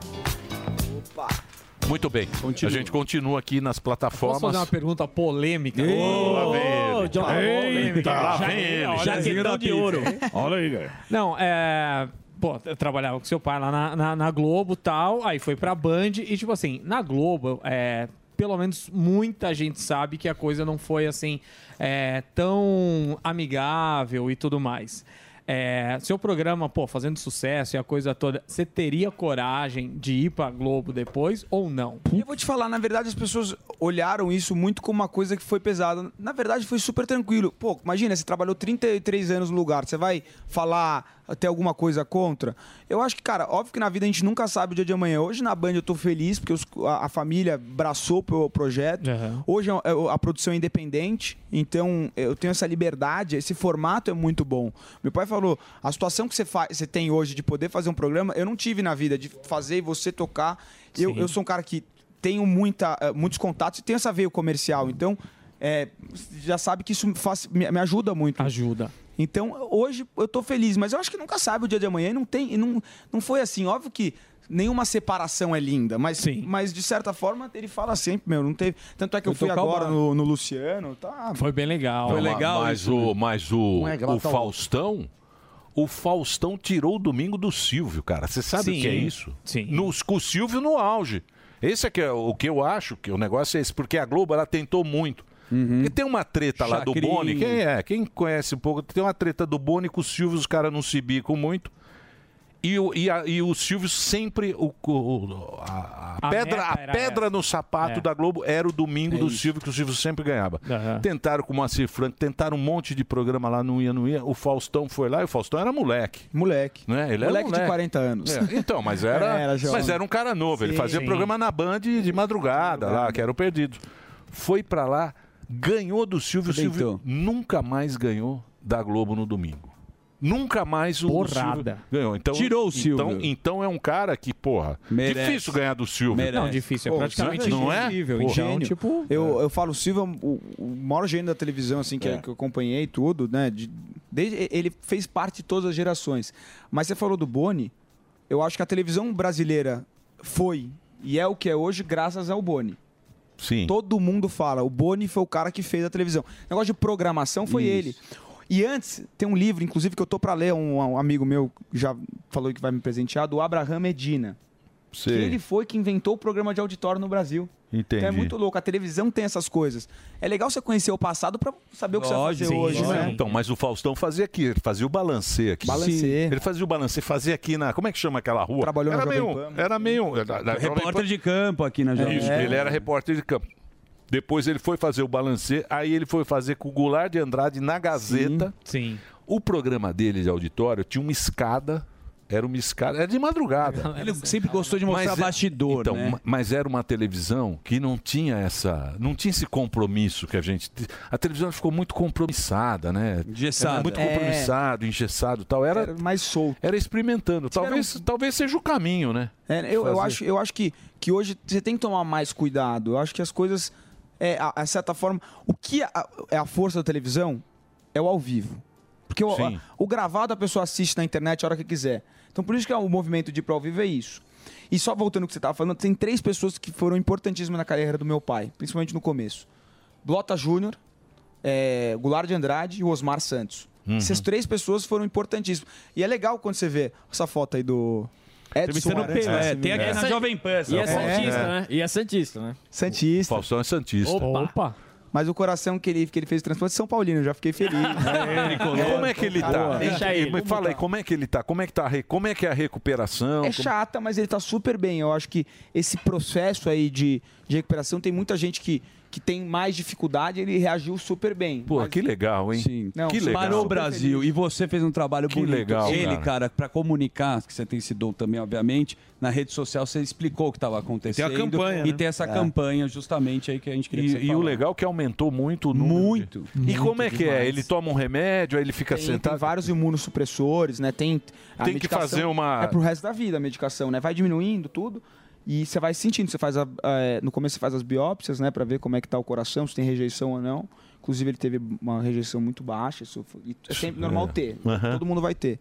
Muito bem. A gente continua aqui nas plataformas.
Posso fazer uma pergunta polêmica?
Lá vem ele. Tá
John, polêmica.
Lá
Já-
vem ele.
olha,
Jaquetão
Jaquetão
de
de ouro.
Olha aí, cara.
Não, é. Pô, eu trabalhava com seu pai lá na, na, na Globo e tal, aí foi pra Band e, tipo assim, na Globo, é. Pelo menos muita gente sabe que a coisa não foi assim é, tão amigável e tudo mais. É, seu programa, pô, fazendo sucesso e a coisa toda, você teria coragem de ir pra Globo depois ou não?
Eu vou te falar, na verdade as pessoas olharam isso muito como uma coisa que foi pesada. Na verdade foi super tranquilo. Pô, imagina, você trabalhou 33 anos no lugar, você vai falar até alguma coisa contra? Eu acho que, cara, óbvio que na vida a gente nunca sabe o dia de amanhã. Hoje na Band eu tô feliz porque os- a, a família abraçou o projeto. Hoje a, a- a produção é independente, então eu tenho essa liberdade, esse formato é muito bom. Meu pai falou, a situação que você, fa- você tem hoje de poder fazer um programa, eu não tive na vida, de fazer e você tocar. Eu,
Sim.
eu sou um cara que tenho muita, eh, muitos contatos e tenho essa veia comercial. Então, eh, já sabe que isso me, faz- me- me ajuda muito.
Ajuda.
Então, hoje eu tô feliz, mas eu acho que nunca sabe o dia de amanhã e não tem. e não, não foi assim. Óbvio que nenhuma separação é linda, mas, mas de certa forma ele fala sempre, meu, não teve. Tanto é que eu,
Eu tô
fui agora
calmado.
no, no Luciano, tá.
Foi bem legal.
Não, ma- Mas o, mas o,
Não é
o
gravata, ó.
Faustão. O Faustão tirou o domingo do Silvio, cara. Você sabe o
Sim,
que é isso?
Sim.
Nos, com o Silvio no auge. Esse é, que é o que eu acho que o negócio é esse, porque a Globo ela tentou muito. Porque tem uma treta tá lá do
Chacrinha.
Boni. Quem é? Quem conhece um pouco? Tem uma treta do Boni com o Silvio, os caras não se bicam muito. E o, e a- e o Silvio sempre. O, o- a, a
A
pedra,
meta
a
era
pedra
essa.
no sapato
É.
da Globo era o domingo
É
do
isso.
Silvio, que o Silvio sempre ganhava. Tentaram com o Moacir Franco, tentaram um monte de programa lá, não ia, não ia. O Faustão foi lá e o Faustão era moleque.
Moleque.
Né? Ele era
Moleque de
moleque.
40 anos.
É, Então, mas era,
Era jovem.
mas era um cara novo. ele
Sim,
fazia
sim.
programa na Band de madrugada, lá, que era o Perdido. Foi pra lá, ganhou do Silvio. O Silvio
Deitou.
nunca mais ganhou da Globo no domingo. Nunca mais o
Porrada.
Silvio ganhou. Então,
Tirou o Silvio.
Então, então é um cara que, porra,
Merece.
difícil ganhar do Silvio.
Merece. Não,
difícil, é
Pô,
praticamente
não é?
impossível,
Porra.
então,
Gênio. eu, eu falo, o Silvio é o, o maior gênio da televisão, assim, que,
É.
que eu acompanhei tudo, né? De- desde, ele fez parte de todas as gerações. Mas você falou do Boni, eu acho que a televisão brasileira foi e é o que é hoje graças ao Boni.
Sim.
Todo mundo fala, o Boni foi o cara que fez a televisão. O negócio de programação foi
Isso.
ele. E antes, tem um livro, inclusive, que eu tô para ler, um, um amigo meu já falou que vai me presentear, do Abraham Medina.
Sei.
Que ele foi que inventou o programa de auditório no Brasil.
Entendi.
Então é muito louco. A televisão tem essas coisas. É legal você conhecer o passado pra saber o que
Lógico,
você vai fazer
sim,
hoje,
lógico.
né?
Então, mas o Faustão fazia aqui, ele fazia o balancê aqui.
Balancê.
Sim. Ele fazia o balancê, fazia aqui na. Como é que chama aquela rua?
Trabalhou na
era
Jovem
meio,
Pan. É.
Era meio. da- da- da Jovem Pan.
Repórter de campo aqui na Jovem
Isso,
Pan.
ele era repórter de campo. Depois ele foi fazer o balancê, aí ele foi fazer com o Goulart de Andrade na Gazeta.
Sim.
O programa dele de auditório tinha uma escada. Era uma escada, era de madrugada.
Ele sempre gostou de mostrar
é-
bastidor,
então,
né?
ma- mas era uma televisão que não tinha essa, não tinha esse compromisso que a gente, te- a televisão ficou muito compromissada, né?
Engessada.
Era muito
É.
compromissado, engessado, e tal. Era,
mais solto.
Era experimentando. Talvez, talvez seja o caminho, né?
É, eu, eu
Fazer.
acho, eu acho que, que hoje você tem que tomar mais cuidado. Eu acho que as coisas, é, a, a certa forma, o que a- é a força da televisão é o ao vivo. Porque o,
Sim.
o gravado a pessoa assiste na internet a hora que quiser. Então por isso que é o movimento de ir para ao vivo é isso. E só voltando ao que você estava falando, tem três pessoas que foram importantíssimas na carreira do meu pai, principalmente no começo. Blota Júnior, é, Goulart de Andrade e o Osmar Santos. Essas três pessoas foram importantíssimas. E é legal quando você vê essa foto aí do Edson.
Entrevistando o
Arantes,
Pelé.
né, se não
Tem
me
aqui
engano.
na Jovem Pan. essa
E é
foto.
Santista,
É.
né?
E é Santista, né?
Santista.
Faustão é Santista.
né?
Opa.
Opa.
Mas o coração que ele, que ele fez transplante de São Paulino, eu já fiquei feliz.
um
Como é que ele tá?
Boa.
Me fala aí, como é que ele tá? Como é que tá? a re- Como é que é a recuperação?
É
Como-
chata, mas ele tá super bem. Eu acho que esse processo aí de, de recuperação tem muita gente que, que tem mais dificuldade, ele reagiu super bem.
Pô, que legal, hein? Sim.
Não,
que legal.
Parou o Brasil e você fez um trabalho
Que
bonito.
legal,
Ele,
cara.
cara, pra comunicar, que você tem esse dom também, obviamente, na rede social você explicou o que estava acontecendo.
Tem a campanha,
E
né?
tem essa
É.
campanha justamente aí que a gente queria que você
E, e o
falasse.
legal é que aumentou muito o número. Muito. E
Muito
como é que é?
demais.
Ele toma um remédio, aí ele fica
tem,
sentado.
tem vários imunossupressores, né? Tem, a
Tem que
medicação
fazer uma-
É pro resto da vida a medicação, né? Vai diminuindo tudo e você vai sentindo. Você faz a- a- no começo você faz as biópsias, né? Pra ver como é que tá o coração, se tem rejeição ou não. Inclusive ele teve uma rejeição muito baixa. Isso foi- e é sempre normal
É.
ter.
Aham.
Todo mundo vai ter.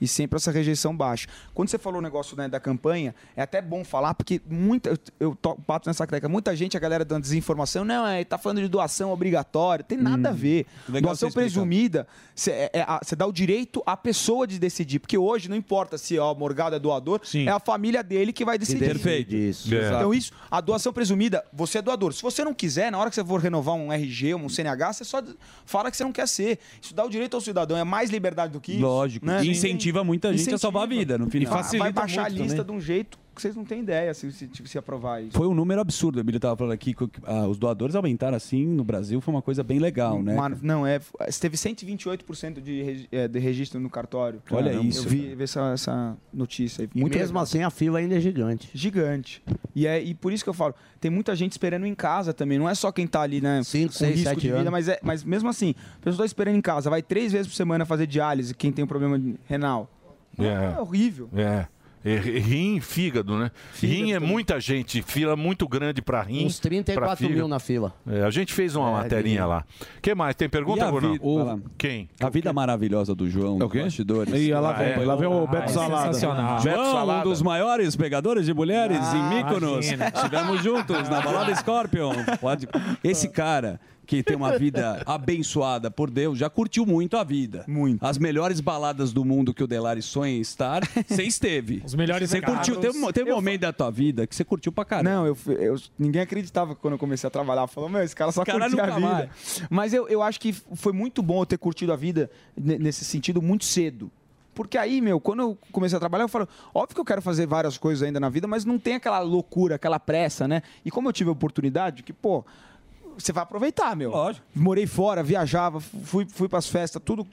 E sempre essa rejeição baixa. Quando você falou o negócio né, da campanha, é até bom falar, porque muita. eu- Eu to- bato nessa creca. Muita gente, a galera dando desinformação, não, é, tá falando de doação obrigatória. Tem nada a ver.
Legal
Doação
você explicar.
presumida, você é- é a- você dá o direito à pessoa de decidir. Porque hoje não importa se ó, o Morgado é doador, é a família dele que vai decidir.
Perfeito. Isso.
É.
exato.
Então, isso, a doação presumida, você é doador. Se você não quiser, na hora que você for renovar um RG ou um CNH, você só fala que você não quer ser. Isso dá o direito ao cidadão, é mais liberdade do que isso.
Lógico.
né?
E incentiva muita gente a
Incentiva.
salvar a vida no final.
Vai- Vai baixar a lista de um jeito que vocês não têm ideia se, se, se aprovar isso.
Foi um número absurdo. O Emílio tava falando aqui que ah, os doadores aumentaram assim no Brasil, foi uma coisa bem legal, né?
Mano, não, é. Teve 128% de, regi- é, de registro no cartório.
Olha
Caramba,
isso,
Eu vi, vi essa, essa notícia aí.
E
Muito
mesmo
legal.
assim a fila ainda é gigante.
Gigante. E, é, e por isso que eu falo, tem muita gente esperando em casa também. Não é só quem tá ali, né? 5,
seis, sete anos.
Mas, é, mas mesmo assim, a pessoa tá esperando em casa, vai três vezes por semana fazer diálise, quem tem um problema de- renal.
É.
É horrível.
É. E- e Rim e fígado, né? rim é muita gente, fila muito grande pra rim.
Uns 34
pra fígado.
mil na fila.
É, a gente fez uma
É,
materinha
que-
lá. que mais? Tem pergunta,
E a
Bruno?
vida- Vai lá.
Quem? Ah,
A vida maravilhosa do
É
João, dos bastidores.
Ih, lá vem, lá vem o Beto Salada. Beto
João,
Salada.
um dos maiores pegadores de mulheres
Ah,
em Mykonos.
imagina.
Estivemos juntos na balada Scorpion. Pode- Esse cara que tem uma vida abençoada por Deus, já curtiu muito a vida.
Muito.
As melhores baladas do mundo que o Delari sonha em estar, você esteve. Os
melhores
Você
carros.
curtiu, teve, um- teve um momento da tua vida que você curtiu pra caramba.
Não, eu, fui- eu- ninguém acreditava quando eu comecei a trabalhar. Falou, meu, esse cara só
Esse cara
curtia a
nunca
vida. Mas eu, eu acho que foi muito bom eu ter curtido a vida ne- nesse sentido muito cedo. Porque aí, meu, quando eu comecei a trabalhar, eu falo, óbvio que eu quero fazer várias coisas ainda na vida, mas não tem aquela loucura, aquela pressa, né? E como eu tive a oportunidade, que, pô, você vai aproveitar, meu. Lógico. Morei fora, viajava, fui, fui pras festas, tudo.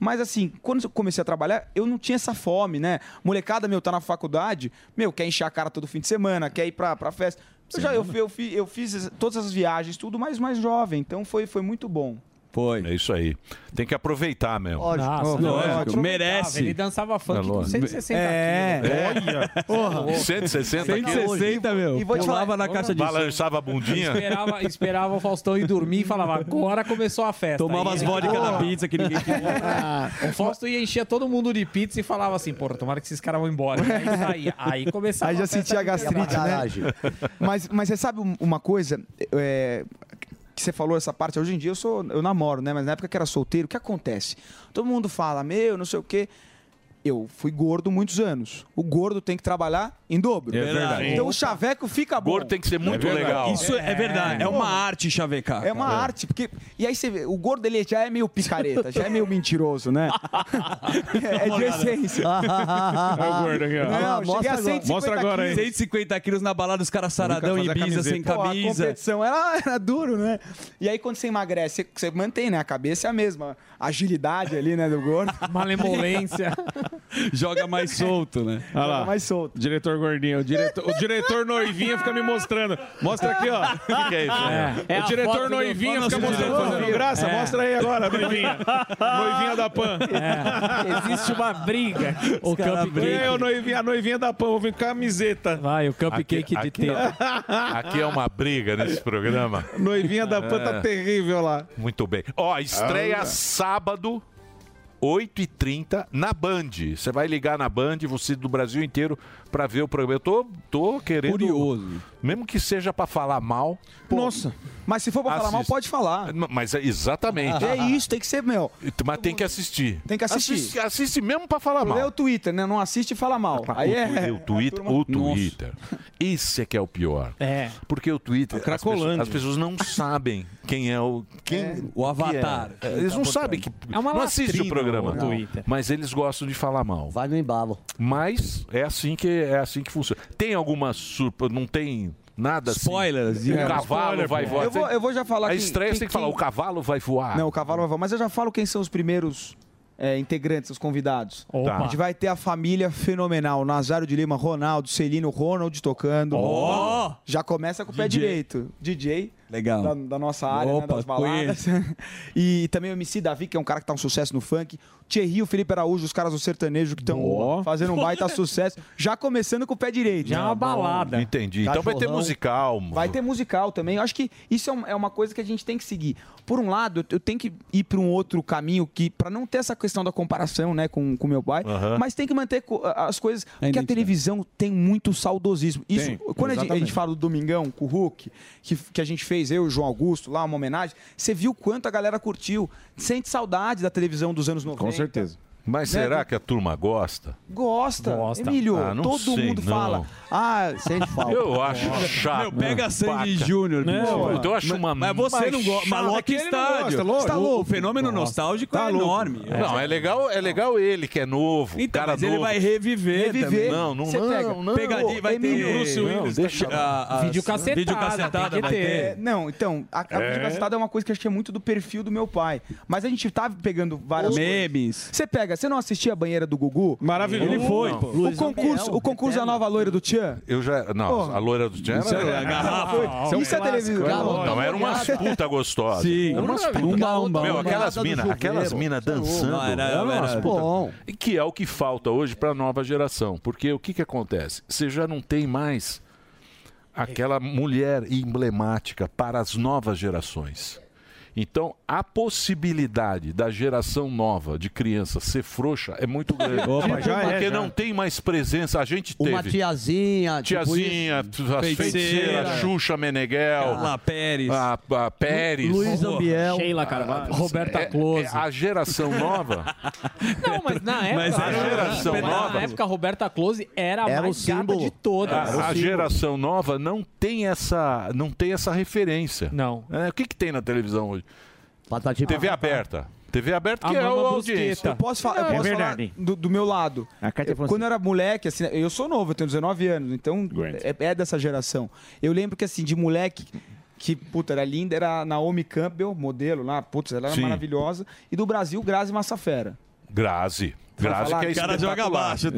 Mas assim, quando eu comecei a trabalhar, eu não tinha essa fome, né? Molecada, meu, tá na faculdade, meu, quer encher a cara todo fim de semana, quer ir pra, pra festa. Eu já eu, fi- eu, fi- eu fiz as- todas as viagens, tudo, mas mais jovem, então foi, foi muito bom.
Foi.
É isso aí. Tem que aproveitar mesmo.
Lógico. Nossa,
não, é lógico, merece. ele dançava funk
É
com
lógico.
160
É.
quilos.
Olha.
Porra.
160
160, meu.
E vou te
Pulava
falar,
na caixa de som.
Balançava a bundinha.
Esperava, esperava o Faustão ir dormir e falava, agora começou a festa.
Tomava
Aí
as
ele-
vodka na
Porra.
pizza que ninguém
o Fausto ia encher todo mundo de pizza e falava assim, porra, tomara que esses caras vão embora. Aí saía. Aí começava
Aí já
festa
sentia a
de
gastrite,
verdade.
né? mas, mas você sabe um- uma coisa? É, que você falou essa parte, hoje em dia eu sou. Eu namoro, né? Mas na época que era solteiro, o que acontece? Todo mundo fala, meu, não sei o quê. Eu fui gordo muitos anos. O gordo tem que trabalhar em dobro.
É verdade.
Então o chaveco fica bom. É
Gordo tem que ser muito
verdade.
legal.
Isso é, verdade. É uma arte chavecar.
É uma
cara.
arte, porque. E aí você vê, o gordo ele já é meio picareta, já é meio mentiroso, né? é, é de essência. Não, cheguei a 150 quilos.
150 quilos na balada, os caras saradão em
Nunca fazer
Ibiza, sem
camiseta. Pô, a
camisa.
competição era, era duro, né? E aí quando você emagrece, você, você mantém, né? A cabeça é a mesma. A agilidade ali, né, do gordo.
Malemolência.
Joga mais solto, né?
Olha lá.
Joga mais solto.
Diretor gordinho. O diretor, o diretor noivinha fica me mostrando. Mostra aqui, ó.
O que, que é isso?
É. O diretor noivinha fica mostrando, fazendo graça.
É.
Mostra aí agora, noivinha. noivinha da Pan.
É. Existe uma briga.
O Cupcake. É, o noivinha, a noivinha da Pan. Vou vir com camiseta.
Vai, o Cupcake de
aqui, é
tela.
aqui é uma briga nesse programa.
Noivinha da Pan tá Ah.
É.
terrível lá.
Muito bem. Ó, estreia
Olha.
sábado, 8h30, na Band. Você vai ligar na Band, você do Brasil inteiro, pra ver o programa. Eu tô, tô querendo.
Curioso.
Mesmo que seja pra falar mal.
Nossa. Mas se for pra falar mal, pode falar.
Mas é- exatamente.
É isso, tem que ser, meu.
Mas tem que assistir.
Tem que assistir.
Assiste, assiste mesmo pra falar mal.
Lê o Twitter, né? Não assiste e fala mal. Aí
o,
é.
o Twitter, o Twitter. Esse é que é o pior.
É.
Porque o Twitter, as pessoas,
Cracolândia.
as pessoas não sabem quem é o quem o
avatar.
Eles não
Tá
sabem que
É uma
não assiste o
latrina,
programa,
o
Não.
Twitter.
mas eles gostam de falar mal.
Vai no embalo.
Mas é assim que é assim que funciona. Tem alguma surpresa, não tem nada assim?
Spoilers,
O
é.
cavalo
Spoiler,
vai
pô.
voar.
Eu vou- eu vou já falar
A
quem-
estreia
quem-
você tem que falar
quem-
o cavalo vai voar.
Não, o cavalo vai voar. Mas eu já falo quem são os primeiros é, integrantes, os convidados.
Opa.
A gente vai ter a família fenomenal. Nazário de Lima, Ronaldo, Celino, Ronald tocando.
Ó!
Já começa com o pé
DJ.
direito. DJ.
Legal.
Da, da nossa área, né,
Opa,
das baladas. e também o MC Davi, que é um cara que tá um sucesso no funk. Thierry, o Felipe Araújo, os caras do sertanejo que estão fazendo um baita sucesso. Já começando com o pé direito.
Já é uma balada. Entendi. Então vai ter musical, mano.
Vai ter musical também. Eu acho que isso é, um- é uma coisa que a gente tem que seguir. Por um lado, eu- eu tenho que ir para um outro caminho que para não ter essa questão da comparação, né, com com meu pai,
Aham.
mas tem que manter co- a- as coisas, porque a televisão tem muito saudosismo. Isso,
Tem,
quando a gente, a gente
exatamente.
fala do Domingão com o Hulk, que, que a gente fez eu e o João Augusto lá uma homenagem, você viu quanto a galera curtiu, sente saudade da televisão dos anos 90.
Mas
Né?
será que a turma gosta?
Gosta, Emílio,
Ah, não
todo
sei,
mundo
não.
fala. Ah, sente
Eu acho chato.
Meu, pega Sandy
Baca.
Júnior,
Não,
bicho.
mano, eu acho uma
Mas você
mais
não gosta.
chata.
Maloca
É que ele não
estádio.
gosta, lógico.
Tá louco. O fenômeno
Gosta.
nostálgico
Tá
é
louco.
enorme.
Não, é legal, é legal ele, que é novo.
Então,
cara
mas ele
novo.
vai reviver também.
Reviver. Não, não,
Você
não,
pega.
não.
Pegadinha, vai
Emílio
ter-
Bruce
não,
Willis,
deixa-
tá
a- a-
Vídeo cacetada,
Vídeo cacetada vai ter.
Não, então, a, a
É.
videocacetada é uma coisa que eu achei muito do perfil do meu pai. Mas a gente tá pegando várias
Memes.
Você pega, você não assistia a banheira do Gugu?
Maravilhoso. Ele foi, pô.
O
Luiz
concurso,
Gabriel,
o concurso da nova loira do Tchan?
Eu já. Não,
Porra.
a loira do Jan
Isso é
era.
garrafa. Isso é Isso é um televisão. clássico.
Não, Então, era umas puta gostosa.
Sim.
Era umas puta.
Umba, umba,
Meu,
umba.
aquelas
Nada do
minas,
chuveiro.
aquelas minas
Tá louco.
dançando.
Não, era-
eram umas
era-
puta.
Bom.
E que é o que falta hoje pra nova geração. Porque o que que acontece? Você já não tem mais aquela mulher emblemática para as novas gerações. Então, a possibilidade da geração nova de criança ser frouxa é muito grande.
Opa, já é,
porque
já.
não tem mais presença. A gente teve.
Uma tiazinha.
Tiazinha,
tipo isso.
as feiticeiras, Xuxa Meneghel,
Carla
Pérez,
a, a Pérez
Lu- Luiz
Porra.
Ambiel.
Sheila Carvalho.
É-
Roberta
é-
Close.
é a geração nova.
Não, mas na época.
Mas a geração
na
nova-
época, a Roberta Close era a
Era
mais
o
gata de todas.
A, a geração nova não tem essa, não tem essa referência. Não. o que, que tem na televisão hoje? TV aberta. TV aberta que é o audiência. É.
Eu posso falar, eu
É
posso falar do, do meu lado. Eu- quando eu era moleque, assim, eu sou novo, eu tenho 19 anos, então é, é dessa geração. Eu lembro que, assim, de moleque, que, puta, era linda, era a Naomi Campbell, modelo lá, putz, ela era
Sim.
maravilhosa. E do Brasil, Grazi Massafera.
Grazi.
Vai
Grazi
falar
que é Tá
que o
cara joga
espetacular. É.
baixo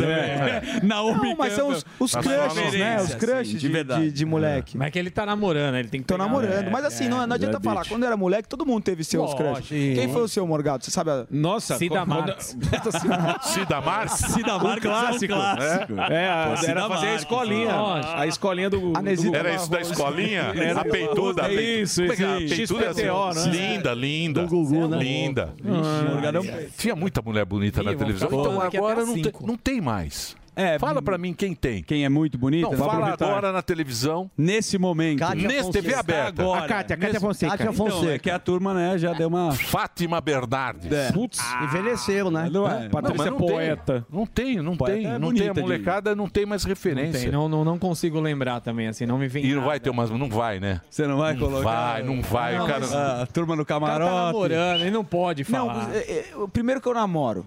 também. Naomi
Não, mas são os, os
Mas fala
crushes, né? Os
referência,
crushes
assim, de
de,
verdade.
de- de moleque.
Mas é que ele tá namorando, ele tem que
Tô
pegar- né?
namorando, mas assim, não, não adianta
é,
falar.
bicho.
Quando eu era moleque, todo mundo teve seus
Lógico.
crushes. Quem foi o seu, Morgado? Você sabe a...
Nossa,
Cida assim,
quando-
Marques.
Puta, Cida
né?
Marques.
Cida Marques?
Cida Marques é um clássico.
É, é, a-
Pô, Cida
era fazer a
Marques,
escolinha.
lógico.
A escolinha do.
A Nesita
Era isso da escolinha?
Era
a peituda?
É isso,
Como é que
isso,
é? A
isso.
peituda é assim,
XPTO, né?
Linda, linda.
Do Gugu, né?
Linda.
Ixi,
Ah, Tinha muita mulher bonita na
vamos
televisão.
ficar
Então
falando aqui até
agora
às
não tem,
cinco.
não tem mais. Fala pra mim quem tem.
É, Quem é muito bonita?
Não, fala agora na televisão.
Nesse momento.
Cátia Nesse Fonseca. TV aberta.
Agora.
A Cátia, a Cátia
Nesse-
Fonseca.
Cátia Fonseca. Então, é que a turma, né, já deu uma...
Fátima Bernardes.
Putz.
Ah.
Envelheceu, né? Não é.
mas não Tem, não tem, não
Poeta
tem.
é
não tem
bonita
a
de-
molecada, não tem mais
Não,
referência.
tem, não, não, não consigo lembrar também, assim, não me vem.
E não vai ter umas. Não vai, né?
Você não vai
não
colocar?
Vai, não vai.
Não,
o cara.
mas- Ah, turma no
cara tá
camarote.
namorando, ele não pode falar.
mas, é, é, o primeiro que eu namoro.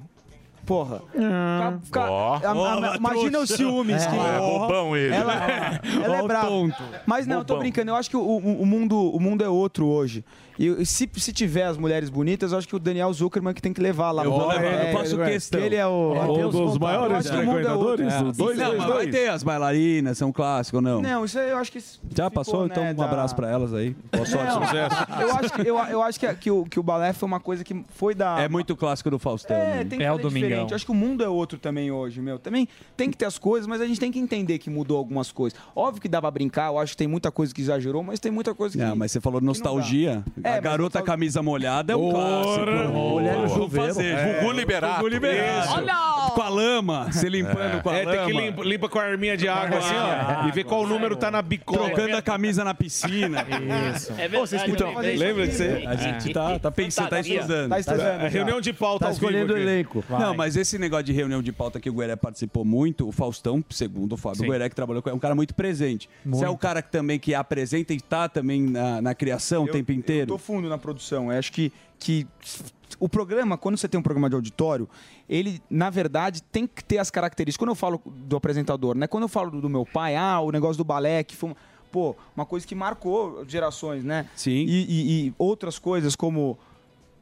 Porra.
Hum.
Ca-
Ó.
a- a- imagina os ciúmes. que-
É, bobão ele.
Ela, ela é brava. Mas não, eu tô
Bobão.
brincando. Eu acho que o, o- o mundo, o mundo é outro hoje. E se, se tiver as mulheres bonitas, eu acho que o Daniel Zuckerman é que tem que levar lá.
Eu vou
fora.
levar, eu
É,
faço
é,
questão.
que Ele é o...
É,
é
um
Deus
dos
vontade.
maiores
Eu acho que o mundo é outro.
frequentadores do
É.
dois,
Não,
dois,
mas
dois.
vai ter- é
as bailarinas, são clássico ou não?
um Não, isso aí eu acho que...
Já passou?
né,
então um
da-
abraço pra elas aí. Boa sorte,
Não,
sucesso.
Eu acho que, eu, eu acho que, que o, que o balé foi uma coisa que foi da...
É muito clássico do Faustão.
É,
né?
tem que fazer diferente. Eu acho que o mundo é outro também hoje, meu. Também tem que ter as coisas, mas a gente tem que entender que mudou algumas coisas. Óbvio que dá pra brincar, eu acho que tem muita coisa que exagerou, mas tem muita coisa que.
Não, mas você falou nostalgia.
dá. É,
a
mas
garota camisa molhada é um clássico.
Mulher no
Vamos
chuveiro.
fazer.
É.
Gugu Liberato.
Gugu Liberato.
Olha! Com a lama, se limpando com a
É,
lama.
tem que limpa, limpa com a arminha de água assim, ó. E ver qual número tá na bicoca.
Trocando a camisa na piscina.
Isso.
É
Pô, vocês
verdade,
então,
eu lembrei.
lembra de você?
A gente tá, tá pensando, tá
Fantasia.
estudando.
Tá estudando, já. Reunião de pauta
Tá
ao vivo
escolhendo o
aqui.
elenco.
Vai.
Não, mas esse negócio de reunião de pauta que o Gueré participou muito, o Faustão, segundo o Fábio
Sim.
Gueré, que trabalhou com ele, é um cara muito presente.
Muito.
Você é o cara que também que apresenta e tá também na, na criação o tempo inteiro?
Eu tô fundo na produção. Eu acho que, que o programa, quando você tem um programa de auditório, ele, na verdade, tem que ter as características. Quando eu falo do apresentador, né? Quando eu falo do, do meu pai, ah, o negócio do balé, que foi. uma- Pô, uma coisa que marcou gerações, né?
Sim.
E, e- e outras coisas como.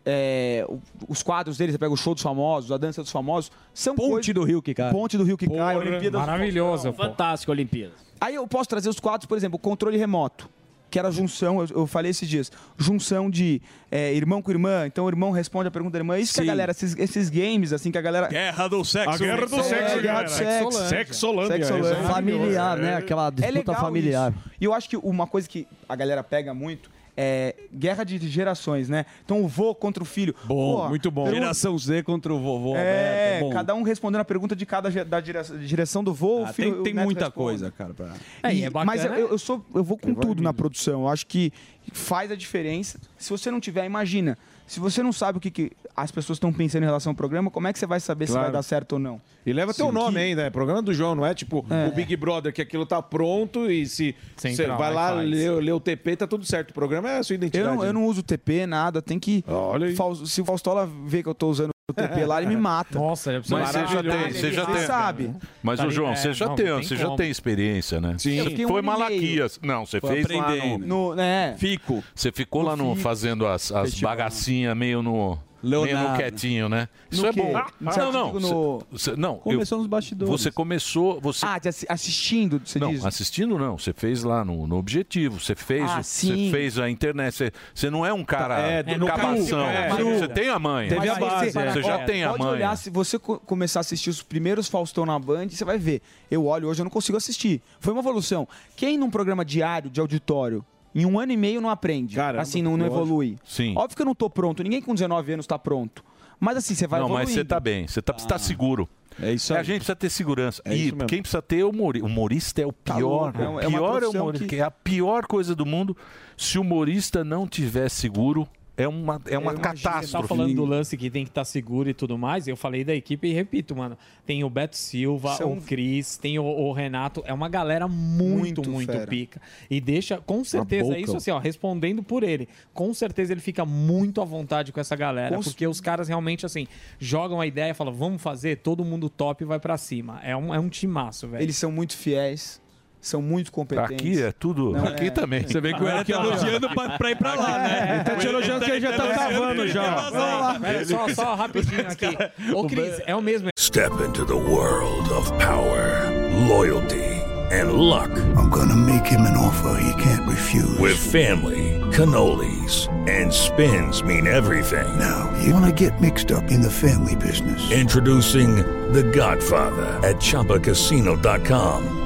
é, o- os quadros dele, você pega o show dos famosos, a dança dos famosos, são Ponte
do Rio que cai.
Ponte do Rio que cai, Olimpíadas do
Maravilhoso, pô. Fantástico, Olimpíadas.
Aí eu posso trazer os quadros, por exemplo, o controle remoto, que era a junção, eu, eu falei esses dias, junção de é, irmão com irmã, então o irmão responde a pergunta da irmã. Isso que a
Sim.
galera, esses, esses games, assim, que a galera.
Guerra do sexo. né?
A guerra do sexo,
É, guerra do
galera.
sexo.
Sexolândia.
Sexolândia.
Sexolândia.
Familiar, né? Aquela
É
disputa
legal
familiar.
isso. E eu acho que uma coisa que a galera pega muito. É guerra de gerações, né? Então o vô contra o filho. Pô, pergunta-
Geração Z contra o vovô.
É,
Alberto, bom.
cada um respondendo a pergunta de cada ge- da direção, direção do voo.
Ah,
o filho-
tem
o
tem
neto
muita
responde.
coisa, cara. Pra...
É, E-
é
mas eu, eu sou, eu vou com tudo na produção. Eu acho que faz a diferença. Se você não tiver, imagina. Se você não sabe o que, que as pessoas estão pensando em relação ao programa, como é que você vai saber se
Claro.
vai dar certo ou não?
E leva
Sim,
teu nome
que-
ainda, é programa do João, não é tipo o Big Brother, que aquilo tá pronto e se
Sem
você
entrar,
vai lá,
vai, faz.
lê, lê o TP, tá tudo certo. O programa é a sua
Eu
identidade.
não, eu não uso TP, nada. Tem que. Faus- se o Faustola vê que eu tô usando o TP lá, ele me mata. Nossa, é
Mas você já tem, você já tem.
sabe.
Mas
Tá
o João,
ligado?
você já
Não,
tem,
não
você já
como.
tem experiência, né?
Eu
Você
fiquei um
foi
ano e meio.
Malaquias. Não, você
Foi
fez lá no...
aprendendo. No- né?
Fico.
Você ficou lá no
Fico.
fazendo as, as bagacinhas meio no meio no
Leonardo.
quietinho, né?
No
Isso é
quê?
bom.
Ah,
não,
ah.
tipo,
não.
Você
Você-
digo
você- não. eu-
Começou nos bastidores.
Você começou, você
Ah, de assi- assistindo, você
não,
diz?
assistindo não. Você fez lá no, no objetivo. Você fez,
Ah,
o- você
sim.
fez a internet. Você, você não é um cara
É,
é,
no
cabação.
cru, é.
Você tem a manha.
Mas aí
Você, já
ó,
tem a
é. pode
manha.
olhar, se você co- começar a assistir os primeiros Faustão na Band, você vai ver. Eu olho hoje, eu não consigo assistir. Foi uma evolução. Quem num programa diário de auditório, em um ano e meio não aprende, assim, não, não
lógico.
evolui.
Sim.
Óbvio que eu não tô pronto, ninguém com 19 anos tá pronto. Mas assim, você vai
não, mas
evoluindo.
você tá bem, você tá, você
Ah,
tá seguro.
É isso
A gente precisa ter segurança.
É
e
isso mesmo.
quem precisa ter é o humori- humorista é o pior.
louco, é
o
uma- é uma
pior é o
profissão
humorista.
que-
que É a pior coisa do mundo. Se o humorista não tiver seguro, é uma, é uma catástrofe.
Você tá falando do lance que tem que estar seguro e tudo mais. Eu falei da equipe e repito, mano. Tem o Beto Silva,
São-
o Cris, tem o, o Renato. É uma galera muito,
Muito
muito,
fera.
pica. E deixa, com certeza,
boca.
isso assim, ó, respondendo por ele. Com certeza ele fica muito à vontade com essa galera.
Com
porque os caras realmente, assim, jogam a ideia e falam, vamos fazer, todo mundo top e vai pra cima. É um, é um timaço, velho.
Eles são muito fiéis, são muito competentes.
Aqui é tudo.
Não,
aqui
é.
também.
Você vê que o Era tá elogiando
É
pra- pra ir pra lá,
É,
né?
Ele tá te elogiando que ele já tá cavando já.
É,
Pera, É, só, só rapidinho aqui. Ô, Cris, é o mesmo
Step into the world of power, loyalty, and luck. I'm gonna make him an offer he can't refuse. With family, cannolis, and spins mean everything. Now, you wanna get mixed up in the family business? Introducing The Godfather at ChumbaCasino.com.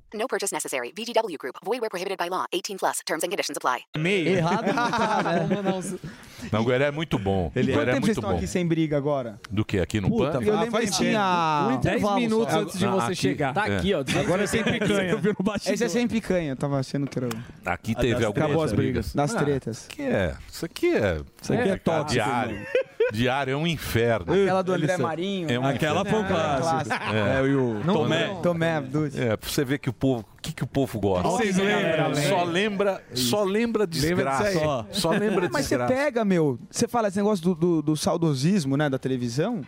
No purchase necessary. VGW Group. Void where prohibited by law. 18 plus. Terms and conditions apply.
Meio.
Errado não tá,
né?
Não, o Gueré é muito bom. Ele
Quanto
Gueré é
tempo vocês
muito
estão
bom.
aqui sem briga agora?
Do que? Aqui no
Puta,
PAN?
eu lembro que tinha... um Ah,
Não, aqui- é.
Agora é sem picanha. Esse
Esse
é sem picanha. Tava achando que era... um
Aqui teve algumas
Acabou as brigas. Das
Ah,
tretas.
que é? Isso aqui é.
Isso aqui é tóxico,
Diário. Diário é um inferno.
Aquela do André Marinho.
né?
É um
Aquela
inferno.
foi um clássico.
É,
É, e o Não, Tomé.
Tomé.
não. Tomé Abduz.
É, pra você ver que o povo. O que, que o povo gosta?
Vocês
né?
lembram? né? É
Só lembra, só lembra desgraça. só. só lembra
Ah, Mas você
desgraça.
pega, meu, você fala esse negócio do, do, do saudosismo, né, da televisão.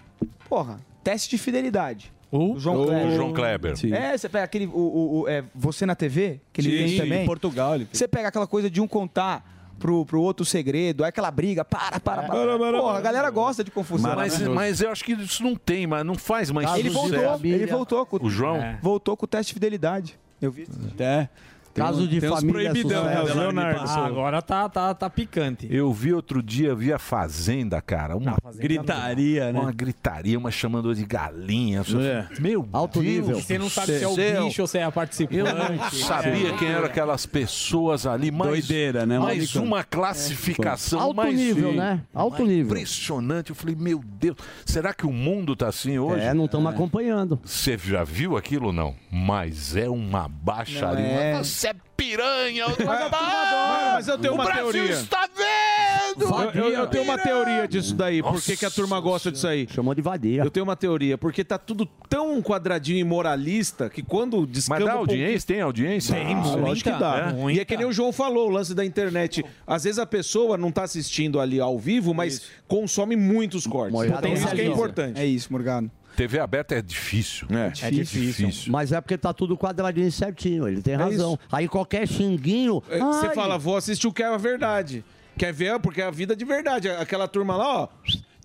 Porra, teste de fidelidade. O João
Oh.
Kleber.
João Kleber. Sim.
É, você pega aquele. O, o- o- é, você na TV, que ele
Sim,
tem também.
em Portugal, ele fez.
Você pega aquela coisa de um contar pro, pro outro o segredo, aí aquela briga, para, para, para. Porra, a galera gosta de confusão.
Mas,
né?
mas eu acho que isso não tem, mas não faz mais
ele
sucesso.
voltou, ele voltou com
O João?
Voltou com o teste de fidelidade. Eu vi.
É.
um-
Caso de família sucesso.
né?
Os Leonardo.
Ah, agora tá, tá, tá picante.
Eu vi outro dia, vi a Fazenda, cara. Uma gritaria, né? Uma gritaria, uma chamando de galinha. assim, Meu Alto Deus.
E Você não sabe se é o bicho ou se é a participante.
Eu não sabia quem eram aquelas pessoas ali. Mais,
Doideira, né?
Mais
Maluco.
uma classificação.
Alto
mais-
nível, né?
Alto nível. Impressionante. Eu falei, meu Deus, será que o mundo tá assim hoje?
É, não estamos acompanhando.
Você já viu aquilo ou não? Mas é uma baixaria.
é.
Você é piranha. eu tô-
mas eu tenho
o
uma
Brasil
teoria.
está vendo.
Eu, eu- eu tenho uma teoria disso daí. Por que, que a turma gosta disso aí? Chamou de vadia. Eu tenho uma teoria. Porque tá tudo tão quadradinho e moralista que quando descamba...
Mas dá
um
audiência? Tem audiência?
Tem,
Ah,
muita,
lógico que
né?
dá.
dá. E é que nem o João falou, o lance da internet. Às vezes a pessoa não tá assistindo ali ao vivo, mas consome muitos cortes. Então isso que é importante.
É isso, Morgado.
TV aberta é difícil.
É,
Mas é porque tá tudo quadradinho certinho, ele tem razão.
É isso.
Aí qualquer xinguinho.
É, Você
ai,
fala, vou assistir o que é a verdade. Quer ver? Porque é a vida de verdade. Aquela turma lá, ó.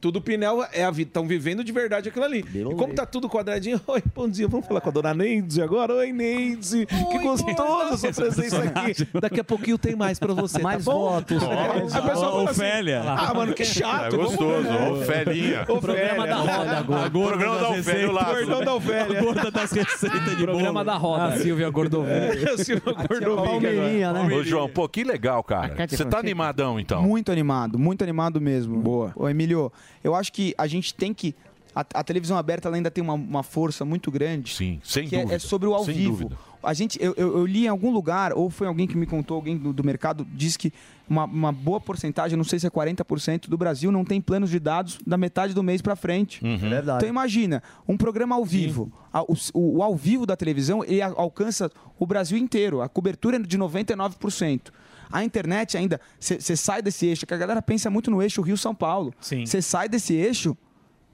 Tudo pinel é a vida. Estão vivendo de verdade aquilo ali.
um
E como tá tudo quadradinho, oi, bom dia. Vamos falar com a dona Neide agora? Oi, Neide. que gostoso a sua presença aqui. Daqui a pouquinho tem mais pra você. Mais tá bom? votos. a pessoa fala assim,
Ofélia.
Ah, mano, que
É
chato. vamos
gostoso,
ver."
Ofélia.
O programa da roda
A
agora.
gorda das receitas.
O Gordão da Ofélia.
Tá A gorda das receitas de
Programa
bolo.
Tá
da roda.
A Silvia Gordovinha.
É, o Silvio
Palmeirinha, né?
Ô, João, pô, que legal,
A
cara.
Cátia
Você tá
Fonseca.
animadão, então?
Muito animado, muito animado mesmo. Boa. Ô, Emílio, eu acho que a gente tem que. A, a televisão aberta ela ainda tem uma, uma força muito grande.
Sim, sem
que é-
dúvida.
É, sobre o ao
Sem
vivo.
dúvida.
A gente, eu, eu- eu li em algum lugar, ou foi alguém que me contou, alguém do, do mercado, diz que uma, uma boa porcentagem, não sei se é 40%, do Brasil não tem planos de dados da metade do mês pra frente.
Uhum.
Verdade.
Então imagina, um programa ao vivo. A- o, o- o ao vivo da televisão ele a- alcança o Brasil inteiro. A cobertura é de 99%. A internet ainda, você sai desse eixo, que a galera pensa muito no eixo Rio-São Paulo. Você sai desse eixo,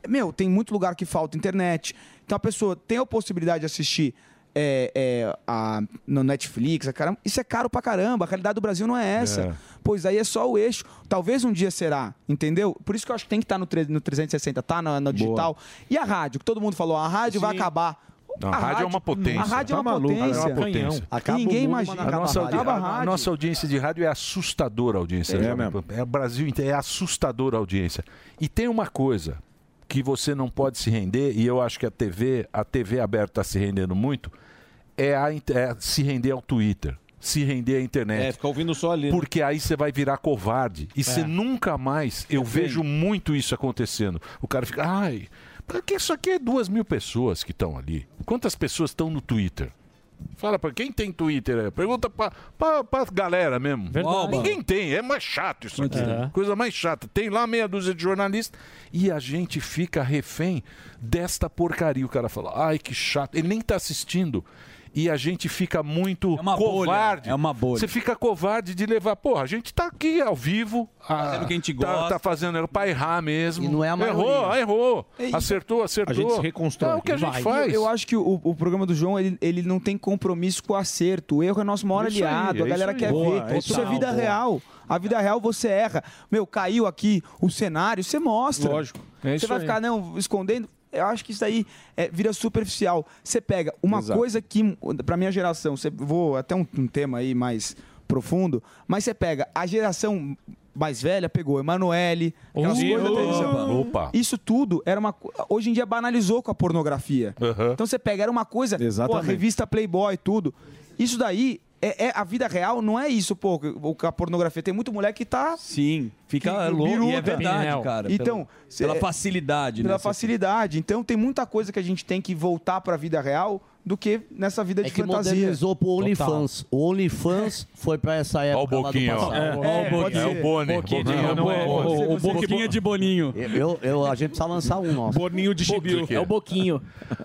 meu, tem muito lugar que falta internet. Então a pessoa tem a possibilidade de assistir é, é, a- no Netflix, a caramba. Isso é caro pra caramba. A realidade do Brasil não é essa.
É.
Pois aí é só o eixo. Talvez um dia será, entendeu? Por isso que eu acho que tem que estar no, tre- no 360, tá na- no, digital. E a rádio, que todo mundo falou, a rádio vai acabar.
Não, a rádio é uma potência.
A rádio é
Tá
uma
maluco,
potência.
a rádio é uma potência.
Acaba Ninguém o mundo, imagina. mas
A
não
nossa,
acaba a
audi-
rádio.
a- a nossa audiência de rádio é assustadora a audiência.
É
Jovem
mesmo.
Pan. É o Brasil inteiro, é assustadora a audiência. E tem uma coisa que você não pode se render, e eu acho que a TV, a TV aberta está se rendendo muito, é, a in- é se render ao Twitter. Se render à internet.
É, ficar ouvindo só ali. né?
Porque aí você vai virar covarde. E você nunca mais. Eu vejo muito isso acontecendo. O cara fica. Ai, porque isso aqui é duas mil pessoas que estão ali. Quantas pessoas estão no Twitter? Fala pra quem tem Twitter, é? pergunta pra, pra, pra galera mesmo.
Verdade.
Ninguém tem, é mais chato isso aqui.
É.
Coisa mais chata. Tem lá meia dúzia de jornalistas e a gente fica refém desta porcaria. O cara fala, ai que chato, ele nem tá assistindo. E a gente fica muito
uma bolha,
covarde.
é uma bolha.
Você fica covarde de levar. Porra, a gente tá aqui ao vivo.
Fazendo o que a gente
tá-
gosta.
Tá, fazendo é pra errar mesmo. E não é
a
Errou,
maioria.
errou. acertou, acertou. É o que a gente faz.
Eu, eu acho que o, o programa do João, ele, ele não tem compromisso com o acerto. O erro é nosso maior
Isso aí,
aliado.
é
a galera
isso aí.
quer
Boa,
ver.
é
isso é
total,
vida
boa.
real. A vida real você erra. Meu, caiu aqui o cenário, você mostra.
Lógico, é
você
isso
vai
aí.
ficar, não, escondendo. Eu acho que isso daí é, vira superficial. Você pega uma
Exato.
coisa que, pra minha geração, você vou até um, um tema aí mais profundo, mas você pega a geração mais velha, pegou Emanuele, aquelas
Opa.
coisas da televisão.
Opa.
Isso tudo era uma. co- Hoje em dia banalizou com a pornografia. Então você pega, era uma coisa. Pô, a revista Playboy, tudo. Isso daí. É, é- a vida real não é isso, pô. O, a pornografia tem muito moleque que tá.
Sim, fica louco. E é verdade, cara.
Então,
pela,
cê-
pela facilidade,
Pela
né? Cê-
facilidade. Então tem muita coisa que a gente tem que voltar pra vida real do que nessa vida
É
de
que
fantasia.
modernizou pro OnlyFans. O OnlyFans foi pra essa época lá do
Boquinha, ó.
passado.
É, Ó o é, pode Boquinha. ser. É o Boni. Boquinha de- Não, não é, pode ser, pode ser. Boquinha
de Boninho.
Eu, eu, a gente precisa
É
lançar um, nosso.
Boninho de
Chibiu. É o
Boquinho.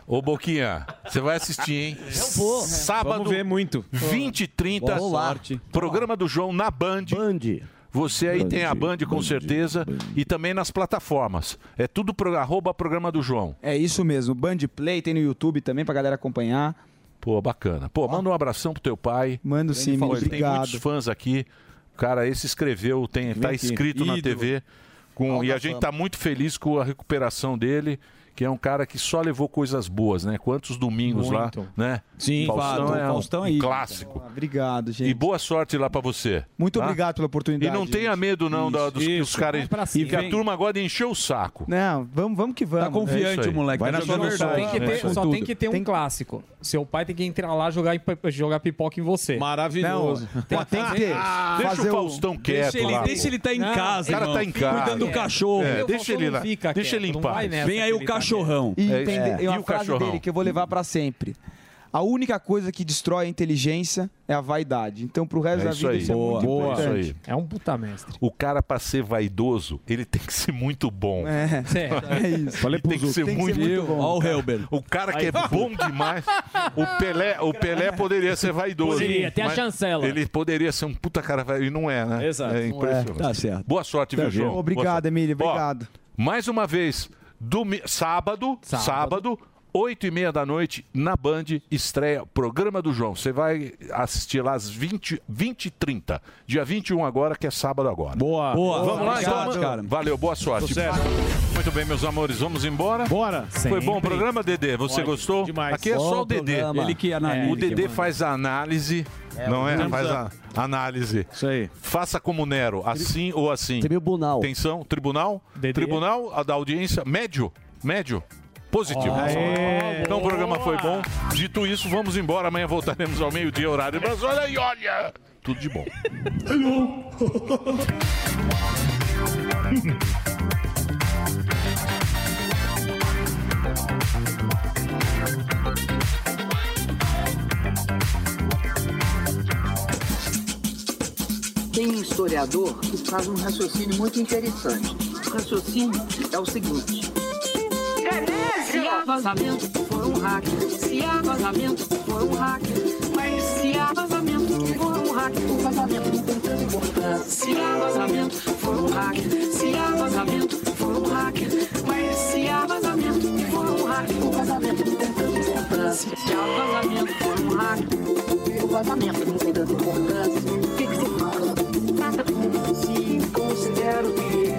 Ô, Boquinha, você vai assistir, hein? Eu né?
vou.
Sábado.
Vamos ver
muito.
20 e 30.
Boa sorte.
Programa do João na Band.
Band.
Você aí tem a Band, com certeza. E também nas plataformas. É tudo pro, arroba programa do João.
É isso mesmo. Band Play tem no YouTube também pra galera acompanhar.
Pô, bacana. Pô, manda um abração pro teu pai.
Mando sim,
Pô,
menino,
ele Tem
obrigado.
muitos fãs aqui. Cara, esse escreveu, tem, tá
aqui.
escrito na
Ídolo.
TV. Com, e a gente tá muito feliz com a recuperação dele, que é um cara que só levou coisas boas, né? Quantos domingos
Muito.
lá, né?
Sim, Faustão,
é um,
Faustão
um
aí.
clássico.
Obrigado, gente.
E boa sorte lá pra você.
Muito
tá?
obrigado pela
E
oportunidade.
não tenha
gente.
medo, não, da- dos que os caras.
Vai pra
E que
cima.
a turma agora encheu o saco.
Não, vamos, vamos que vamos.
Tá confiante, É isso aí. moleque. Vai na sua
Só tem que ter, só tem que ter um
Tem-
clássico. Seu pai tem que entrar lá jogar, em- jogar pipoca em você.
Maravilhoso.
Não,
Pô, tem que ter.
Ah, Deixa o Faustão quieto. lá, pô.
Não,
O cara
irmão.
tá em casa.
Cuidando do
É.
cachorro.
É,
Meu
deixa
Faustão
ele
não
lá.
fica
Deixa
quieto,
ele em
não vai
paz.
nessa Vem aí que o ele tá cachorrão.
E,
quieto. É isso.
entende-
É.
e uma
E o
frase
cachorrão?
dele que eu vou levar pra sempre. A única coisa que destrói a inteligência é a vaidade. Então, pro resto da vida, isso é muito importante.
É um puta mestre.
O cara, pra ser vaidoso, ele tem que ser muito bom.
É, é isso.
Falei
Falei pro
tem que
Zuc,
ser
tem que
muito,
ser muito bom.
bom.
Ó o Helber.
O cara que
Aí,
é bom demais. O Pelé, o Pelé poderia ser vaidoso.
Poderia, tem a
mas
chancela.
Ele poderia ser um puta cara vaidoso. E não é, né?
Exato.
É
Não é.
impressionante.
Tá certo.
Boa sorte,
Tá
viu,
vendo?
João?
Obrigado,
Boa sorte.
Emílio,
Ó,
obrigado.
mais uma vez, domi- sábado,
Sábado.
sábado, oito e meia da noite, na Band, estreia Programa do João. Você vai assistir lá às 20, 20 e 30. Dia 21 agora, que é sábado agora.
Boa.
Boa.
Vamos lá,
Obrigado,
então.
cara.
Valeu, boa sorte.
Sucesso.
Muito bem, meus amores, vamos embora?
Bora.
Foi bom o
Sempre.
programa, Dedê? Você
Ótimo,
gostou?
demais.
Aqui é
Bom
só o Dedê.
programa. Ele que analisa,
O
ele que
Dedê
manda.
faz a análise, não é?
temos
Faz
a-
a análise.
Isso aí.
Faça como Nero, assim ou assim.
Tribunal.
Atenção, tribunal. Tribunal, a da audiência, médio, médio. Positivo.
Aê.
Então o programa foi bom. Dito isso, vamos embora. Amanhã voltaremos ao meio-dia, horário. Mas olha aí, olha! Tudo de bom.
Tem um historiador que faz um raciocínio muito interessante. O raciocínio é o seguinte.
Se há vazamento, for um hack. Se há vazamento, for um hack. Mas se há vazamento, for um hack. O vazamento não tem tanta importância. Se há vazamento, for um hack. Se há vazamento, for um hack. Mas se há vazamento, for um hack. O vazamento não tem tanta importância. Se há vazamento, for um hack. O vazamento não tem tanta importância. O que, que você fala? Nada. Se considero que.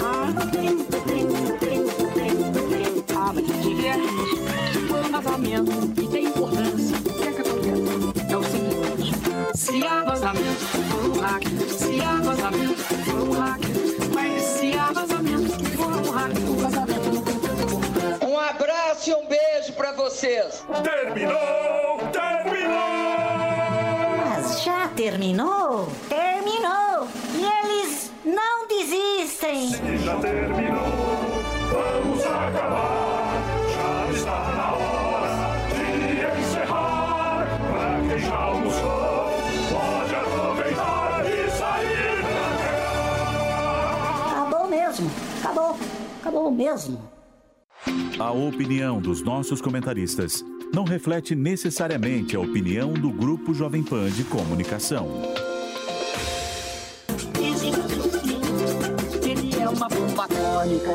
Ah, tem, tem, tem, tem, tem abre de verniz. Foi um vazamento e tem importância. O que é que acontece? É o seguinte: se há vazamento, for um hack. Se há vazamento, for um hack. Mas se há vazamento, for um hack. O vazamento não tem tanta importância. Um abraço e um beijo pra vocês. Terminou! Terminou!
Mas já terminou? Terminou! E eles não desistem!
Já terminou, vamos acabar. Já está na hora de encerrar. Pra quem já almoçou, pode aproveitar e sair pra cá.
Acabou Tá mesmo! tá Acabou! Acabou mesmo!
A opinião dos nossos comentaristas não reflete necessariamente a opinião do Grupo Jovem Pan de Comunicação.
Ele é uma bomba atômica.